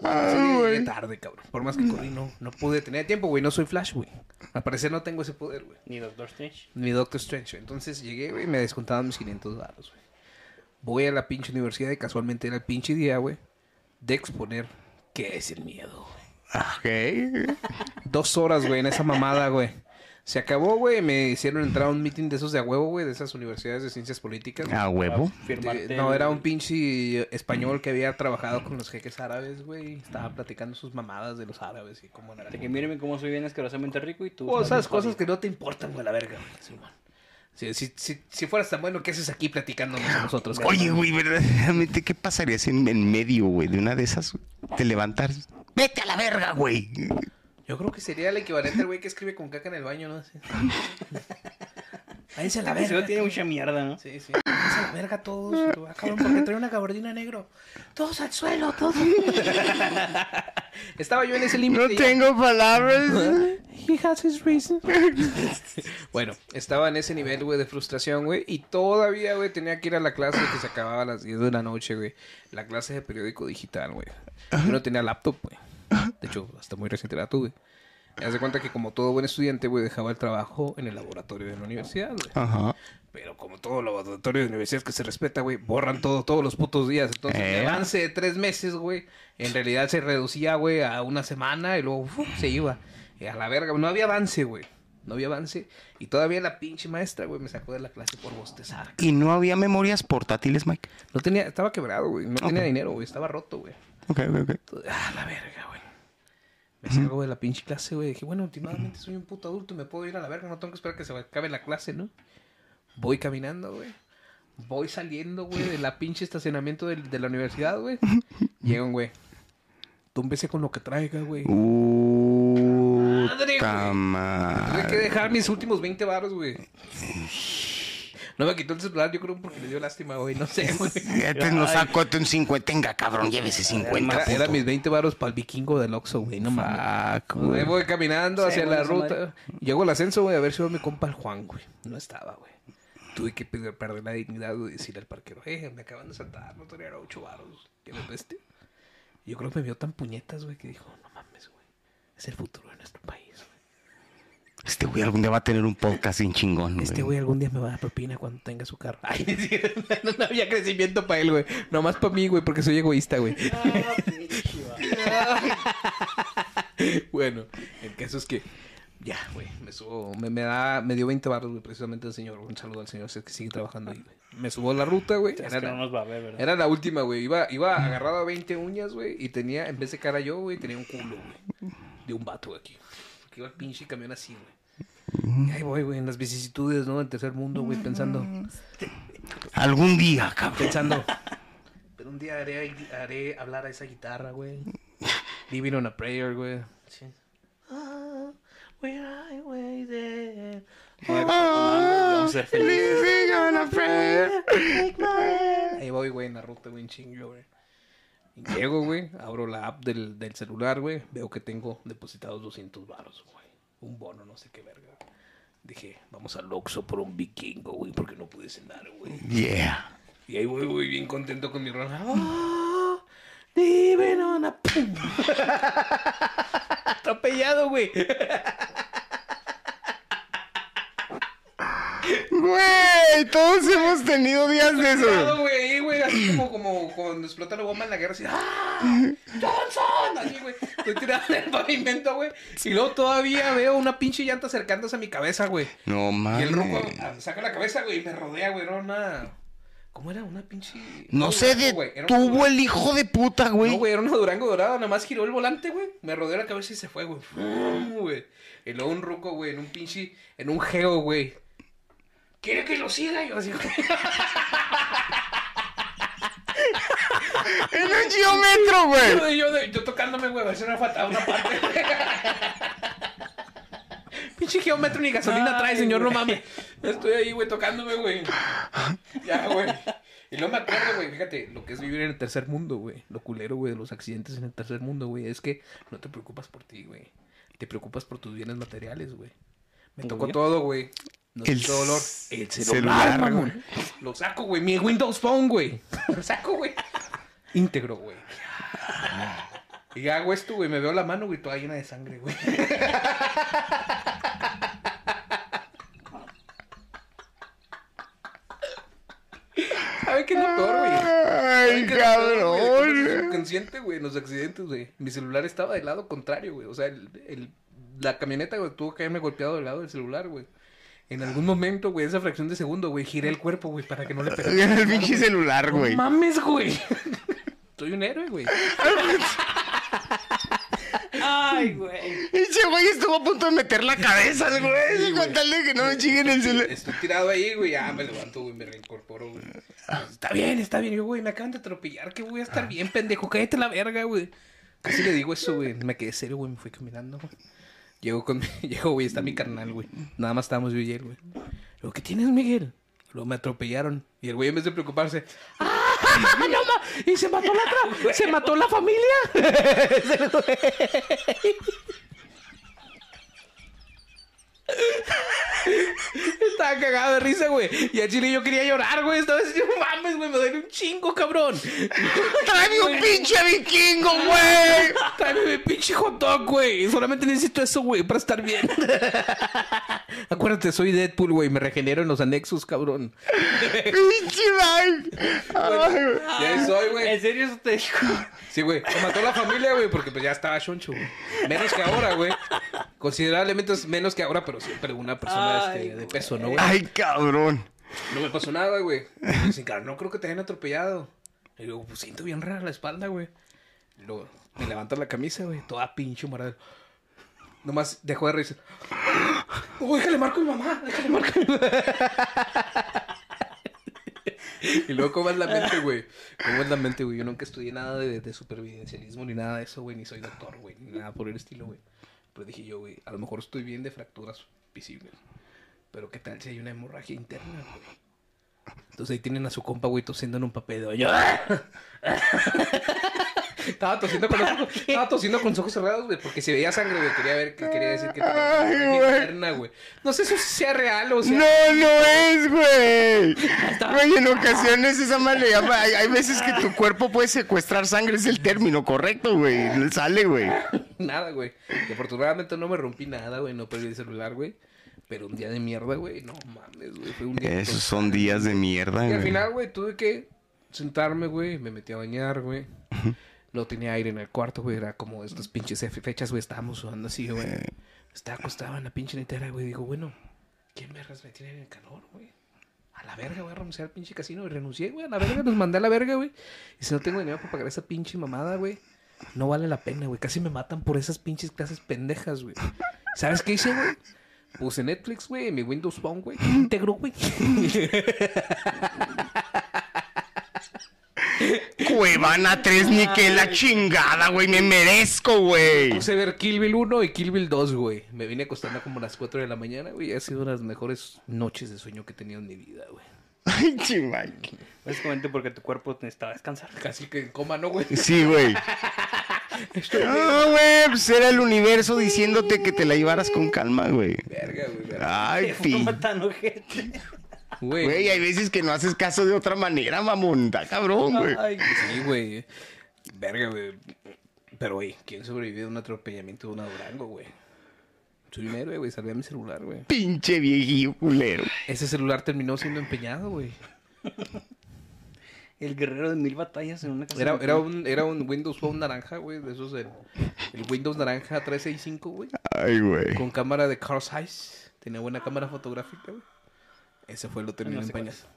S1: Sí, llegué tarde, cabrón. Por más que corrí, no, no pude tener tiempo, güey. No soy Flash, güey. Al parecer no tengo ese poder, güey.
S3: Ni Doctor Strange.
S1: Ni Doctor Strange. güey. Entonces llegué, güey, y me descontaban mis 500 baros, güey. Voy a la pinche universidad y casualmente era el pinche día, güey, de exponer qué es el miedo, güey.
S2: Ah, Ok.
S1: Dos horas, güey, en esa mamada, güey. Se acabó, güey. Me hicieron entrar a un meeting de esos de a huevo, güey, de esas universidades de ciencias políticas. güey.
S2: A huevo.
S3: Firmarte
S1: No,
S3: el-
S1: era un pinche español que había trabajado con los jeques árabes, güey. y Estaba platicando sus mamadas de los árabes y cómo era.
S3: De que mírenme cómo soy bien asquerosamente rico y tú.
S1: Cosas, Oh, cosas que no te importan, güey, la verga, güey. Simón. Si, si, si, si fueras tan bueno, ¿qué haces aquí platicándonos a nosotros?
S2: Oye,
S1: cabrón?
S2: güey, verdaderamente, ¿qué pasaría si en, en medio, güey, de una de esas te levantas? ¡Vete a la verga, güey!
S1: Yo creo que sería el equivalente al güey que escribe con caca en el baño, ¿no? Así. Váyanse a la
S3: Se
S1: verga.
S3: tiene mucha mierda, ¿no?
S1: Sí, sí. Váyanse a la verga todos. y
S2: Mm.
S1: tú, ah, cabrón, porque trae una gabardina negro. Todos al suelo, todos. Estaba yo en ese límite.
S2: No tengo palabras.
S1: He has his reason. bueno, estaba en ese nivel, güey, de frustración, güey. Y todavía, güey, tenía que ir a la clase que se acababa a las 10 de la noche, güey. La clase de periódico digital, güey. Yo no tenía laptop, güey. De hecho, hasta muy reciente la tuve. Y Haz de cuenta que como todo buen estudiante, güey, dejaba el trabajo en el laboratorio de la universidad, güey.
S2: Ajá.
S1: Pero como todo laboratorio de universidad que se respeta, güey, borran todo todos los putos días. Entonces,
S2: Eh.
S1: el avance de tres meses, güey, en realidad se reducía, güey, a una semana y luego uf, se iba. Y a la verga, no había avance, güey. No había avance. Y todavía la pinche maestra, güey, me sacó de la clase por bostezar.
S2: Y no había memorias portátiles, Mike.
S1: No tenía, estaba quebrado, güey. No tenía dinero, güey. Estaba roto, güey.
S2: Ok, ok, ok.
S1: Entonces, ah, la verga, güey. Me salgo de la pinche clase, güey. Dije, bueno, últimamente soy un puto adulto y me puedo ir a la verga. No tengo que esperar que se me acabe la clase, ¿no? Voy caminando, güey. Voy saliendo, güey, de la pinche estacionamiento del- de, la universidad, güey. Llega un güey. Túmbese con lo que traiga, güey. Madre,
S2: Puta
S1: güey. Tuve que
S2: madre.
S1: dejar mis últimos 20 baros, güey. No me quitó el celular, yo creo porque le dio lástima, güey. No sé, güey.
S2: Este nos sacó este un 50. Tenga, cabrón, llévese 50.
S1: Era,
S2: puto.
S1: era mis 20 baros para el vikingo del Oxxo, güey. No mames.
S2: Fuck,
S1: Ahí
S2: güey.
S1: voy caminando
S3: Sí,
S1: hacia
S3: güey,
S1: la
S3: esa
S1: ruta.
S3: madre.
S1: Llego al ascenso, güey, a ver si va mi compa el Juan, güey. No estaba, güey. Tuve que pedir- perder la dignidad güey, y decirle al parquero, eh, me acaban de saltar, no tenía ocho baros. ¿Qué me peste? Yo creo que me vio tan puñetas, güey, que dijo, no mames, güey. Es el futuro de nuestro país, güey.
S2: Este güey algún día va a tener un podcast bien chingón, güey.
S1: Este güey algún día me va a dar propina cuando tenga su carro. Ay, es cierto, no, no había crecimiento para él, güey. Nomás para mí, güey, porque soy egoísta, güey. bueno, el caso es que ya, güey, me subo, me, me da, me dio 20 barros, güey, precisamente el señor. Un saludo al señor, si es que sigue trabajando ahí, güey. Me subo a la ruta, güey.
S3: Es
S1: Era
S3: que no
S1: la-
S3: nos va a ver, ¿verdad?
S1: Era la última, güey. Iba, iba agarrado a 20 uñas, güey. Y tenía, en vez de cara yo, güey, tenía un culo, güey. De un vato, güey, aquí. Porque iba el pinche camión así, güey. Y ahí voy, güey, en las vicisitudes, ¿no? Del tercer mundo, güey, pensando.
S2: Algún día, cabrón.
S1: Pensando. Pero un día haré, haré hablar a esa guitarra, güey. Living on a prayer, güey. Sí. Ah, where I waited.
S3: Vamos a ser felices.
S1: Ahí voy, güey, en la ruta, güey, en chingo, güey. Y Llego, güey, abro la app del, del celular, güey. Veo que tengo depositados 200 baros, güey. Un bono, no sé qué verga. Dije, vamos al Oxxo por un vikingo, güey, porque no pude cenar, güey.
S2: Yeah.
S1: Y ahí voy, güey, bien contento con mi rana. ¡Oh! Dime, nona, ¡pum! Atropellado, güey.
S2: Güey, todos hemos tenido días de
S1: Atropellado,
S2: eso.
S1: güey, ahí, güey, así como, como cuando explota la bomba en la guerra, así, ¡ah! ¡Johnson! Así, güey, estoy tirado en el pavimento, güey, y luego todavía veo una pinche llanta acercándose a mi cabeza, güey,
S2: No
S1: y el rojo
S2: mames.
S1: saca la cabeza, güey, y me rodea, güey, era una... ¿Cómo era? Una pinche...
S2: No se
S1: güey, era una-
S2: detuvo el hijo de puta,
S1: No,
S2: güey.
S1: güey, era una Durango dorada, nomás giró el volante, güey. Me rodeó la cabeza y se fue, güey. ¡Fum, güey! Y luego un ruco, güey, en un pinche, en un geo, güey. ¿Quiere que lo siga? Yo así, güey.
S2: En un geómetro, güey.
S1: Yo, yo, yo tocándome, güey, eso era fatal una parte. güey. Pinche geómetro ni gasolina
S3: Ay,
S1: trae, señor,
S3: güey.
S1: no mames. Estoy ahí, güey, tocándome, güey. Ya, güey. Y no me acuerdo, güey, fíjate, lo que es vivir en el tercer mundo, güey. Lo culero, güey, de los accidentes en el tercer mundo, güey, es que no te preocupas por ti, güey. Te preocupas por tus bienes materiales, güey. Me tocó
S3: Obvio.
S1: todo, güey. No
S2: El
S1: el dolor.
S2: c-
S1: El
S2: celular,
S1: celular, mamón. Lo saco, güey. Mi Windows Phone, güey. Lo saco, güey. Íntegro, güey. Y hago esto, güey. Me veo la mano, güey, toda llena de sangre, güey. ¿Sabes qué es lo peor, güey?
S2: Ay,
S1: ¿Sabes qué es lo peor, güey? Como que soy
S2: cabrón.
S1: Subconsciente, güey, en los accidentes, güey. Mi celular estaba del lado contrario, güey. O sea, el, el- la camioneta güey, tuvo que haberme golpeado del lado del celular, güey. En algún momento, güey, esa fracción de segundo, güey, giré el cuerpo, güey, para que no le pegara.
S2: En el pinche celular,
S1: No
S2: güey.
S1: mames, güey. Soy un héroe, güey.
S3: Ay, güey.
S2: Ese güey estuvo a punto de meter la cabeza al güey. Con tal de que no me chinguen el celular.
S1: Estoy tirado ahí, güey. Ya me levanto, güey, me reincorporo, güey. Está bien, está bien. Yo, güey, me acaban de atropellar, que voy a estar bien, pendejo. Cállate la verga, güey. Casi le digo eso, güey. Me quedé serio, güey. Me fui caminando, güey. Llego con. Llego, güey, está mi carnal, güey. Nada más estábamos yo y él, güey. Lo que tienes, Miguel. Luego me atropellaron. Y el güey, en vez de preocuparse. ¡Ah! ¡No ma- ¡Y se mató la otra! ¡Se mató la familia! Es el güey. Estaba cagado de risa, güey. Y a Chile yo quería llorar, güey. Estaba diciendo, mames, güey, me duele un chingo, cabrón.
S2: Tráeme un pinche vikingo, güey.
S1: Tráeme mi pinche hot dog, güey. Solamente necesito eso, güey, para estar bien. Acuérdate, soy Deadpool, güey. Me regenero en los anexos, cabrón.
S2: Pinche Mike. Ay, güey.
S1: Y ahí soy, güey.
S3: ¿En serio eso te dijo?
S1: Sí, güey. Se mató la familia, güey, porque pues ya estaba choncho, güey. Menos que ahora, güey. Considerablemente menos que ahora, pero siempre una persona
S3: Ay,
S1: este, de peso, ¿no, güey?
S2: Ay, cabrón.
S1: No me pasó nada, güey. Me Dicen, "Cara, no creo que te hayan atropellado. Y digo, pues siento bien rara la espalda, güey. Y Luego me levanto la camisa, güey, toda pinche morada. Nomás dejó de reírse. Uy, déjale marco a mi mamá, déjale marco a mi mamá. Y luego, ¿cómo es la mente, güey? ¿Cómo es la mente, güey? Yo nunca estudié nada de, de supervivencialismo ni nada de eso, güey. Ni soy doctor, güey. Ni nada por el estilo, güey. Pero dije yo, güey, a lo mejor estoy bien de fracturas visibles. Pero ¿qué tal si hay una hemorragia interna, güey? Entonces ahí tienen a su compa, güey, tosiendo en un papel de baño. estaba, tosiendo con los ojos, estaba tosiendo con los ojos cerrados, güey, porque si veía sangre, güey, quería ver, que quería decir que tenía una
S2: Ay,
S1: hemorragia
S2: güey.
S1: interna, güey. No sé si sea real o sea...
S2: No, no es, güey. Güey, en ocasiones esa madre le llama. Hay, hay veces que tu cuerpo puede secuestrar sangre, es el término correcto, güey. Le Sale, güey.
S1: nada, güey. Y afortunadamente no me rompí nada, güey. No perdí el celular, güey. Pero un día de mierda, güey. No mames, güey. Fue un día.
S2: Esos son días de mierda,
S1: Y
S2: güey.
S1: al final, güey, tuve que sentarme, güey. Me metí a bañar, güey. No tenía aire en el cuarto, güey. Era como estas pinches fe- fechas, güey. Estábamos sudando así, güey. Estaba acostado en la pinche netera, güey. Digo, bueno, ¿quién me me tiene en el calor, güey? A la verga, voy a renunciar al pinche casino. Y renuncié, güey. A la verga, los mandé a la verga, güey. Y si no tengo dinero para pagar esa pinche mamada, güey, no vale la pena, güey. Casi me matan por esas pinches clases pendejas, güey. ¿Sabes qué hice, güey? Puse Netflix, güey, en mi Windows Phone, güey. Integró, güey.
S2: Cuevana 3, ni que la chingada, güey. Me merezco, güey.
S1: Puse a ver Kill Bill 1 y Kill Bill 2, güey. Me vine acostando como a las 4 de la mañana, güey. Ha sido una de las mejores noches de sueño que he tenido en mi vida, güey.
S2: Ay, chimay.
S3: Básicamente porque tu cuerpo necesitaba descansar.
S1: Casi que en coma, ¿no, güey?
S2: Sí, güey. No, güey, pues era el universo diciéndote que te la llevaras con calma, güey.
S1: Verga, güey. verga.
S2: Ay,
S3: No
S2: pi.
S3: tan ojete.
S2: Güey,
S1: Güey.
S2: hay veces que no haces caso de otra manera, mamón. Está cabrón, güey.
S3: Ay,
S1: Sí, güey. Verga, güey. Pero, güey, ¿quién sobrevivió a un atropellamiento de una Durango, güey? Soy un héroe, güey. Salvé a mi celular, güey.
S2: Pinche viejillo culero.
S1: Ese celular terminó siendo empeñado, güey.
S3: el guerrero de mil batallas en una casa.
S1: Era, era, un, era un Windows Phone naranja, güey. De esos, el, el Windows naranja 365, güey.
S2: Ay, güey.
S1: Con cámara de Carl Zeiss. Tenía buena cámara fotográfica, güey. Ese fue, lo terminé
S3: No sé cuál
S1: empeñando.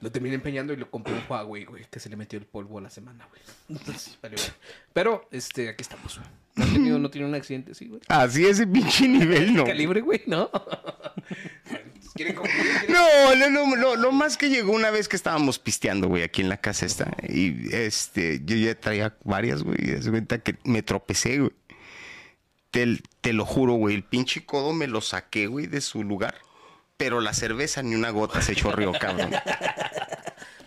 S1: Lo terminé empeñando y lo compré un Huawei, güey. Que se le metió el polvo a la semana, güey. Entonces, vale, güey. Pero, este, aquí estamos, güey. No ha tenido, no tiene un accidente, sí, güey.
S2: Así ese pinche nivel, no.
S1: Calibre, güey, ¿no? ¿Quieren concluir?
S2: No, lo, lo- lo- lo más que llegó una vez que estábamos pisteando, güey, aquí en la casa esta. Y este, yo ya traía varias, güey. Y de cuenta que me tropecé, güey. Te, te lo juro, güey. El pinche codo me lo saqué, güey, de su lugar. Pero la cerveza ni una gota se chorreó, cabrón.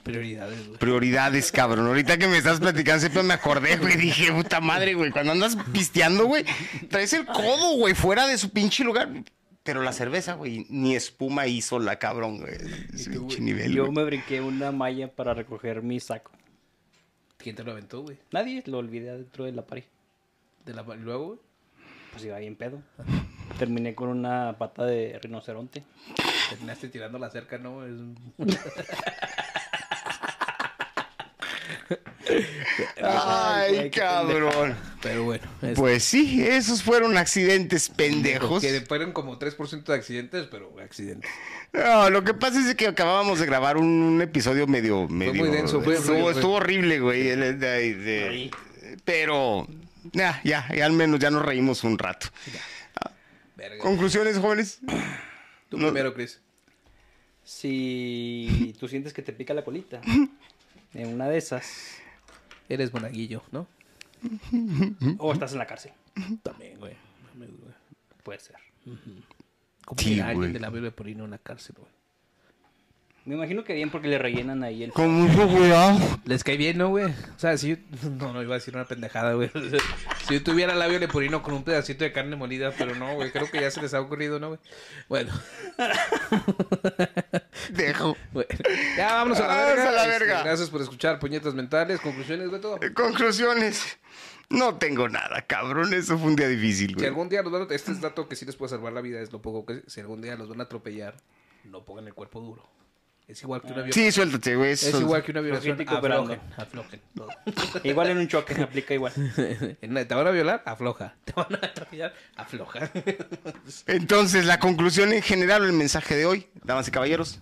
S1: Prioridades, güey.
S2: Prioridades, cabrón. Ahorita que me estás platicando, siempre me acordé, güey. Dije, puta madre, güey. Cuando andas pisteando, güey, traes el codo, güey, fuera de su pinche lugar. Pero la cerveza, güey, ni espuma hizo la cabrón, güey. Es un pinche nivel,
S3: Yo
S2: güey.
S3: me brinqué una malla para recoger mi saco.
S1: ¿Quién te lo aventó, güey?
S3: Nadie lo olvidé adentro de la pared.
S1: ¿De la... Luego, güey.
S3: Pues iba bien pedo. Terminé con una pata de rinoceronte.
S1: Terminaste tirando la cerca, ¿no? Es un-
S2: Ay, cabrón.
S1: Pero bueno. es-
S2: Pues sí, esos fueron accidentes pendejos.
S1: Que fueron como 3% de accidentes, pero accidentes.
S2: No, lo que pasa es que acabábamos de grabar un, un episodio medio, medio.
S1: denso, fue-
S2: estuvo,
S1: fue-
S2: estuvo horrible, güey. el- el- el- el- pero, nah, ya, ya al menos ya nos reímos un rato.
S1: Verga.
S2: Conclusiones, jóvenes.
S1: Tú
S2: no-
S1: primero, Chris.
S3: Si tú sientes que te pica la colita, en una de esas,
S1: Eres monaguillo, ¿no?
S3: o estás en la cárcel.
S1: También, güey. Mames, güey.
S3: Puede ser.
S1: Como
S2: Sí,
S1: que alguien
S2: güey.
S1: de la Biblia por ir a una cárcel, güey.
S3: Me imagino que bien porque le rellenan ahí el.
S2: Con mucho cuidado.
S1: Les cae bien, ¿no, güey? O sea, si yo... No, no iba a decir una pendejada, güey. si yo tuviera labio leporino con un pedacito de carne molida, pero no, güey. Creo que ya se les ha ocurrido, ¿no, güey? Bueno.
S2: Dejo.
S1: Bueno, ya vámonos a la
S2: Vámonos
S1: verga.
S2: a la
S1: Este,
S2: verga.
S1: gracias por escuchar puñetas mentales, conclusiones de todo.
S2: Eh, Conclusiones. No tengo nada, cabrón. Eso fue un día difícil,
S1: Si
S2: güey.
S1: algún día los van a... Este es dato que sí les puede salvar la vida, es lo poco que... Si algún día los van a atropellar, no pongan el cuerpo duro. Es igual que una violación.
S2: Ah. Sí, suéltate, güey.
S1: Es
S2: Sol-
S1: igual que una violación.
S3: Aflojen,
S1: Aflojen,
S3: cobrando.
S1: aflojen. todo.
S3: Igual en un choque, se aplica igual.
S1: En la- Te van a violar, afloja. Te van a atropellar, afloja.
S2: Entonces, la conclusión en general, el mensaje de hoy, damas y caballeros,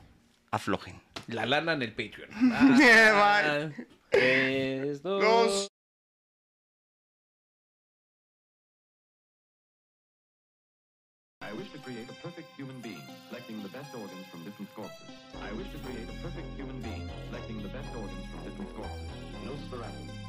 S2: aflojen.
S1: La lana en el Patreon.
S2: Yeah,
S1: Ah.
S2: man.
S3: Tres, dos.
S2: Dos.
S5: I wish to create a perfect human being, selecting the best organs from different corpses. I wish to create a perfect human being, selecting the best organs from different corpses. No sporadic,